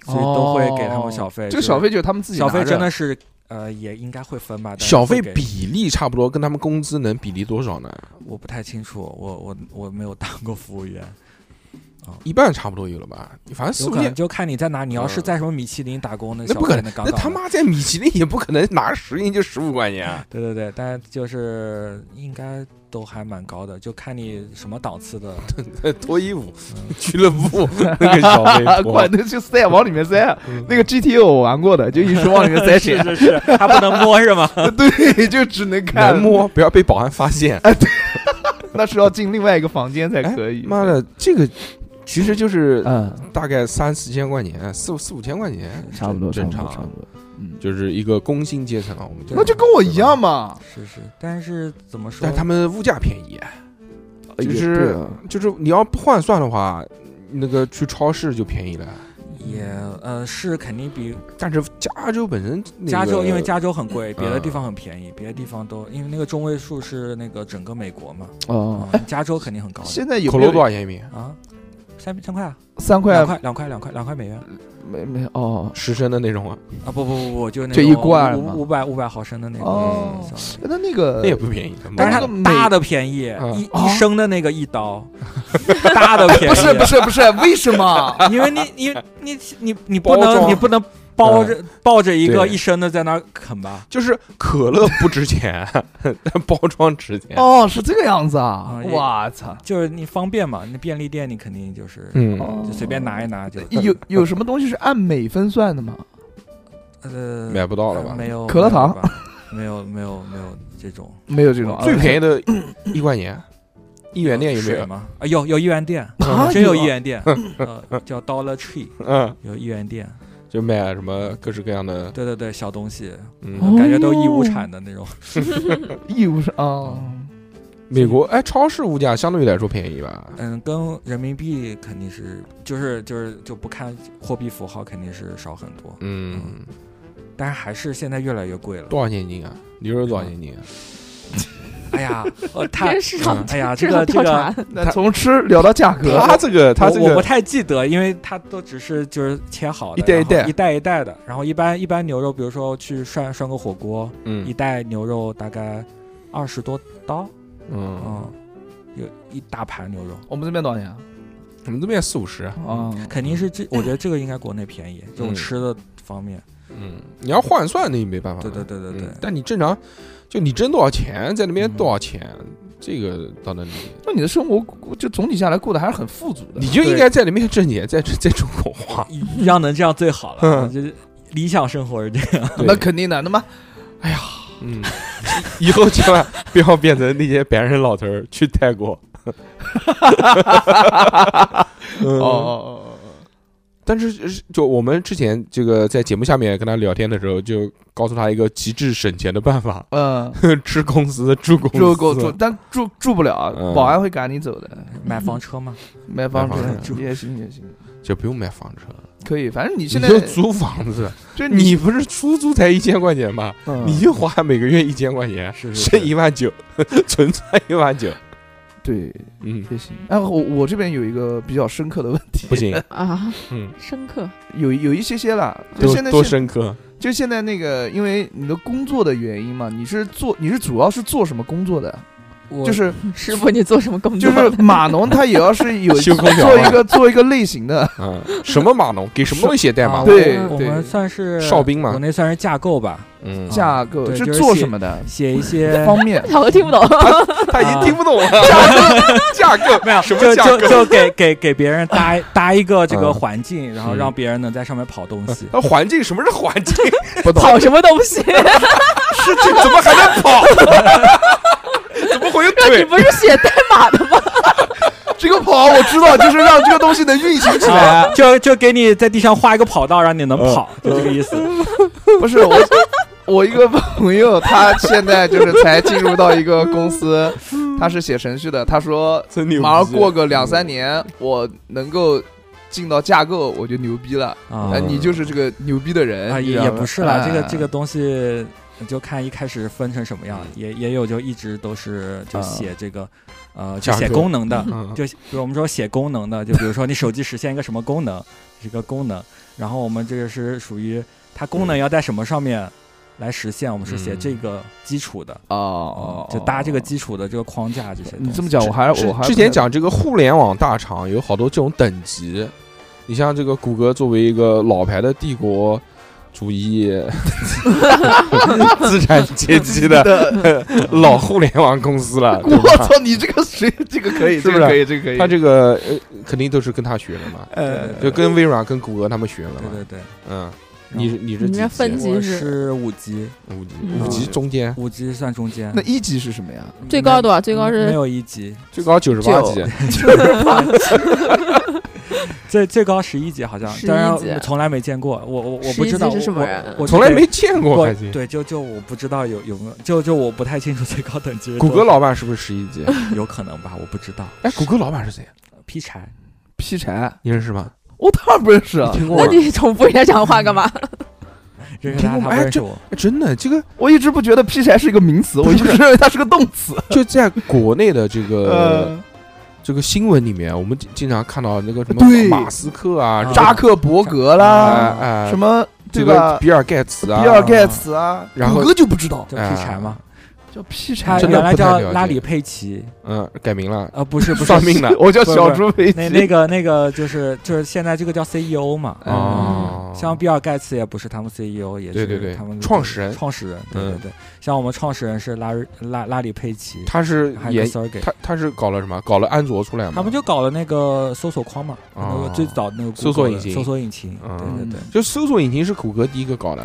D: 所以都会给他们小费。
B: 这个小费就是他们自己
D: 哎小费
B: 拿着
D: 真的是呃也应该会分吧，但是
A: 小费
D: 会给
A: 比例差不多，跟他们工资能比例多少呢？
D: 我不太清楚，我我我没有当过服务员，
A: 一半差不多有了吧？反正四
D: 有
A: 五
D: 可
A: 千
D: 能。就看你在哪。你要是
A: 嗯
D: 在什么米其林打工，那
A: 那
D: 小
A: 不可
D: 费
A: 能，
D: 杠
A: 那
D: 杠
A: 他
D: 的
A: 妈在米其林也不可能拿十斤就十五块钱 啊！
D: 对对对，但就是应该都还蛮高的，就看你什么档次的。
A: 脱衣舞
D: 嗯
A: 俱乐部那个小
B: 啊，
A: 费
B: 管
A: 多，
B: 那就塞往里面塞啊
A: 嗯，
B: 那个 GTO 我玩过的，就一直往里 面塞钱，
D: 嗯是是，他不能摸是吗？
B: 对，就只能看
A: 能，摸，不要被保安发现。
B: 那是要进另外一个房间才可以。
A: 妈的，这个其实就是
B: 嗯，
A: 大概三四千块钱，四四五千块钱，
B: 差不多，
A: 正
B: 差
A: 常
B: 不多，差
A: 啊
B: 不，多，嗯，
A: 就是一个工薪阶层啊。我们就
B: 那就跟我一样，嘛，
D: 是是，但是怎么说？
A: 但他们物价便宜，
B: 也
A: 就是
B: 对啊
A: 就是你要不换算的话，那个去超市就便宜了。
D: 也呃是肯定比
A: 但是加州本身那个，嗯
D: 加州，因为加州很贵，别的地方很便宜，别的地方都因为那个中位数是那个整个美国嘛，
B: 哦
A: 嗯
D: 啊，加州肯定很 高的
B: 现在有
A: 可
B: 没
A: 乐多
B: 有
A: 少钱一瓶？
D: 啊，三三块啊，
B: 三
D: 两
B: 块
D: 块两块两块两块美元
A: 嗯
D: 啊
B: 没没哦？
A: 十升的那种啊，
D: 不不不不，就那
B: 就一
D: 种
B: 罐嘛
D: 五五百五百毫升的那个。
B: 哦
D: 嗯小
B: 那那个
A: 那也不便宜。他妈
D: 但是
B: 那
A: 的
B: 个
D: 它
B: 美
D: 大的便宜，
A: 嗯
D: 一
B: 哦
D: 一升的那个一刀， 大的
A: 啊
D: 便宜，
B: 不是不是不是，为 什么？
D: 因为你你你你你
A: 包
D: 不能
A: 装
D: 你不能包
B: 嗯
D: 着抱着一个
A: 对
D: 一升的在那儿啃吧？
A: 就是可乐不值钱， 但包装值钱。
B: 哦，是这个样子啊！
D: 嗯也
B: 我操，
D: 就是你方便嘛，那便利店你肯定就是
A: 嗯，
B: 哦
D: 就随便拿一拿就
B: 有有什么东西是按美分算的吗？
D: 呃
A: 买不到了吧？
D: 没有
B: 可乐糖，
D: 没有吧没有没有没有这种
B: 没有这种啊，
A: 最便
B: 宜
A: 宜的一块钱，一元店有没
D: 水
A: 有？
D: 吗？啊有有一元店，
B: 啊
D: 真有
B: 有啊
D: 一元店，呃叫 Dollar Tree
A: 嗯，
D: 有一元店，
A: 就买什么各式各样的，
D: 对对对小东西，
A: 嗯
B: 哦，
D: 感觉都义乌产的那种。
B: 义务是啊，
A: 嗯美国哎，超市物价相对来说便宜吧？
D: 嗯，跟人民币肯定是，就是就是就不看货币符号，肯定是少很多，
A: 嗯，
D: 但是还是现在越来越贵了。
A: 多少钱一斤啊？牛肉多少钱一斤啊？
D: 哎呀，呃，太
C: 这，是市场
D: 哎 呀，
C: 市
D: 这
C: 场
D: 个这
C: 调
D: 个，
C: 查，
B: 那从吃聊到价格，
A: 他这个他
D: 我
A: 这
D: 我不
A: 个
D: 太记得，因为它都只是就是切好的，
A: 一袋
D: 然后
A: 一袋
D: 一袋一袋的。然后一般一般牛肉，比如说去涮涮个火锅，一
A: 嗯
D: 袋牛肉大概二十多刀，
A: 嗯，
D: 嗯，有一大盘牛肉，嗯
B: 我们这边多少钱啊？
A: 我们这边四五十。
B: 啊，
D: 肯定是这，我觉得这个应该国内便宜，这
A: 哦嗯
D: 种吃的方面，
A: 嗯，你要换算那也没办法
D: 对
A: 了。
D: 对对对对
A: 嗯。但你正常，就你挣多少钱，在那边
D: 嗯
A: 多少钱，这个倒能理解。
B: 那你的生活就总体下来过得还是很富足的。
A: 你就应
D: 对
A: 该在那边挣钱，在 在中国花。
D: 要能这样最好了，
A: 嗯
D: 就是理想生活是这样。
A: 对
B: 那肯定的，那么
A: 嗯， 以后千万不要变成那些白人老头儿去泰国。
B: 哦
A: 哦，
B: 哦
A: 但是呃就我们之前这个在节目下面跟他聊天的时候，就告诉他一个极致省钱的办法
B: 哦，：嗯，
A: 吃公司住公司。
B: 住够住，但住住不了啊
A: 嗯，
B: 保安会赶你走的。
D: 买房车嘛，
B: 买房
A: 买房
B: 子也行也行，
A: 就不用买房车，
B: 可以，反正你
A: 你
B: 现在
A: 就租房子。
B: 就
A: 你不是出租才一千块钱吗？
B: 嗯
A: 你就花每个月一千块钱，
D: 是是
A: 剩一万九， 存存一万九。
B: 对
A: 嗯，
B: 也行。哎，我我这边有一个比较深刻的问 题，
A: 不行，
C: 啊，
A: 嗯，
C: 深刻，
B: 有有一些些啦，就
A: 多
B: 现在
A: 多
B: 现
A: 深刻。
B: 就现在那个，因为你的工作的原因嘛，你是做你是主要是做什么工作的？
D: 我
B: 就是
C: 师傅，你做什么工
B: 就
C: 作
B: 是
C: 的？。
B: 码农，他也要是有
A: 修空调
B: 做一个做一个类型的，
A: 嗯，什么码农给什么东西写代
D: 啊
A: 码？
B: 对
D: 我我
B: 对
D: 们算是
A: 哨兵嘛
D: 国内算是架构吧，
A: 嗯，
B: 架构
D: 对
B: 是
D: 就是
B: 做
D: 写
B: 什么 的
D: 写一 些
B: 方面
C: 我听不懂，
A: 他已经听不懂了，架构
D: 没有
A: 什么
D: 就
A: 架
D: 就
A: 构？
D: 就给给给别 人搭搭一个这个
A: 嗯
D: 环境，然后
A: 嗯
D: 让别人能在上面跑东 西。
A: 那环境什么是环境？
B: 不懂
C: 跑什么东西？
A: 是这怎么还能跑？怎么会有
C: 那你
A: 腿？
C: 不是写代码的吗？
B: 这个跑我知道，就是让这个东西能运行起来。
D: 啊，就就给你在地上画一个跑道，让你能跑，
B: 嗯
D: 就这个 意思。
B: 不是我，我一个朋友，他现在就是才进入到一个公司，他是写程序的。他说，
A: 真牛逼
B: 马上过个两三年，我能够进到架构，我就牛逼了。
D: 啊
B: 哎，你就是这个牛逼的人
D: 啊，
B: 你
D: 也
B: 知道
D: 也
B: 吗
D: 不是啦，这个
B: 哎
D: 这个东西就看一开始分成什么样，也也有就一直都是就
B: 啊
D: 写这个，呃，就
A: 架
D: 写
A: 构
D: 功能的，
A: 嗯
D: 就比如我们说写功能的，就比如说你手机实现一个什么功能，是一个功能，然后我们这个是属于它功能要在什么上面来实现，我们是写
A: 嗯
D: 这个基础的，嗯
B: 哦哦，哦
D: 就搭这个。基础的这个框架这些东西。
B: 你这么讲，我还
A: 是
B: 我还
A: 之前讲这个互联网大厂有好多这种等级，你像这个谷歌作为一个老牌的帝国主义资产阶级的
B: 的，
A: 老互联网公司 了，对
B: 我
A: 吧？
B: 操，你这个谁？这个可以，
A: 是
B: 这
A: 不是
B: 个可以，这个可以。
A: 他这个呃肯定都是跟他学的嘛，
B: 呃，
A: 就跟微软、跟谷歌他们学的
D: 对
A: 嘛。
D: 对对，
A: 嗯，你是你是
C: 你
A: 几
C: 们
A: 级
C: 分级
D: 我
C: 是
D: 是五级，
A: 五级，
C: 嗯
A: 五级中间
D: 五级算中间
B: 那。一级是什么呀？
C: 最高多少？最
D: 最
C: 高
D: 没
C: 是
D: 有一级，
A: 最高九十八
C: 九
A: 级，
D: 最最高十一级好像
C: 11，
D: 当然
C: 级
D: 我从来没见过，我我我不
C: 11
D: 知道
C: 级是什
D: 我
C: 么
D: 我
C: 人啊
D: 我
A: 从来
D: 对
A: 没见过
D: 我
A: 还行。
D: 对，就就我不知道有有没有，就就我不太清楚最高等级是
A: 谷
D: 多
A: 歌
D: 少
A: 老板是不是十一级？
D: 有可能吧，我不知道。
A: 哎，谷歌老板是谁？
D: 劈柴，
B: 劈柴？
A: 你认识吗？
B: 我当然不认识啊！
A: 听过
C: 那
A: 吗？
C: 你重复人家讲话干 嘛？
B: 嗯
D: 认识他，
A: 听过
D: 他
A: 吗
D: 不
A: 哎
D: 认识我。
A: 哎真的，这个
B: 我一直不觉得劈柴是一个名词，我一直认为它是个动词。
A: 就在国内的这个
B: 呃，
A: 这个新闻里面，我们经经常看到那个什
B: 对
A: 么马斯克啊，
D: 啊
B: 扎克伯格啦，
A: 啊啊，
B: 什么
A: 这
B: 对
A: 个
B: 吧？
A: 比尔盖茨
B: 比
A: 啊，
B: 尔盖茨啊，
A: 然后
B: 谷歌就不知道
D: 叫
A: 哎
D: 劈柴吗？
B: 叫劈柴
D: 他
A: 真
D: 原
A: 的
D: 来
A: 不太
D: 叫
A: 了
D: 拉
A: 解
D: 里佩奇，
A: 嗯，改名了，
D: 啊，不是不是
A: 算命的
B: 我叫小猪飞
D: 那
B: 机。
D: 那个那个就是就是现在这个叫 CEO 嘛，
B: 嗯
A: 哦，
D: 像比尔盖茨也不是他们 CEO，也
A: 对
D: 是
A: 对对
D: 他们的
A: 创始人
D: 创始人，对对
A: 嗯
D: 对，像我们创始人是拉瑞拉拉里佩奇，
A: 他是
D: 还有
A: 研
D: s e r g e
A: 他他是搞了什么？搞了安卓出来吗？
D: 他们就搞了那个搜索框嘛，
A: 哦
D: 那个最早那个 Google
A: 搜索
D: 的
A: 引擎
D: 搜索引擎，
A: 嗯
D: 对对对，
A: 就搜索引擎是谷歌第一个搞的，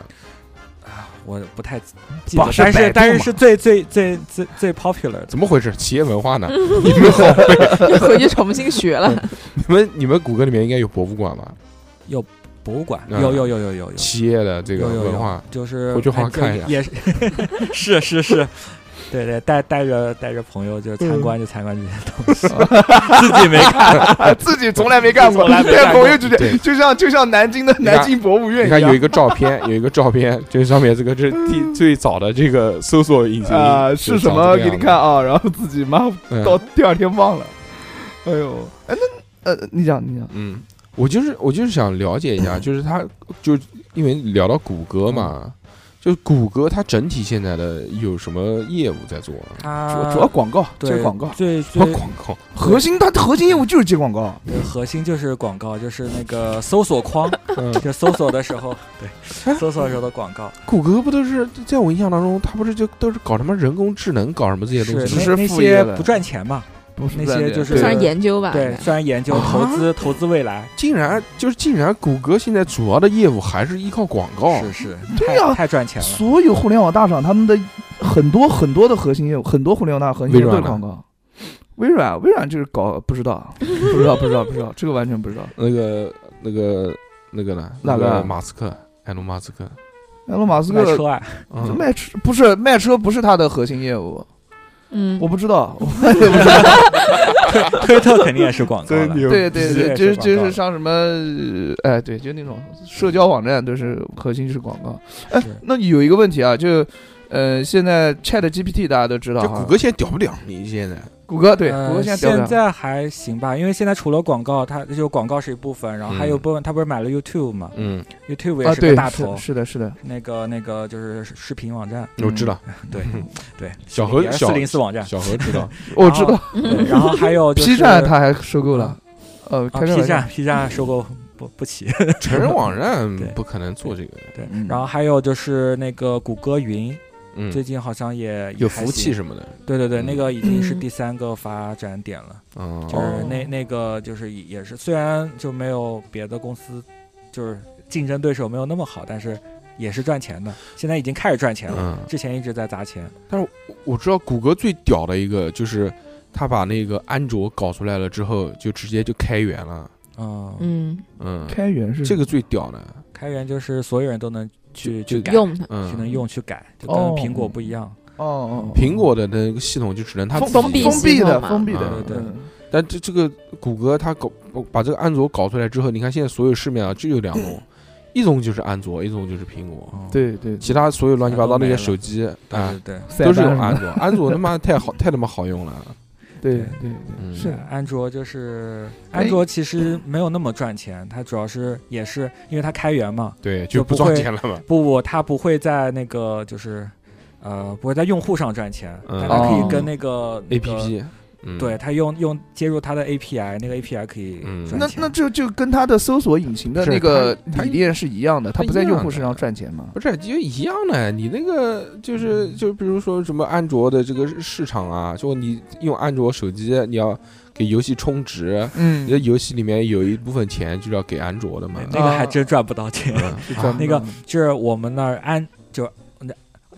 D: 啊，我不太记得
B: 不，是
D: 但
B: 百
D: 是
B: 度
D: 但
B: 嘛
D: 是是最最最最最 popular 的，
A: 怎么回事？企业文化呢？ 你们好，
C: 回去重新学了。
A: 你们你们谷歌里面应该有博物馆吧？
D: 博物馆
A: 嗯
D: 有有有有有有
A: 企业的这个
D: 有有
A: 文
D: 有
A: 化，，
D: 就是
A: 回去好好
D: 哎就
A: 看一下
D: 也是 是是是，对对，带带着带着朋友就是参
A: 嗯
D: 观就参观这些 东西，自己没看
B: 自己从来没干过，
D: 从来没干
B: 带
D: 过
B: 朋友之
A: 对
B: 间，就像就像南京的
A: 你看
B: 南京博物院
A: 你
B: 一
A: 看有一嗯
B: 样
A: 个照 片，有一个照片，就是上面这个这是第最早的这个搜索引擎
B: 啊，是什么？给你看
A: 啊，
B: 啊，然后自己妈
A: 嗯
B: 到第二天忘了。哎呦，哎那呃，你讲你讲，
A: 嗯，我就是我就是想了解一下，就是它就因为聊到谷歌嘛，就谷歌它整体现在的有什么业务在做啊？
D: 它
B: 主主要广告，接
D: 对
B: 广告，
D: 最
A: 什么
D: 最
A: 广告？
B: 核心它的核心业务就是接广告。
D: 对核心就是广告，就是那个搜索框，
A: 嗯，
D: 就搜索的时候，对
A: 哎
D: 搜索的时候的广告，
A: 谷歌不都是在我印象当中，它不是就都是搞什么人工智能，搞什么这些东西
D: 是
A: 吗？
B: 是
D: 那那
B: 副业
D: 些
B: 的
D: 不赚钱嘛，
B: 不是
D: 那
B: 赚
D: 些
B: 钱
D: 就是
B: 对
C: 算是研究吧，
D: 对，
C: 应
D: 虽然研究
A: 啊
D: 投资投资未来，
A: 竟然就是竟然谷歌现在主要的业务还是依靠广告，
D: 是是，
B: 对
D: 太
B: 呀
D: 太赚钱了。
B: 所有互联网大厂他们的很多很多的核心业务，很多互联网大核心业务
A: 微
B: 都是
A: 软
B: 广告。微软，微软就是搞不知道，不知道，不知道，不知道，这个完全不知道。
A: 那个那个那个呢？
B: 哪个
A: 那马斯克，埃隆马斯克，
B: 埃隆马斯
D: 卖
B: 克
D: 车啊，
A: 嗯，
B: 卖车不是卖车，不是他的核心业务，
C: 嗯
B: 我，不知道，我也不知道。
D: 推特肯定也是广告了。
A: 牛
B: 对 对对，
D: 也
B: 就是是就
D: 广告
B: 是像什么，呃哎，对，就那种社交网站都是核心是广告。哎
D: 是，
B: 那有一个问题啊，就呃，现在 Chat GPT 大家都知道
A: 这
B: 哈，
A: 谷歌现在屌不屌？你现在
B: 谷歌对，
D: 呃
B: 谷歌现在屌
D: 现
B: 的
D: 在还行吧，因为现在除了广告，它就广告是一部分，然后还有
A: 嗯
D: 部分，他不是买了 YouTube 嘛
A: 嗯，
D: ，YouTube
B: 啊，
D: 也是
B: 对
D: 个大，头啊
B: 是，是的，是的，
D: 那个那个就是视频网站，
A: 我知道，
D: 对对，
A: 嗯小何
D: 也是
A: 小
D: 四零四网站，
A: 小何知道，
B: 我知道
C: 嗯
D: 对然后 还有就是
B: ，P 站他还收购了，呃，
D: 啊
B: 开个
D: ，P
B: 玩笑
D: 站 P 站收购不不起，
A: 成人网站
D: 对
A: 不可能做这个，
D: 对
B: 嗯，
D: 然后还有就是那个谷歌云，
A: 嗯，
D: 最近好像也
A: 有服务器，
D: 也还行
A: 什么的，
D: 对对对，
A: 嗯
D: 那个已经是
C: 嗯
D: 第三个发展点了，
A: 嗯，
D: 就是那那个就是也是虽然就没有别的公司，就是竞争对手没有那么好，但是也是赚钱的，现在已经开始赚钱了，
A: 嗯，
D: 之前一直在砸钱，
A: 我知道谷歌最屌的一个就是他把那个安卓搞出来了之后，就直接就开源了，
D: 嗯，
C: 嗯，
A: 嗯，
B: 开源是
A: 这个最屌的，
D: 开源就是所有人都能去
A: 就
D: 去改，
C: 用它，
A: 嗯
D: 去，能用去改，就跟
B: 哦
D: 苹果不一样，
B: 哦哦，
A: 苹果的那个系统就只能他
B: 封
A: 自
B: 封
A: 己
B: 闭
A: 用
C: 系
B: 闭的
C: 统嘛
B: 封闭的，
A: 嗯
D: 啊对对
B: 嗯
A: 但这这个谷歌它搞把这个安卓搞出来之后，你看现在所有市面啊就有两种，一种就是安卓，一种就是苹果，
D: 嗯，
B: 对对，
A: 其他所有乱七八糟那些手机啊
D: 对嗯对
B: 塞
A: 都是
B: 班
A: 用
B: 什么
A: 安
B: 的
A: 卓，安卓他妈太好 太他妈好用了，嗯
B: 对对
D: 对
B: 对，是
D: 对，
B: 的
D: 安卓就是
B: 哎
D: 安卓其实没有那么赚钱，它主要是也是因为它开源嘛，
A: 对，
D: 就
A: 就不
D: 不
A: 赚
D: 会
A: 钱了嘛，
D: 不不，它不会在那个就是，呃，不会在用户上赚钱，
A: 嗯
D: 但它可
B: 哦
D: 以跟那个、
A: A
D: 那个
A: P P，嗯，
D: 对，它用用接入它的 API，那个 API 可以
A: 嗯
D: 赚
B: 那
D: 钱。
B: 那就就跟它的搜索引擎的
A: 是
B: 那个
A: 它
B: 理念是一样的，它
A: 它
B: 不在
A: 一
B: 用
A: 样
B: 户
A: 的
B: 身上赚钱嘛。
A: 不是，就一样的。你那个就是就比如说什么安卓的这个市场啊，就你用安卓手机，你要给游戏充值，你
B: 嗯
A: 的游戏里面有一部分钱就是要给安卓的嘛
D: 那。那个还
B: 啊
D: 真赚不到钱，
A: 嗯
B: 是专
A: 啊
B: 门
D: 那个
B: 的
D: 就是我们那儿安就那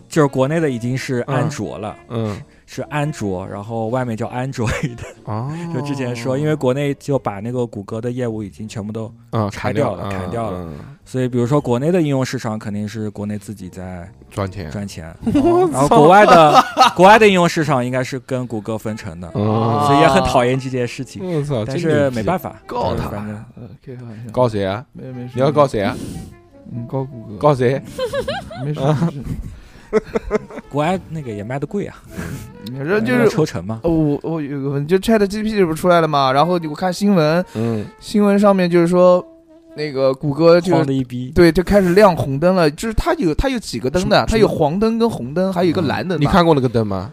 D: 就是国内的已经是安卓了，
A: 嗯
D: 是安卓，然后外面叫安卓的。
A: 啊，
D: 就之前说，因为国内就把那个谷歌的业务已经全部都，
A: 啊
D: 裁
A: 砍
D: 掉
A: 了嗯
D: 了砍掉了
A: 了，
D: 所以比如说国内的应用市场肯定是国内自己在
A: 赚钱。
D: 赚钱，
A: 我
D: 然后国外的国外的应用市场应该是跟谷歌分成的，
A: 嗯
D: 所以也
B: 啊
D: 很讨厌这件事
C: 嗯
D: 情。
A: 我操，
D: 但是没办
A: 法，
D: 法，
B: 告
D: 对
B: 他
D: 反正
B: 呃，开个玩笑，
A: 告谁啊？
B: 没没事，
A: 你要告谁啊？
B: 嗯告谷歌，
A: 告谁？
B: 没事没事，
D: 国外那个也卖的贵啊，
B: 你说就
D: 因为
B: 是
D: 抽成嘛。
B: 哦，我我有个问题，就 Chat GPT 不是出来了嘛？然后我看新闻，
A: 嗯
B: 新闻上面就是说，那个谷歌就
D: 慌的一逼，
B: 对就开始亮红灯了，就是它有它有几个灯的，它有黄灯跟红灯，还有一个蓝灯嘛。
A: 你看过那个灯吗？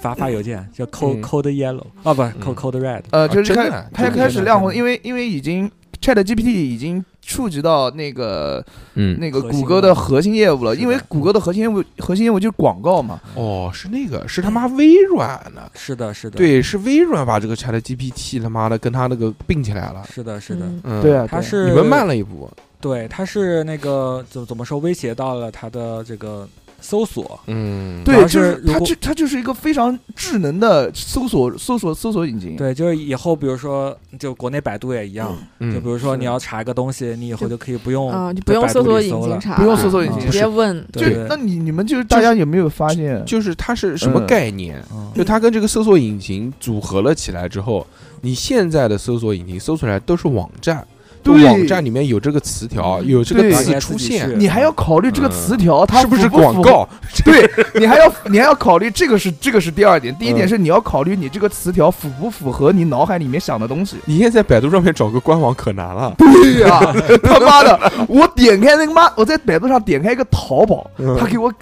D: 发发邮件叫 code
A: 嗯
D: code yellow 啊，不 code code red，
B: 呃，就是
A: 真的
B: 开
A: 真的
B: 它
D: 真的
B: 开始
D: 真的
B: 亮红，
D: 真的
B: 因为因为已经 Chat GPT 已经触及到那个
A: 嗯，
B: 那个
D: 核心
B: 谷歌的
D: 了
B: 核心业务了，
D: 是的
B: 因为谷歌的核心业务核心业务就是广告嘛。
A: 哦，是那个，是他妈微软的。
D: 是的，是的，，
A: 对，是微软把这个 Chat GPT 他妈的跟他那个并起来了。
D: 是的，是的，
C: 嗯
A: 嗯，
B: 对，啊，
D: 它
B: 对啊
D: 是
A: 你们慢了一步。
D: 对，它是那个怎么怎么说，威胁到了它的这个搜索，
A: 嗯，
D: 主
B: 对，
D: 要
B: 就是是
D: 如
B: 它
D: 果
B: 就它就是一个非常智能的搜索搜索搜索引擎。
D: 对，就是以后比如说就国内百度也一样，就比
A: 嗯，
D: 如说
B: 是
D: 你要查一个东西，你以后就可以不用
C: 啊，你不
D: 在
C: 用
D: 百
C: 搜
D: 度
C: 索
D: 里
C: 引
D: 搜
C: 擎
D: 了，
C: 查，
B: 不用搜索引
D: 嗯
B: 擎
C: 直，接问，
D: 对
B: 就
D: 对
B: 那你你们就是
A: 就
B: 大
A: 是
B: 家有没有发现？
A: 就是它是什么
B: 嗯
A: 概念？
D: 嗯
A: 就它跟这个搜索引擎组合了起来之后，你现在的搜索引擎搜出来都是网站，就
B: 对
A: 网站里面有这个词条，有这个
B: 对
A: 词出现，
D: 是
B: 你还要考虑这个词条，嗯它
A: 是不是
B: 符符合
A: 广？告？
B: 对你还要你还要考虑这个是这个是第二点，第一点是你要考虑你这个词条符不符合你脑海里面想的东西。
A: 你现在在百度上面找个官网可难了。
B: 对哎呀、他妈的，我点开那个妈，我在百度上点开一个淘宝，他给我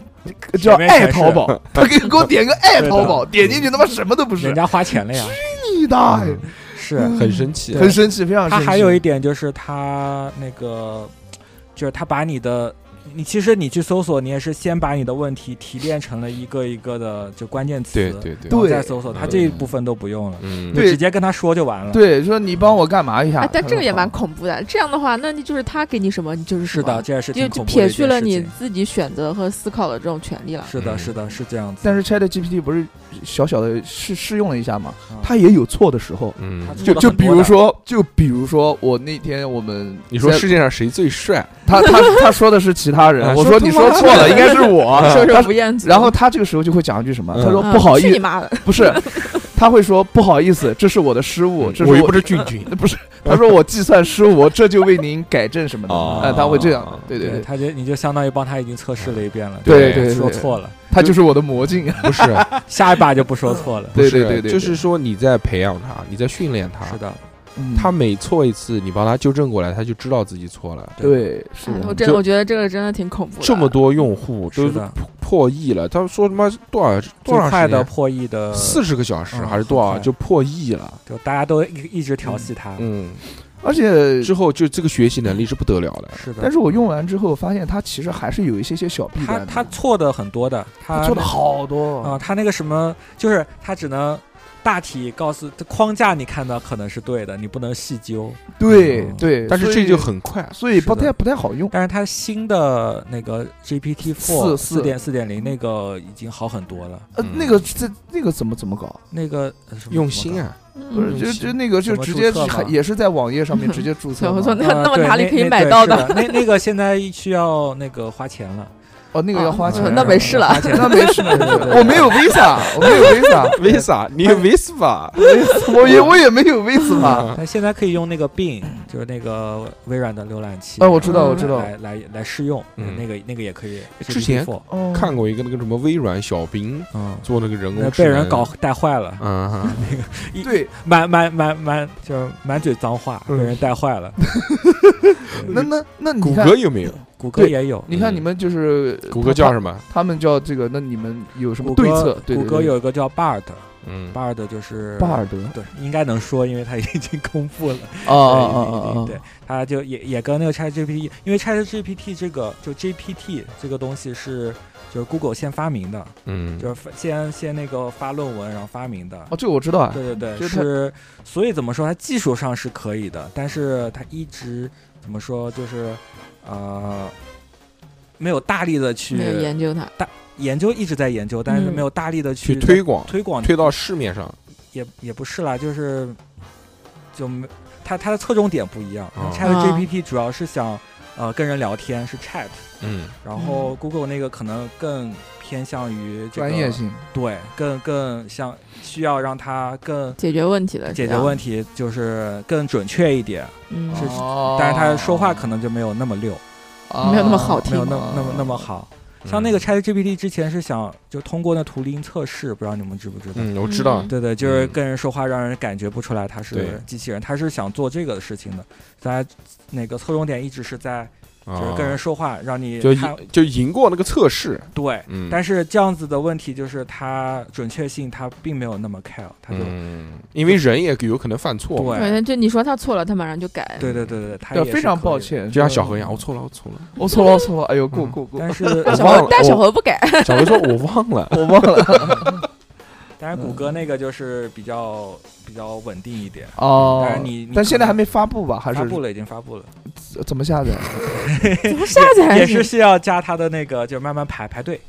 B: 叫
D: 嗯前面全
B: 爱
D: 是
B: 淘宝， 他给给我点个爱淘宝，点进去他妈什么都不
D: 嗯人
B: 是，
D: 家花钱了呀，
B: 你大爷，
D: 是。
B: 嗯
A: 很生气，
B: 很生气，非常生
D: 它
B: 气。
D: 还有一点就是它那个，就是它把你的，你其实你去搜索，你也是先把你的问题提炼成了一个一个的就关键词，
A: 对对嗯对
D: 然后
B: 对
D: 再搜索，它这一部分都不用了，
A: 嗯，
D: 就
B: 对
D: 直接跟他说就完了。，
B: 对说你帮我干嘛一下？
C: 哎，但这个也蛮
B: 他说好
C: 恐怖的。这样的话，那你就是他给你什么，你就是
D: 是
C: 什
D: 的，
C: 么，
D: 这也是
C: 就
D: 挺
C: 就
D: 恐怖的
C: 撇
D: 一件
C: 去了你
D: 事情
C: 自己选择和思考的这种权利了。
D: 是
A: 嗯
D: 的，是的，是这样子。
B: 但是 Chat GPT 不是小小的试试用了一下嘛，
D: 啊
B: 它也有错的时候。
A: 嗯
D: 他，
B: 就
D: 做了
B: 就
D: 很
B: 比
D: 多
B: 如
D: 的
B: 说，就比如说，我那天我们
A: 你说
B: 在
A: 世界上谁最帅？
B: 他他他说的是其他人
A: 啊，
B: 我
A: 说
B: 说你说错 了，应该是我。
C: 收
B: 他
C: 手不厌足。
B: 然后他这个时候就会讲一句什么？
A: 嗯
B: 他说
C: 嗯
B: 不好意
C: 去你
B: 思，
C: 妈的！
B: 不是，他会说不好意思，这是我的失误，这
A: 嗯
B: 是
A: 我又不是俊 俊。
B: 不是，他说我计算失误，这就为您改正什么的，呃
A: 哦
B: 哎，他会这样的，对
D: 对
B: 对对，
D: 他就你就相当于帮他已经测试了一遍了，
A: 对
D: 他
B: 对对
D: 说错了，
B: 它就是我的魔镜。
A: 不是，
D: 下一把就不说 错了。
A: 不是
B: 对对对对
A: 就是说你在培养他，你在训练他
D: 是，的，
B: 嗯
A: 他每错一次，你帮他纠正过来，他就知道自己错了。
B: 对是
C: 哎我
B: 的，
C: 真
A: 就
C: 的我觉得这个真的挺恐怖的。
A: 这么多用户都
D: 是的
A: 破破亿了，他说他妈多少
D: 最
A: 多少
D: 快的破译的，
A: 四十个小时
D: 嗯
A: 还是多
D: 很
A: 少
D: 快
A: 就破亿了。
D: 就大家都一一直调戏他。
A: 嗯，
B: 而且
A: 之后就这个学习能力是不得了的。
D: 是的，
B: 但是我用完之后发现它其实还是有一些些小弊端
D: 他
B: 的。
D: 他错的很多的，他
B: 它做的好多
D: 啊、他那个什么，就是他只能大体告诉框架，你看到可能是对的，你不能细究。
B: 对
D: 嗯
B: 对，
A: 但是
B: 所
A: 这
B: 以
A: 就很快，
B: 所以不
D: 是的
B: 太不太好用。
D: 但是他新的那个 GPT
B: 四
D: Four
B: 四
D: 四点四点零那个已经好很多了，
B: 呃，
A: 嗯
B: 那个这那个怎么怎么搞？
D: 那个呃什么
A: 用心！ 啊，
B: 不是，
C: 嗯，
B: 就
D: 行
B: 就那个就
D: 怎么
B: 直
D: 注
B: 接
D: 册
B: 还
D: 吗
B: 也是在网页上面直接注册
C: 所以我
B: 吗。
C: 说
D: 什
C: 那
D: 么的
C: 那么
D: 呃
C: 哪
D: 对
C: 里可以
D: 那
C: 买
D: 对
C: 到
D: 是
C: 的？
D: 的？那那个现在需要那个花钱了，
B: 哦，那个要
C: 哦
B: 花钱
C: 嗯
B: 的，
C: 那没事了
D: 花钱
B: 那没事，没事
D: 对对对
B: 我没有 Visa，我没有 Visa，
A: 为 啥？你有 Vespa？
B: 我也我也没有 Visa。
A: 嗯
D: 但现在可以用那个 Bing，就是那个微软的浏览器。
B: 啊，我知道，
C: 嗯
B: 我知道。
D: 来来来试用，
A: 嗯
D: 那个那个也可以。
A: 之前
D: GPT-4
B: 哦
A: 看过一个那个什么微软小冰
D: 嗯，
A: 做那个人
D: 那
A: 工，
D: 被人搞，带坏了，
A: 嗯哼，
D: 一
B: 对，
D: 满满满满就是满嘴脏话，被
A: 嗯
D: 人带坏 了。
B: 那那那你
A: 谷
B: 看
A: 歌，有没有？
D: 嗯谷歌也有，
B: 你看
A: 嗯
B: 你们就是
A: 谷歌叫
B: 么？
A: 什么？
B: 他们叫这个，那你们有什么
D: 谷
B: 对
D: 歌
B: 策？对
D: 谷
B: 对
D: 歌
B: 对
D: 有一个叫 Bard，Bard
A: 嗯，
D: 就是
B: 巴尔德
D: 对，应该能说，因为它已经公布了。
B: 啊啊啊啊啊！
D: 对对，它就也也跟那个 ChatGPT，因为 ChatGPT 这个就 GPT 这个东西是就是 Google 先发明的，
A: 嗯，
D: 就是发先先那个发论文然后发明的。
B: 哦，这个我知道啊。
D: 对对对，
B: 就是它
D: 是，所以怎么说，它技术上是可以的，但是它一直怎么说，就是呃，没有大力的去
C: 没有研究它，
D: 研究，一直在研究，但是
C: 嗯
D: 没有大力的
A: 去
D: 再
A: 推广，
D: 推广
A: 推到市面上。
D: 也也不是啦，就是就没它它的侧重点不一样。
A: 哦
D: Chat GPT 主要是想呃跟人聊天是 Chat，
A: 嗯，
D: 然后 Google 那个可能更偏向于、这个、
B: 专业，性，
D: 对，更更像需要让它更
C: 解决问题的
D: 解决问题，就是更准确一点，
C: 嗯，
D: 是
B: 哦
D: 但是它说话可能就没有那么溜，
B: 啊
A: 哦
C: 没有那么好听
D: 没有那么那么那么好。
A: 嗯
D: 像那个 Chat GPT 之前是想就通过那图灵测试，不知道你们知不知道？
A: 嗯，我知道
C: 嗯，
D: 对对，就是
A: 嗯
D: 跟人说话，让人感觉不出来他是
A: 对
D: 机器人，他是想做这个事情的。大家那个侧重点一直是在就是跟人
A: 啊
D: 说话，让你
A: 就
D: 看
A: 赢就赢过那个测试，
D: 对。
A: 嗯，
D: 但是这样子的问题就是它准确性它并没有那么 care，它就
A: 嗯，因为人也有可能犯错嘛，
D: 对
C: 反正就你说他错了，他马上就改。
D: 对对对对，对它
B: 对
D: 也，是
B: 非常
D: 可以
B: 抱
D: 的。
B: 歉，
A: 就像小何一样，我错了，我错 了。
B: 我错了，我错了，哎呦，过
A: 嗯
B: 过过，
D: 但是
A: 我
C: 小
A: 忘
C: 猴
A: 了
C: 但小
A: 我
C: 猴不改，
A: 小何说：“我忘了。
B: 我忘了
D: 但是谷
B: 嗯
D: 歌那个就是比较比较稳定一点。
B: 哦
D: 但是。你你
B: 但现在还
D: 可能
B: 没发布吧？还
D: 发
B: 是
D: 布了，已经发布了，
B: 怎么下载？
C: 怎么下
B: 哎
C: 载
D: 也是需要加它的那个，就是慢慢排排队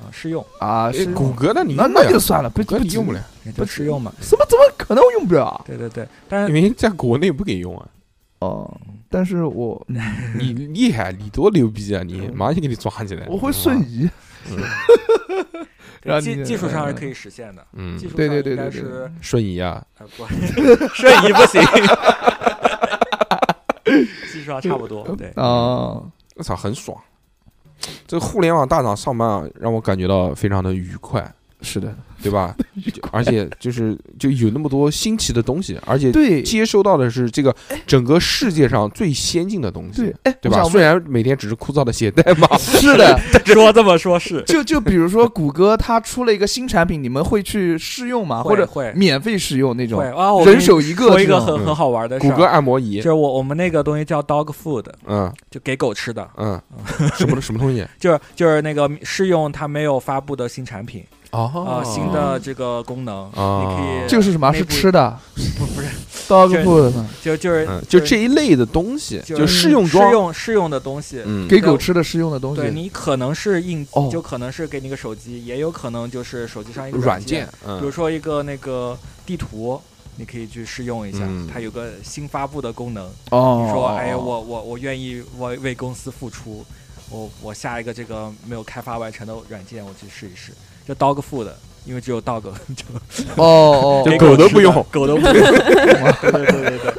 D: 啊试用，
B: 啊，
A: 哎
B: 是”
A: 谷歌那你
B: 那
A: 用不
B: 那
A: 了
B: 就算了，不
A: 谷歌
B: 不
A: 你用不
B: 了。
A: 了，
D: 也就试用嘛。
B: 什么？怎么可能用不了啊？
D: 对对对，但是
A: 因为在国内不给用啊。
B: 哦，但是我
D: 嗯
A: 你厉害，你多牛逼啊！你马上就给你抓起来。
B: 我会瞬移，
A: 嗯
B: 让
D: 技
B: 你
D: 技术上是可以实现的，
A: 嗯
D: 技，术
B: 对
D: 上
B: 对对
D: 应该
B: 对对
D: 是
A: 瞬移啊，
D: 呃不 瞬移不行，技术上差不多， 对，
B: 啊，
A: 我操，很爽。这个互联网大厂上班啊，让我感觉到非常的愉快，
B: 是的，
A: 对 吧？就而且就是就有那么多新奇的东西，而且
B: 对
A: 接收到的是这个
D: 哎
A: 整个世界上最先进的东西
B: 对，，哎，
A: 对
B: 我
A: 吧？
B: 想
A: 虽然每天只是枯燥的写代码，
B: 是的，
D: 说这么说是
B: 就就比如说谷歌它出了一个新产品，你们会去试用吗？
D: 会
B: 或者
D: 会
B: 免费试用那种
D: 会？啊，我跟
B: 人
D: 你
B: 手一嗯个
D: 说
B: 这
D: 一个
B: 种，
D: 很很好玩的事
A: 谷
D: 儿，
A: 歌按摩
D: 就
A: 仪，
D: 是我我们那个东西叫 dog food，
A: 嗯
D: 就给狗吃的，
A: 嗯，什 么什么东西？
D: 就是就是那个试用它没有发布的新产品啊，
A: 哦
D: 新的这个功能，
A: 哦
D: 你可以
B: 这个是什么？
D: 内
B: 是
D: 部
B: 吃的
D: 不不是
B: ，dog
D: 这
B: food
D: 就就是
A: 嗯，就这一类的东西，
D: 就
A: 就是试用装
D: 试，用试用的东西，
A: 嗯，
B: 给狗吃的适用的东
D: 对
B: 西。
D: 你可能是硬
B: 哦，
D: 就可能是给你个手机，也有可能就是手机上一个
A: 软
D: 件
A: 件，，
D: 比如
A: 嗯，
D: 说一个那个地图，你可以去试用一下
A: 嗯，
D: 它有个新发布的功能，
B: 哦
D: 你说哎，我我我愿意为为公司付出，我我下一个这个没有开发完成的软件，我去试一试，就 dog food。因为只有 dog 就
B: 哦哦，
D: 给
A: 就狗都
D: 吃的
A: 不用
D: 狗都不用。对对对对对，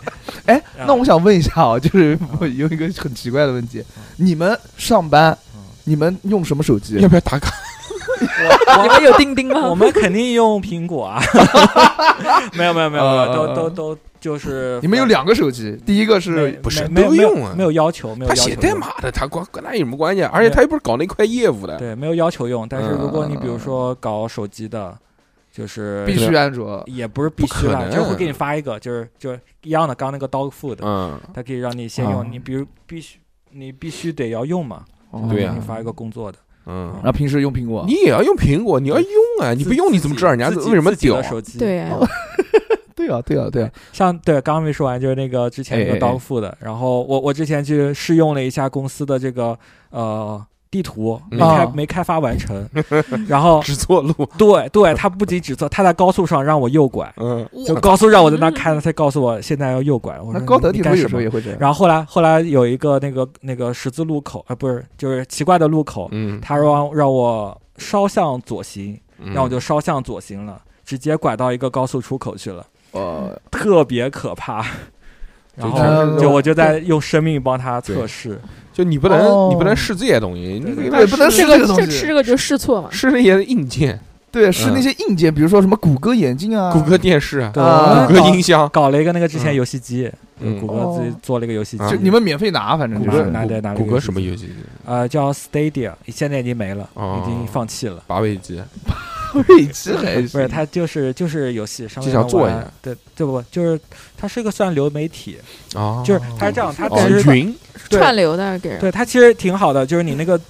B: 哎，
D: 啊
B: 那我想问一下啊，就是我有一个很奇怪的问题，你们上班
D: 嗯，
B: 你们用什么手机
A: 要？不要打卡？
D: 我
C: 你们有钉钉
D: 我
C: 吗？
D: 们肯定用苹 果啊，没有没有没有，没
A: 呃
D: 有都都都就是
B: 你们有两个手机，第一个
D: 没
B: 是
A: 不是
D: 没有
A: 都
D: 没有
A: 用啊
D: 没有要求，没有
A: 他
D: 要求
A: 写代
D: 用
A: 码的，他管跟他有什么关系啊？而且他又不是搞那块业务的，
D: 对，没有要求用。但是如果你比如
B: 嗯
D: 说搞手机的，就是
B: 必须安卓，
D: 也不是必须
A: 啊不可
D: 了，
A: 能
D: 就是会给你发一个，就是就是一样的，刚刚那个 dog food，
A: 嗯，
D: 它可以让你先用，
B: 啊
D: 你比如必须你必须得要用嘛，
A: 对
D: 给
A: 啊
D: 你发一个工作的，
A: 嗯
B: 哦然，后平时用苹果，
A: 你也要用苹果，你要用啊，你不用你怎么知道人家
D: 自己
A: 为什么
D: 自己
A: 屌
D: 的
A: 啊？
D: 手 机？
C: 对啊
D: 嗯
B: 对啊，对啊，对啊，
D: 像对，刚刚没说完，就是那个之前那
B: 哎哎
D: 个
B: 哎
D: dog food 的，然后我我之前去试用了一下公司的这个呃。地图没开、
B: 嗯
D: 没开发完成， 然后
A: 只错路，
D: 对对，它不仅指错，它在高速上让我右拐，
A: 嗯，
D: 就高速让我在那儿开呢，他告诉我现在要右拐。我说
B: 那高德
D: 你
B: 地图
D: 你干
B: 有
D: 什
B: 时候
D: 么？
B: 也会这样。
D: 然后后来后来有一个那个那个十字路口啊、呃不是就是奇怪的路口，
A: 嗯，
D: 他让让我稍向左行，
A: 然
B: 嗯
D: 然后我就稍向左行了，直接拐到一个高速出口去了，
B: 呃，
D: 特别可怕。然
A: 全
D: 后
A: 是
D: 就我就在用生命帮他测试，
A: 就你不能、
B: 哦
A: 你不能试这些东西，你
D: 对
A: 给
D: 对
A: 他
B: 对，不能
A: 试
B: 试
C: 这
B: 这
C: 个
B: 个东
C: 这
B: 西
C: 吃。这个就是试错嘛。
A: 试那些硬件，
B: 对，是
A: 嗯
B: 那些硬件，比如说什么谷歌眼镜啊，
A: 谷歌电视啊，
D: 对
B: 啊
A: 谷歌音
D: 搞
A: 箱，
D: 搞了一个那个之前游戏机，
A: 嗯
D: 谷歌自己做了一个游戏机
A: 哦，
B: 就你们免费拿，反正
D: 谷
B: 就
D: 歌
B: 是
D: 拿的拿了一
A: 谷
D: 个
A: 歌
D: 游戏
A: 什么
D: 机
A: 游戏机？
D: 呃叫 Stadia，现在已经没了，
A: 哦
D: 已经放弃了。
A: 八位机，
B: 配置还
D: 不是，
B: 行
D: 它就是就是游戏上
A: 就
D: 面
A: 想
D: 能
A: 做一
D: 玩
A: 下，
D: 对对不？就是它是一个算流媒体，
A: 哦，
D: 就是它是这样，它
A: 哦
D: 其实
A: 云，
C: 串
D: 对
C: 流的给人，
D: 对它其实挺好的，就是你那个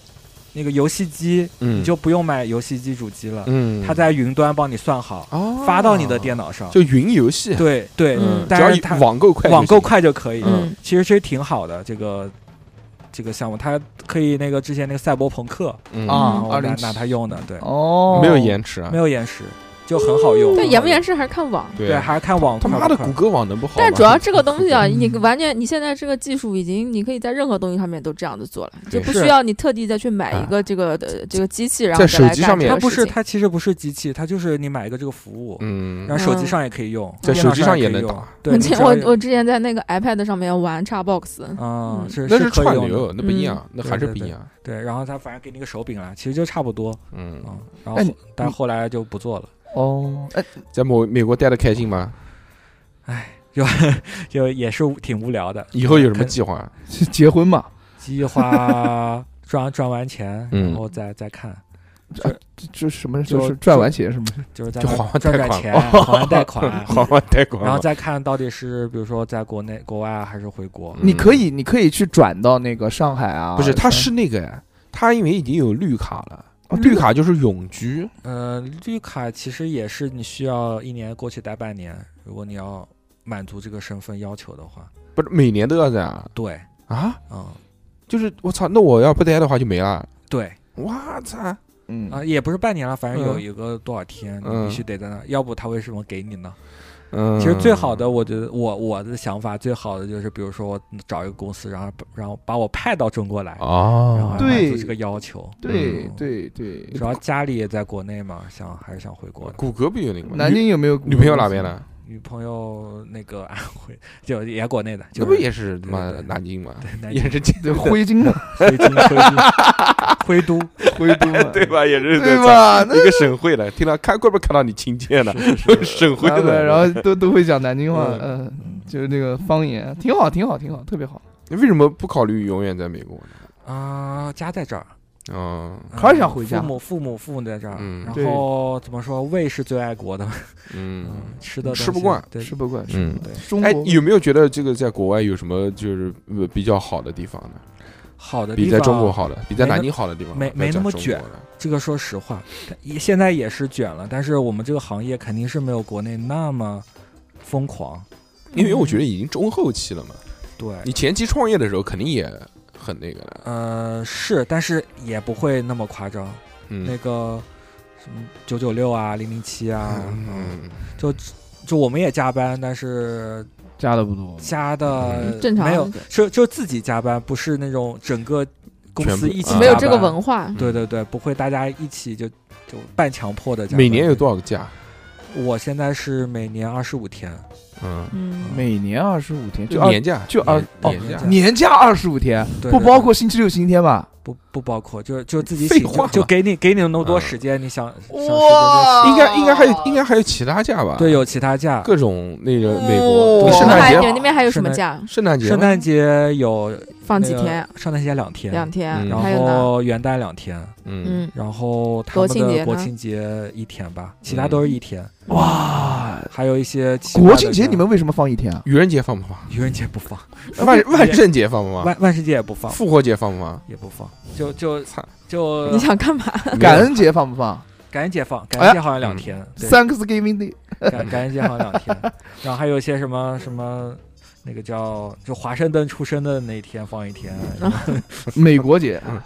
D: 那个游戏机，
A: 嗯，
D: 你就不用买游戏机主机了，
A: 嗯，
D: 它在云端帮你算好，
A: 哦
D: 发到你的电脑上。
A: 就云游戏，
D: 对对
C: 嗯，
A: 只要
D: 但是
A: 一
D: 它
A: 网购快就行，
D: 网购快就可以
C: 嗯，
D: 其实其实挺好的这个。这个项目，它可以那个之前那个赛博朋克，
A: 嗯
B: 啊
D: 然后拿
B: 2077
D: 拿它用的，对，
B: 哦，
A: 没有延迟啊
D: 没，有延时，就很好用。
C: 但严不严实还是看网。
A: 对
D: 对，
A: 啊，
D: 还是看网
A: 他
D: 快
A: 妈
D: 不
A: 的
D: 快
A: 谷歌网能不好吗？
C: 但主要这个东西啊，
B: 嗯
C: 你完全你现在这个技术已经，你可以在任何东西上面都这样子做了，
A: 对
C: 就不
D: 是
C: 需要你特地再去买
A: 啊
C: 一个这个的这个机器，然
A: 在
C: 后
A: 手
C: 再来
A: 机
C: 干
A: 上面
C: 这
D: 它
C: 个
D: 不
C: 事
D: 是，
C: 情
D: 它其实不是机器，它就是你买一个这个服务，
A: 嗯
D: 然后手机上也可以用，
A: 在
D: 电脑
A: 手机上也
D: 可以
A: 能
D: 用
A: 打
D: 对，
C: 我
D: 你
C: 前
D: 只要
C: 我
D: 有
C: 我之前在那个 iPad 上面玩 Xbox，
D: 啊，
C: 嗯
D: 是
A: 那是
D: 可以
A: 串
D: 用的
A: 流，那不一样，那还是
D: 对
A: 不
D: 对
A: 一
D: 对
A: 样，
D: 对，然后它反正给你个手柄了，其实就差不多
A: 嗯，
D: 啊。然
B: 哎
D: 后
B: 你
D: 后但后来就不做了，
B: 哦，哎，
A: 在美美国待的开心吗？
D: 哎就 也是挺无聊的。
A: 以后有什么
D: 肯
A: 计划？啊
B: 是结婚嘛，
D: 计划赚赚完钱，
A: 嗯
D: 然后再再看，
B: 这这什么
D: 就
B: 就是赚完钱什么的，
D: 就是在
A: 就
D: 那
A: 还完
D: 赚
A: 贷
D: 赚
A: 款，
D: 钱，还完贷 款
A: 好吧，太广了，
D: 哎然后再看到底是比如说在国内、国外还是回国。
A: 嗯
B: 你可以你可以去转到那个上海啊，
A: 不是，他
B: 嗯
A: 是那个，他因为已经有绿卡了，哦绿
B: 绿
A: 卡就是永居，
D: 呃，
A: 嗯
D: 绿卡其实也是你需要一年过去待半年，如果你要满足这个身份要求的话，
A: 不是每年都要这样
D: 对，
A: 啊？
D: 嗯，
A: 就是我操，那我要不待的话就没了。
D: 对啊、
A: 我操，
B: 嗯
A: 啊
D: 也不是半年了，反正有
A: 嗯
D: 一个多少天，
A: 嗯
D: 你必须得在那，要不他为什么给你呢？
A: 嗯，
D: 其实最好的，我觉得我我的想法最好的就是，比如说我找一个公司，然后然后把我派到中国来，然后
A: 哦
D: 来，
B: 对
D: 满足这个要求。
B: 对
D: 嗯
B: 对对，
D: 主要家里也在国内嘛，想还是想回国的。
A: 骨骼不有那个吗
B: 南
A: 女
B: 京有没有
A: 女朋友哪边？的？
D: 女朋友那个安徽，就也国内的，
A: 这
D: 就
A: 不
D: 是
A: 也是他妈
D: 对对对
A: 南京吗？
D: 南
A: 也
D: 京
A: 是这
B: 对，徽金 嘛，
D: 徽金徽金徽都。
B: 徽都嘛，
A: 对吧？也是
B: 对？吧？那
A: 一个省会的，听到看，怪不得看到你亲切呢， 省会
B: 然后
A: 的。
B: 然后都都会讲南京话，
A: 嗯
B: 嗯，就是那个方言，挺好，挺好，挺好，特别好，
A: 你为什么不考虑永远在美国呢？
D: 啊、家在这儿，
A: 嗯
D: 嗯
B: 还是想回家
D: 父母、父母、父母在这儿，
A: 嗯
D: 然
B: 对
D: 后怎么说，胃是最爱国的，
A: 嗯，
D: 嗯，吃的东西
A: 吃不惯，
D: 对，
B: 吃不惯，吃
A: 嗯
B: 不惯，中
A: 哎，
B: 国
A: 有没有觉得这个在国外有什么就是呃比较好的地方呢？
D: 好呃的地
A: 比
D: 方。啊
A: 在中国，好的，比在
D: 没那
A: 南京好的地方好
D: 没
A: 在
D: 没那
A: 中国
D: 么卷
A: 的
D: 这个说实话，也现在也是卷了，但是我们这个行业肯定是没有国内那么疯狂，
A: 因为我觉得已经中后期了嘛。
D: 对，
A: 你前期创业的时候肯定也很那个的，
D: 呃，是，但是也不会那么夸张，那
A: 嗯
D: 个什么九九六啊、零零七啊，
A: 嗯，
D: 就就我们也加班，但是
B: 加的不多，
D: 加的
A: 嗯
C: 正常
D: 没有
C: 对，
D: 就就自己加班，不是那种整个公司
A: 全部
D: 一起
A: 啊
C: 没有
D: 加
C: 这个
D: 班
C: 文化。
D: 对对对，不会大家一起就就半强迫的加班。
A: 每年有多少个假？
D: 我现在是每年二十五天，
A: 嗯，
C: 嗯，
B: 每年二十五天，就
A: 就
B: 二
A: 年假，
B: 就二
A: 年
B: 哦
A: 年假
D: 年
B: 年假二十五天，
D: 对
B: 不
D: 对
B: 包
D: 对
B: 括星期六、星期天吧？
D: 不不包括，就是就自己
A: 废
D: 请
A: 话
D: 就就给你给你那么多
A: 嗯
D: 时间，你想想时间就
E: 哇，
A: 应该应该还
B: 哦
A: 有应该还有其他假吧？
D: 哦对，有其他假，
A: 各种那个美
E: 哦
A: 国
E: 对
A: 圣诞
C: 还你
A: 节，
C: 们那边还有什么
D: 圣
C: 假？
A: 圣诞节
D: 圣
A: 吗，
D: 诞节有
C: 放几
D: 那个
C: 天？
D: 圣诞节两天，
C: 两天
A: 嗯，
C: 还有
D: 然
C: 呢？
D: 后元旦两天，
A: 嗯，
C: 嗯，
D: 然后他
C: 国
D: 们
C: 庆节
D: 的
C: 呢
D: 国庆节一天吧，其他都是一天，
B: 嗯哇，
D: 还有一些奇怪的
B: 国庆节
D: 假
B: 你们为什么放一天啊？
A: 愚人节放不放？
D: 愚人节不放，
A: 万万圣节放不放？
D: 万万圣节也不放，
A: 复活节放不 放？
D: 也不放，就就
A: 操
D: 就
C: 你想干嘛？
B: 感恩节放不放
D: 感恩节放，感
B: 哎
D: 恩节好像两天，对，
B: ？Thanksgiving Day
D: 感感恩节好像两天，然后还有一些什么什么。那个叫就华盛顿出生的那一天放一天，然后
B: 美国节，啊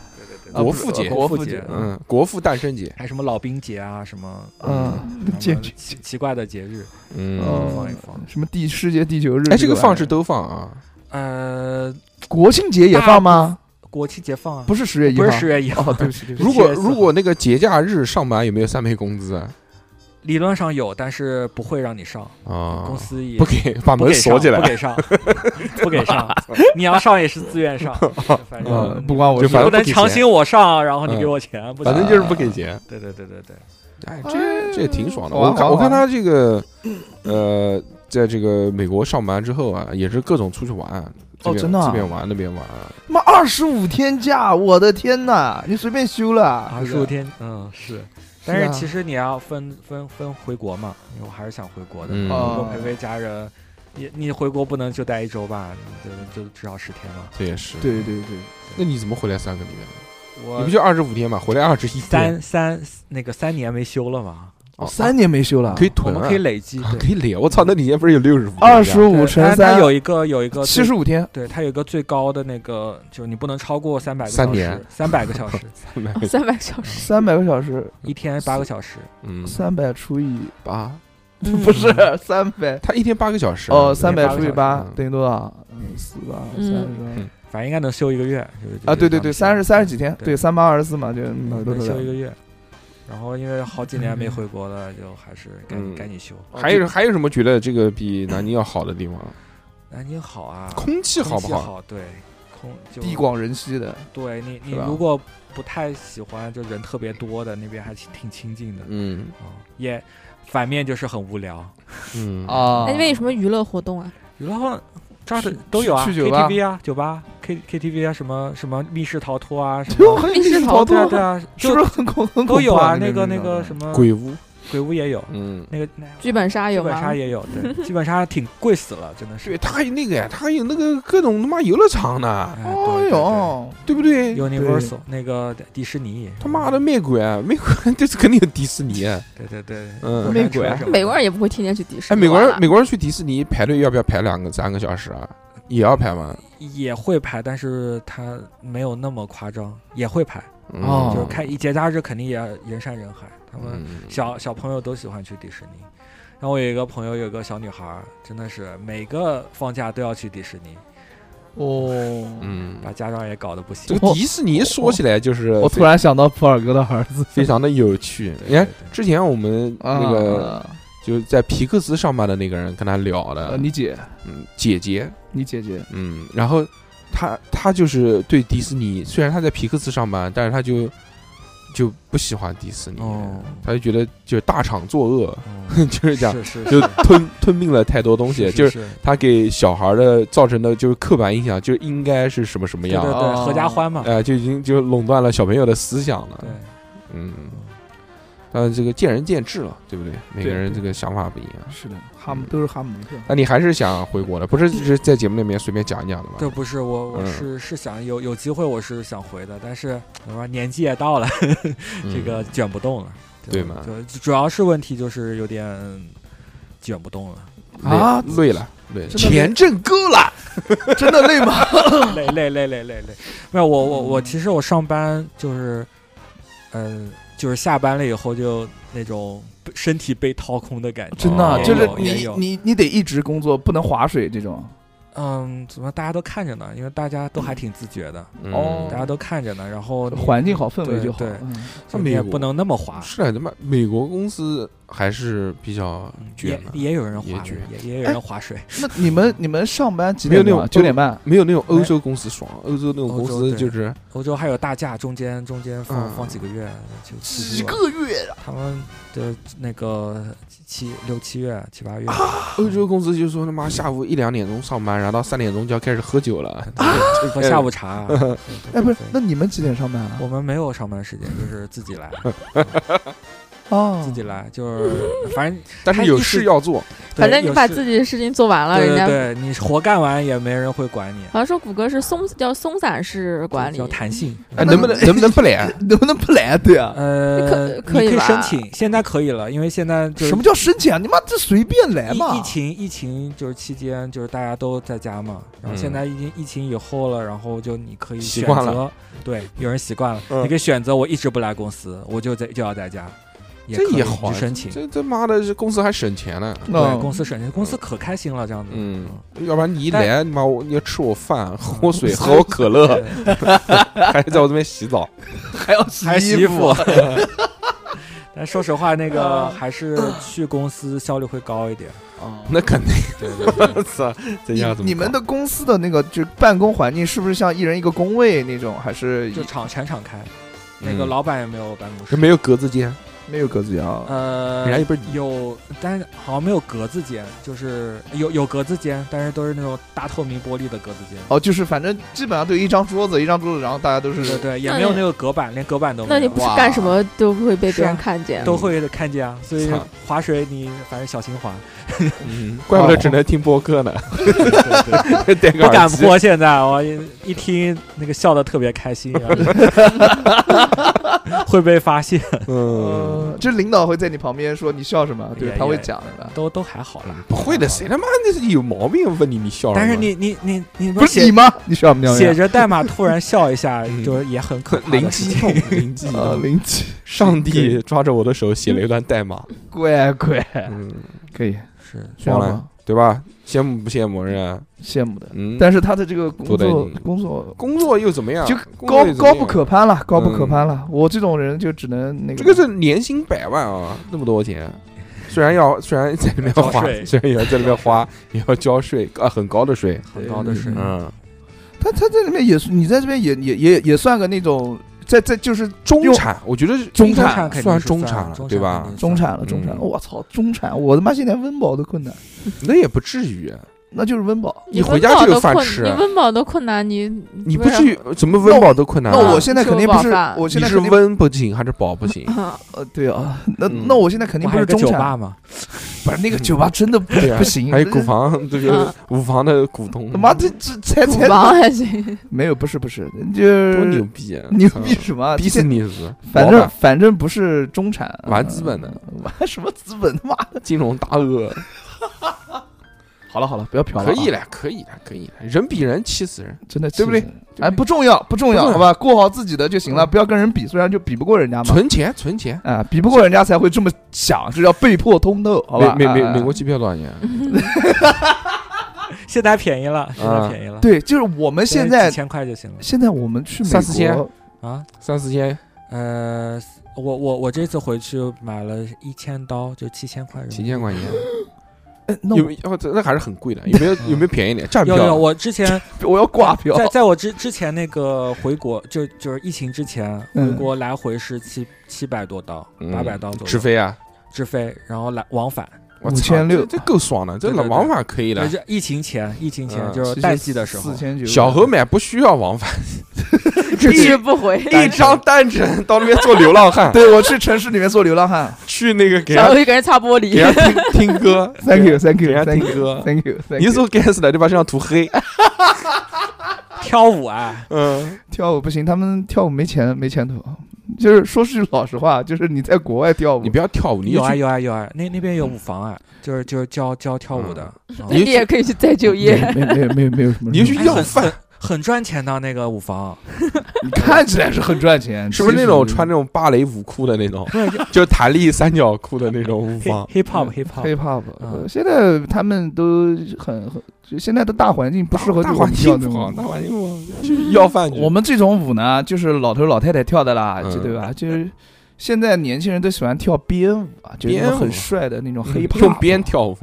A: 国父节
B: 不是国父
D: 国父
B: 节
D: 节，
A: 嗯，国父诞生节，
D: 还什么老兵节啊，什么
B: 嗯，
D: 什么
B: 节日
D: 奇奇怪的节日
A: 嗯，
B: 嗯
D: 放一放。
B: 什么地世界地球日？
A: 哎，这个
B: 玩意儿
A: 放是都放啊，
D: 呃，
B: 国庆节也放吗？
D: 国庆节放啊，
B: 不是十月一
D: 不
B: 号，
D: 是十月一号，
B: 哦，对不起，对不 起
A: 如果
D: 14
A: 如果那个节假日上班有没有三倍工资啊？
D: 理论上有，但是不会让你上，公
A: 啊，
D: 司也
A: 不给把
D: 不
A: 门
D: 给上
A: 锁起来
D: 不，给上，不给上，你要上也是自愿上，
A: 嗯
D: 反正
B: 不关我
A: 就
B: 事
D: 你
A: 反
D: 不
A: 正不
D: 能
A: 给钱
D: 强行我上，然后你
A: 嗯
D: 给我钱，不
A: 反正
D: 行。
A: 就是不给钱。
D: 对对对对对，
A: 哎，这这也挺爽的。
B: 好玩
A: 我看
B: 好
A: 我
B: 玩
A: 看他这个，呃，在这个美国上班之后啊，也是各种出去玩。这边
B: 真的啊
A: 这边玩那边玩，
B: 妈二十五天假，我的天呐，你随便休了
D: 二十五，天，嗯是，但是其实你要分分分回国嘛，因为我还是想回国的，
A: 嗯
D: 回国
B: 哦
D: 陪陪家人。你你回国不能就待一周吧？就就至少十天嘛。
A: 这也是。
B: 对对对，
A: 那你怎么回来三个礼拜？
D: 我
A: 你不就二十五天嘛，回来二十一天，
D: 三三那个三年没休了嘛，
A: 哦
B: 三年没休了，
A: 可以
D: 我
A: 囤
D: 们
A: 啊，
D: 可以累积。
A: 啊
D: 对
A: 可以累。我操，那你现在不是有六十五？啊
B: 二十五
D: 对
B: 乘
D: 它它
B: 三
D: 有一个有一个
B: 七
D: 最，
B: 十五天，
D: 对，它有一个最高的那个，就是你不能超过三百个
A: 三
D: 小时
A: 年，
D: 三百个小 时，
C: 哦三百小时？
B: 三百个小时，
D: 一天八个小时，
A: 嗯
B: 三百除以
A: 八，
C: 嗯
B: 不是三百
A: 他一天八个小时
B: 哦，
A: 啊。
B: 三百除以八
A: 嗯
B: 等于多少？嗯，四八三十
A: 嗯
D: 反正应该能休一个月。就是
B: 啊，对对对，三十三十几天，
D: 对
B: 对，三八二十四嘛，就嗯
D: 能
B: 对
D: 休一
B: 对
D: 个月。然后因为好几年没
B: 嗯
D: 回国了，就还是赶紧
A: 嗯
D: 赶紧休。
B: 哦
A: 还有还有什么觉得这个比南京要好的地方？
B: 啊
D: 南京好啊，
A: 空气好
D: 空
A: 不
D: 气
A: 好？
D: 好？对，空就
B: 地广人稀的，
D: 对你你
B: 是吧
D: 如果不太喜欢就人特别多的那边，还挺挺清静的。
A: 嗯
D: 啊，也反面就是很无聊。
A: 嗯
B: 啊
C: 那
D: 哎
C: 那边哎有什么娱乐活动啊？
D: 娱乐放抓的
B: 去
D: 都有啊
B: 去去酒吧
D: ，KTV 啊，酒吧、K KTV 啊，什么什么密室逃脱啊，什
B: 就
D: 么
B: 很
C: 密室
B: 逃
C: 逃
D: 对
B: 脱
D: 啊，对啊，
B: 是不
D: 就是
B: 很恐很恐怖
D: 都有啊。
B: 那
D: 那个
B: 密
D: 那
B: 室逃
D: 个
B: 脱
D: 什么
A: 鬼屋，
D: 鬼屋也有，
A: 嗯，
D: 那个那个
C: 剧本杀
D: 剧
C: 有
D: 本
C: 吗
D: 杀？也有，对，剧本杀挺贵死了，真的是
A: 对，。他还有那个呀，他还有那个各种他妈游乐场呢，
D: 哎
B: 哎呦，
A: 对不对？
D: ，Universal 那个迪士尼，
A: 他妈的卖鬼啊，卖鬼 这是肯定有迪士尼啊。
D: 对对对，
A: 嗯
D: 过山
A: 美
D: 车
B: 国呀
D: 什么的
C: 美国人也不会天天去迪士
A: 哎，
C: 尼。
A: 美国人美国人去迪士尼排队要不要排两个三个小时啊？也要排吗？
D: 也会排，但是他没有那么夸张，也会排，
A: 嗯
B: 哦
D: 就是看一节假日肯定也人山人海，他们
A: 嗯
D: 小小朋友都喜欢去迪士尼。然后我有一个朋友，有个小女孩儿，真的是每个放假都要去迪士尼，
B: 哦，
A: 嗯，
D: 把家长也搞得不
A: 这
D: 行。
A: 个迪士尼说起来就是
B: 我突然想到普洱哥的儿子，
A: 非常的有趣。
D: 对
A: 你看
D: 对对
A: 之前我们那个
B: 啊
A: 就是在皮克斯上班的那个人跟他聊
B: 呃，
A: 的，
B: 你姐，
A: 嗯，姐姐，
B: 你姐姐，
A: 嗯，然后他他就是对迪士尼，虽然他在皮克斯上班，但是他就就不喜欢迪士尼，
D: 哦
A: 他就觉得就是大厂作恶，
D: 嗯
A: 就是这样，
D: 是是
A: 就吞吞并了太多东西，就是
D: 是是
A: 他给小孩的造成的就是刻板印象，就应该是什么什么
D: 对对
A: 样，
D: 对，
B: 哦
D: 合家欢嘛，
A: 哎、就已经就垄断了小朋友的思想了
D: 对，，
A: 嗯。但这个见仁见智了，对不对？每个人这个想法不一样。
B: 是的，哈姆都是哈姆雷特，
A: 那你还是想回国的，不是？就是在节目里面随便讲一讲的吗？
D: 这不是我我
A: 嗯
D: 是是想有有机会我是想回的，但是我说年纪也到了，
A: 嗯
D: 这个卷不动了，就
A: 对嘛
D: 就主要是问题就是有点卷不动了，
A: 累
B: 啊
A: 累了，累了，
B: 真的累
A: 钱挣够了。
B: 真的累 吗？
D: 累累累累累累。没有，我我我
B: 嗯
D: 其实我上班就是，嗯、就是下班了以后就那种被身体被掏空的感觉，
B: 真的啊，
A: 哦
B: 就是
D: 也有
B: 你
D: 也有
B: 你你得一直工作，不能划水这种。
D: 嗯，怎么大家都看着呢？因为大家都还挺自觉的，
A: 嗯
B: 哦
D: 大家都看着呢。然后你
B: 环境好，氛围就好。
D: 对对
B: 嗯
A: 那
D: 你
A: 美
D: 也
A: 国
D: 不能那么滑，
A: 是啊，他妈美国公司还是比较
D: 嗯也
A: 卷的，
D: 也有人
A: 也
D: 滑的，
A: 卷
D: 也也有
B: 哎
D: 人划水。
B: 那你们你们上班几
A: 没有那
B: 点钟
A: 种
B: 啊？九点半。
A: 没有那种欧洲公司爽，欧洲那种公
D: 欧洲
A: 司
D: 对
A: 就是
D: 欧洲还有大假，中间中间放、
A: 嗯
D: 放几个月，就七
B: 几个月啊！
D: 他们的那个七六七月七 八月，
A: 欧洲公司就说他妈下午一两点钟上班，然后到三点钟就要开始喝酒 了，
D: 就喝下午 茶。对对
B: 哎，不是
D: 对，
B: 那你们几点上班啊？
D: 我们没有上班时间，就是自己来，
B: 哦
D: 自，己来，就是反正
A: 但是有事要做，
C: 反正你把自
D: 己
C: 己的事情做完了，
D: 对
C: 人
D: 对
C: 家
D: 对，你活干完也没人会管你，
C: 好像说谷歌是松叫松散式管理
D: 叫，弹性。嗯
A: 哎，能不能能不能不来？
B: 能不能不来啊？对啊，
D: 呃，
C: 可
D: 你
C: 可以
D: 以
C: 吧
D: 申请，现在可以了，因为现在就是
B: 什么叫申请啊？你妈这随便来
D: 疫
B: 嘛！
D: 疫情疫情就是期间，就是大家都在家嘛，然后
A: 嗯
D: 现在已经疫情以后了，然后就你可以
A: 习
D: 选
A: 惯了
D: 择，对，有人习惯了，
A: 嗯
D: 你可以选择我一直不来公司，我就在就要在家，也
A: 这
D: 可以
A: 也好啊
D: 去申请，
A: 这这妈的，这公司还省钱呢。
B: 那
D: 对，公司省钱，公司可开心了这样子，
A: 嗯，要不然你一来，你妈我你要吃我饭、喝我水、
D: 嗯
A: 喝我可 乐，
D: 对，
A: 还在我这边洗澡。
B: 还要洗
D: 还洗
B: 衣
D: 衣
B: 服哦
D: 服， 但说实话，那个还是去公司效率会高一点，
B: 啊
A: 那肯定，
D: 对对对，
A: 操，这
B: 你
A: 下哦怎么搞？
B: 你们的公司的那个就是办公环境是不是像一人一个工位那种，还是
D: 就
B: 一
D: 厂全厂开，那个
A: 嗯
D: 老板也没有办公室
A: 这，没有格子间，
B: 没有格子间啊？
D: 呃，
A: 人家也不是你
D: 有，但是好像没有格子间，就是有有格子间，但是都是那种大透明玻璃的格子间。
B: 哦，就是反正基本上都一张桌子，一张桌子，然后大家都
D: 对对
B: 是
D: 对，也
C: 那
D: 没有
C: 你
D: 那个隔板，连隔板都没
C: 那
D: 有，
C: 你不是
B: 哇
C: 干什么都不会被
D: 是
C: 别
D: 啊
C: 人看见。
D: 都会看见啊。所以
A: 嗯操
D: 划水你反正小心 划，
A: 嗯，怪不得只能听播客呢，
D: 对对 对
A: 戴个
D: 不
A: 耳
D: 敢
A: 机。
D: 播。现在我一一听那个笑的特别开心，然 后会被发现，
A: 嗯，
B: 呃，就是领导会在你旁边说你笑什么，对，
D: 也
B: 他会
D: 也
B: 讲的。
D: 都都还好啦。
A: 不会的，谁他妈的是有毛病？问你你笑什么？
D: 但是你你你你
B: 不是你
D: 写
B: 吗？你笑什么
D: 写
B: 样？
D: 着代码突然笑 一下
A: 嗯，
D: 就是也很可怕的
A: 灵
D: 事
A: 机
D: 情
A: 一 动，灵机一
B: 呃，
A: 动。
B: 零七，
A: 上帝抓着我的手写了一段代码，
B: 乖乖，
A: 嗯，
B: 可以，
D: 是
A: 好
B: 羡
A: 嘞
B: 慕
A: 对吧？羡慕不羡慕人家？
B: 羡慕的。
A: 嗯，
B: 但是他的这个工
A: 做得
B: 作
A: 你
B: 工作
A: 工作又怎么样？
B: 就
A: 工作
B: 高
A: 又怎么
B: 高
A: 样
B: 不。可攀了，高不可
A: 嗯
B: 攀了。我这种人就只能那
A: 这
B: 个，
A: 个是年薪百万啊，那么多钱，虽然要虽然在里面
D: 交
A: 花，
D: 税
A: 虽然也要在里面花， 也要交税啊，很高的税。
D: 很高的
B: 嗯
D: 水。
A: 嗯，
B: 他他在里面也是，你在这边也也也也算个那种在在就是
A: 中
B: 用
A: 产，我觉得是
B: 中
A: 产
D: 产肯定
A: 算
D: 是
A: 中
D: 算
A: 产了
D: 中
A: 对吧
D: 肯定是
B: 中
D: 算
B: 产了，中产了，
A: 嗯
B: 我操，中产，我他妈现在温饱都困难，
A: 那也不至于，啊
B: 那就是温饱。
A: 你回家就有饭吃
C: 你温饱都困难，你
A: 你
C: 你
A: 不 至于怎么温饱都困难啊。
B: 那我现在肯定不
C: 吃
B: 是
C: 不饱饭，
B: 我现
A: 你
B: 在
A: 是
B: 肯定
A: 温不行还是饱不 行？
C: 啊
B: 呃，对啊，那
A: 嗯
B: 那我现在肯
D: 我
B: 定不
D: 还有
B: 是
D: 个
B: 中
D: 酒吧
B: 产，
D: 嘛，
B: 不是那个酒吧真的不
A: 对啊
B: 不行，
A: 还有股房 嗯这个五房的股东，
B: 他妈这这才
C: 股
B: 才
C: 房 还行，
B: 没有，不是不是，就
A: 多
B: 是
A: 牛逼啊，
B: 牛
A: 操
B: 逼什么？
A: 逼死
B: 现
A: 你是不是！
B: 反
A: 老
B: 正
A: 板
B: 反正不是中产，
A: 玩资本的
B: 嗯，玩什么资本？他妈的！
A: 金融大鳄，
B: 好了好了，不要瞟了，啊
A: 可以，了，可以了，可以了，人比人气死人。
B: 真的
A: 对不对
B: 气死人？哎，不重要，不重
A: 不
B: 要，
A: 重要
B: 好吧，过好自己的就行了，
A: 嗯
B: 不要跟人比，虽然就比不过人家嘛。
A: 存钱，存钱。
B: 啊，比不过人家才会这么想，这叫被迫通透，好吧？
A: 美美
B: 啊
A: 美美国机票多少钱？
D: 现在便宜
A: 啊
D: 了，现在便宜了。
B: 对，就是我们现在
D: 几，千块就行了
B: 现在我们去美
A: 三四千
B: 国，
D: 啊。
A: 三四千，
D: 呃，我我我这次回去买了一千刀，就七千块人民
A: 七
D: 币。
A: 千块钱，
B: 哎，那
A: 有
B: 我
A: 没有？这那还是很贵的，有 没有？有没有便宜点？站票
D: 有有，我之前
B: 我要挂票，
D: 在在我之之前那个回国，就就是疫情之前回
B: 嗯
D: 国来回是七七百多刀，
A: 嗯
D: 八百刀左右
A: 直飞啊！
D: 直飞，然后来往返。
A: 我操
B: 5600
A: 这这够爽的，这
D: 对对对
A: 往返可以的
D: 就。是疫情前，疫情前
A: 嗯
D: 就是淡季的时候
B: 四，千九，
A: 小何买不需要往返，
C: 一日不回，
A: 一张单程到那边做流浪汉，
B: 对我去城市里面做流浪汉
A: 去那个给
C: 然
A: 人
C: 后一个人擦玻
A: 给
C: 璃，
A: 人 听听歌
B: ，thank you，thank
A: 给人
B: you，thank
A: 听歌。
B: you，thank you，thank
A: 啊你
B: you。
A: 说该死的，你把身上涂 黑，
D: 跳舞啊，
A: 嗯，
B: 跳舞不行，他们跳舞没钱，没前途。 就是说句老实话，就是你在国外跳舞，
A: 你不要跳舞，你
D: 有
A: 就
D: 啊
A: 去嗯
D: 有啊有啊，那那边有舞房啊，就是就是教教跳舞的，嗯
A: 你
C: 你也可以去再就业。
B: 没没没没有什么，
A: 你就去
D: 哎
A: 要
D: 很
A: 饭，
D: 很赚钱的那个舞房，
B: 你 看起来是很赚钱，
A: 是不是那种
B: 其实
A: 穿那种芭蕾舞裤的那种，
B: 啊
D: 不是
A: 就弹力三角裤的那种舞
D: hip
A: 方？
B: 嗯
A: 啊
B: 呃
D: hip hop hip hop，
B: hip hop？
D: 嗯
B: 呃现在他们都很很就现在的大环境不适合
A: 大
B: 这
A: 环
B: 种
A: 境
B: 跳
A: 不
B: 这
A: 好，
B: 种
A: 大。环境不好，就是要饭去。
B: 我们这种舞呢，就是老头老太太跳的啦，
A: 嗯
B: 就对吧？就是现在年轻人都喜欢跳编舞啊，就是那
A: 编
B: 种
A: 舞
B: 很帅的那种黑
A: 嗯
B: 怕，
A: 用鞭跳舞，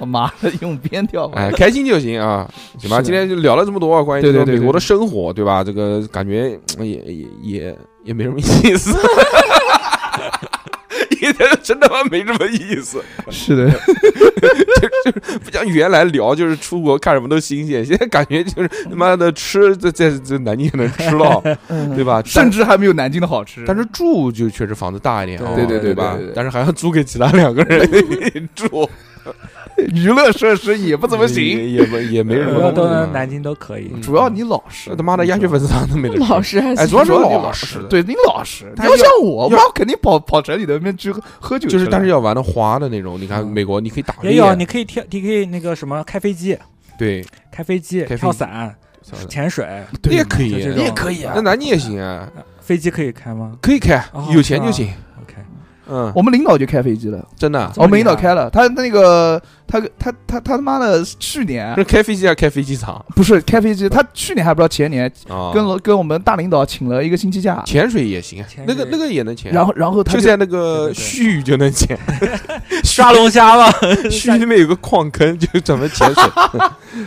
B: 他 妈的用编跳舞。
A: 哎，开心就行啊，行吧？
B: 是的
A: 今天就聊了这么多啊，关于
B: 对
A: 这
B: 对
A: 个
B: 对
A: 美
B: 对
A: 国的
B: 对
A: 生活，对吧？这个感觉嗯也也也也没什么意思， 也真他妈没什么意思。
B: 是的，
A: 不像原来聊就是出国看什么都新鲜， 现在感觉就是他妈的吃在在在南京也能吃 到， 对吧？
B: 甚至还没有南京的好吃。
A: 但但是住就确实房子大一点啊，
D: 对
A: 对
D: 对对对
A: 吧
B: 对对对？
A: 但是还要租给其他两个 人住，
B: 娱乐设施也不怎么
A: 也
B: 行，
A: 也也不也没什
D: 什
A: 么
D: 么
A: 东
D: 都
A: 西嘛
D: 能，南京都可以
A: 嗯。
B: 主要你老实
A: 这。他妈的鸭血粉丝汤都没得吃。
C: 老实还
A: 哎，
C: 行。
A: 主要是
B: 主要你
A: 老
B: 老
A: 实的，
B: 对你老实，
A: 他
B: 你要
A: 要
B: 像我，
A: 要
B: 我肯定跑跑城里头那边去喝喝酒去
A: 就
B: 了，
A: 是但是要玩的花的那种。你看
D: 嗯
A: 美国，你可以打猎，
D: 也有，你可以跳，你可以那个什么开飞机、
A: 对，
D: 开飞机、
A: 开飞机
D: 跳伞、潜水。
A: 那也可以，
D: 就这
A: 那
D: 种
A: 也可以啊，那南京也行啊，
D: 飞机可以开吗
A: 可以开
D: 哦，
A: 有钱就行。
D: ？OK，哦
A: 嗯，
B: 我们领导就开飞机了，
A: 真的啊，
D: 这
B: 我
D: 么厉害
B: 们领导开了，他那个他他他他他妈的去年
A: 是开飞机还是啊开飞机场
B: 不是开飞机，他去年还不知道前年
A: 啊？
B: 跟了跟我们大领导请了一个星期假，
A: 潜水也行，啊
D: 潜
A: 那
D: 水
A: 个那个也能潜，啊
B: 然后然后他
A: 就在那个
D: 对对对
A: 须臾就能潜，
D: 抓 龙虾吧。
A: 须臾那边有个矿坑，就专门潜水，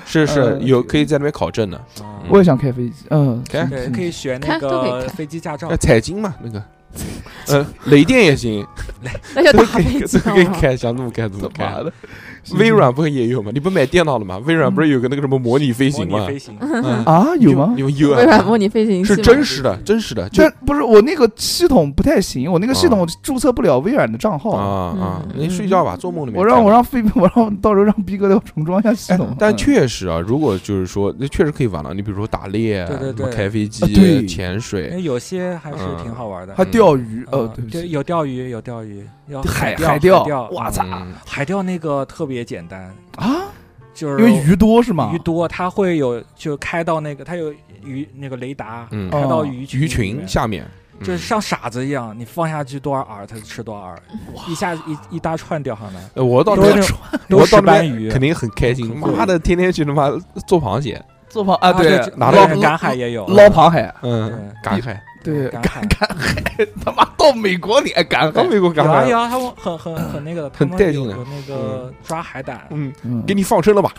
A: 是是
B: 呃
A: 有可以在那边考证的，
B: 我也想开飞机，嗯，
A: 开
B: 嗯
D: 对，
B: 嗯
D: 可以学那
C: 开都可以
D: 个
C: 开
D: 飞机驾照
A: 那。彩金嘛那个，呃，雷电也行，
C: 那就
A: 都
C: 打
A: 可以
C: 飞
A: 都
C: 机
A: 可以
C: 好吗
A: 开，想怎么开怎么
B: 他妈
A: 开。
B: 的，
A: 微软不是也有吗？你不买电脑了吗？微软不是有个那个什么模拟飞
D: 模
A: 行
D: 拟
A: 吗？
D: 飞行，
A: 嗯
B: 啊有吗
A: 你？们有
C: 微软
A: 啊？
C: 模拟飞行器
A: 是
C: 吗
A: 真实的，真实的，就
B: 但不是我那个系统不太行，我那个系统注册不了微软的账
A: 啊
B: 号，
A: 啊！
C: 嗯
A: 你睡觉吧，做梦里面
B: 我
A: 看
B: 让
A: 吧
B: 我让飞 我让到时候让逼哥再重装一下系统，
A: 哎但
B: 嗯
A: 确实啊，如果就是说，那确实可以玩了。你比如说打猎，
D: 对对
A: 什么
D: 对
A: 开飞
B: 啊对
A: 机、潜
D: 因
A: 水，
D: 哎为有些还是挺好玩的。
B: 还钓鱼，呃，
D: 嗯
B: 对不
D: 就
B: 起，
D: 有钓鱼，有钓鱼，有
B: 海
D: 钓，海
B: 钓，
D: 哇
B: 我
D: 塞，
B: 操
A: 嗯
D: 海钓那个特别简单，
B: 啊！
D: 就是
B: 因为鱼多是吗？
D: 鱼多，它会有就开到那个，它有鱼那个雷达，
A: 嗯
D: 开到
B: 哦
D: 鱼群
A: 鱼
D: 里面
A: 群下面，
D: 就是
A: 嗯
D: 像傻子一样，你放下去多少饵，它就吃多少�饵，一下一一大串钓上 来，
A: 呃我到
D: 都
A: 那
D: 是
A: 边
D: 那
A: 去
D: 种
A: 我到
D: 都是
A: 那
D: 斑
A: 边
D: 鱼
A: 肯啊定很开心。
D: 很
A: 妈的，天天去他妈做螃蟹，
B: 做螃啊，对，
A: 拿
D: 对
A: 到
D: 赶海也有
B: 捞螃海，
A: 嗯，赶海，
B: 对，
D: 赶
B: 赶
D: 海
B: 赶海， 他妈到美国你还赶
A: 到
B: 海，
A: 美国赶
D: 有啊
A: 海
D: 有，啊，他们很很很那个的，他
A: 很
D: 们
A: 带劲
D: 有
A: 的
D: 有那个抓海胆，
A: 嗯，
B: 嗯
A: 给你放生了吧？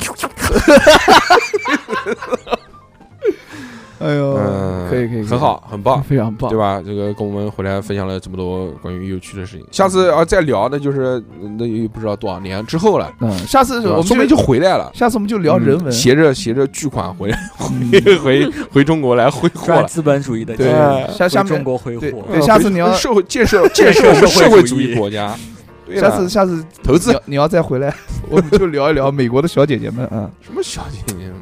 B: 哎呦
A: 嗯，，
B: 可以可以，
A: 很好，很棒。
B: 非常棒，
A: 对吧？这个跟我们回来分享了这么多关于有趣的事情，下次啊再聊，那就是呃那也不知道多少年之后了，
B: 嗯，下次
A: 对吧
B: 我们
A: 说不定就回来了。
B: 下次我们就聊人文
A: 嗯，携着携着巨款 回来
B: 嗯
A: 回回回中国来挥霍
D: 赚
B: 啊
A: 了。
D: 资本主义的
A: 对
D: 钱
B: 下下
D: 为中
B: 面
D: 国挥
B: 对
D: 霍，
B: 对下次你要
A: 社会建 设建设我们社会主义国家，对了
B: 下次下次
A: 投资
B: 你要你要再回来，我们就聊一聊美国的小姐姐们，嗯，
A: 什么小姐姐们，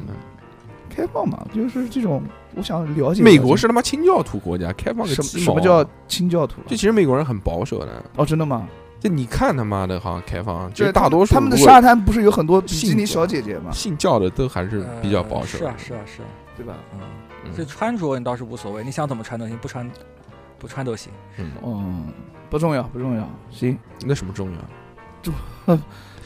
B: 开放嘛，就是这种，我想了解了解
A: 美国是他妈清教徒国家，开放个
B: 什么
A: 鸡毛啊
B: 什么叫？清教徒啊？
A: 就其实美国人很保守的，
B: 哦，真的吗？
A: 就你看他妈的好像开放，就
B: 对
A: 是大多数
B: 他们的
A: 如果
B: 沙滩不是有很多比基尼
A: 信
B: 小姐姐嘛，
A: 信教的都还是比较保守
B: 呃
D: 是。啊是啊是啊，
B: 对吧？
D: 嗯，
A: 嗯
D: 这穿着你倒是无所谓，你想怎么穿都行，不穿不穿都行。
A: 嗯，
B: 嗯，不重要，不重要，行，
A: 那什么重要？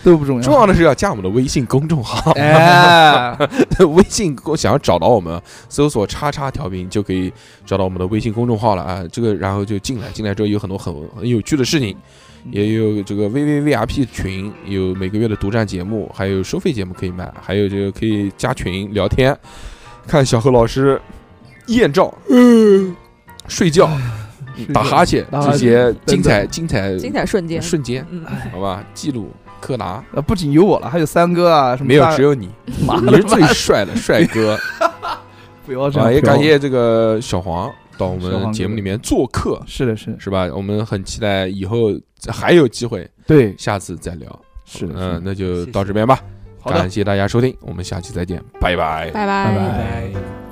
B: 都不重
A: 重要的是要加我们的微信公众号，
B: 哎，
A: 微信公想要找到我们，搜索“叉叉调频”就可以找到我们的微信公众号了啊。这个然后就进来，进来之后有很多很很有趣的事情，
B: 嗯
A: 也有这个 VVVIP 群，有每个月的独占节目，还有收费节目可以买，还有这个可以加群聊天，看小何老师艳照，睡 觉、打哈欠
B: 嗯打哈
A: 这
B: 欠
A: 些精彩
B: 等
A: 精彩
C: 精彩瞬间。
A: 瞬间，
C: 嗯，
A: 好吧？记录柯达。
B: 呃，不仅有我了，还有三哥啊，什么
A: 没有
B: 大，
A: 只有你，
B: 妈
A: 你
B: 的
A: 是最帅的帅哥。
B: 不要这
A: 啊，
B: 样，
A: 也
B: 不要
A: 感，谢这个小黄到我
B: 小
A: 们
B: 黄
A: 节目
B: 哥
A: 里面做客，
B: 是的，是的，
A: 是吧？我们很期待以后还有机会，
B: 对，
A: 下次再聊。
B: 是的，
A: 嗯，
B: 是的，
A: 那就
D: 谢
A: 到
D: 谢
A: 这边吧，
B: 好的
A: 感，谢大家收听，我们下期再见，拜拜。
C: 拜拜
B: 拜
D: 拜。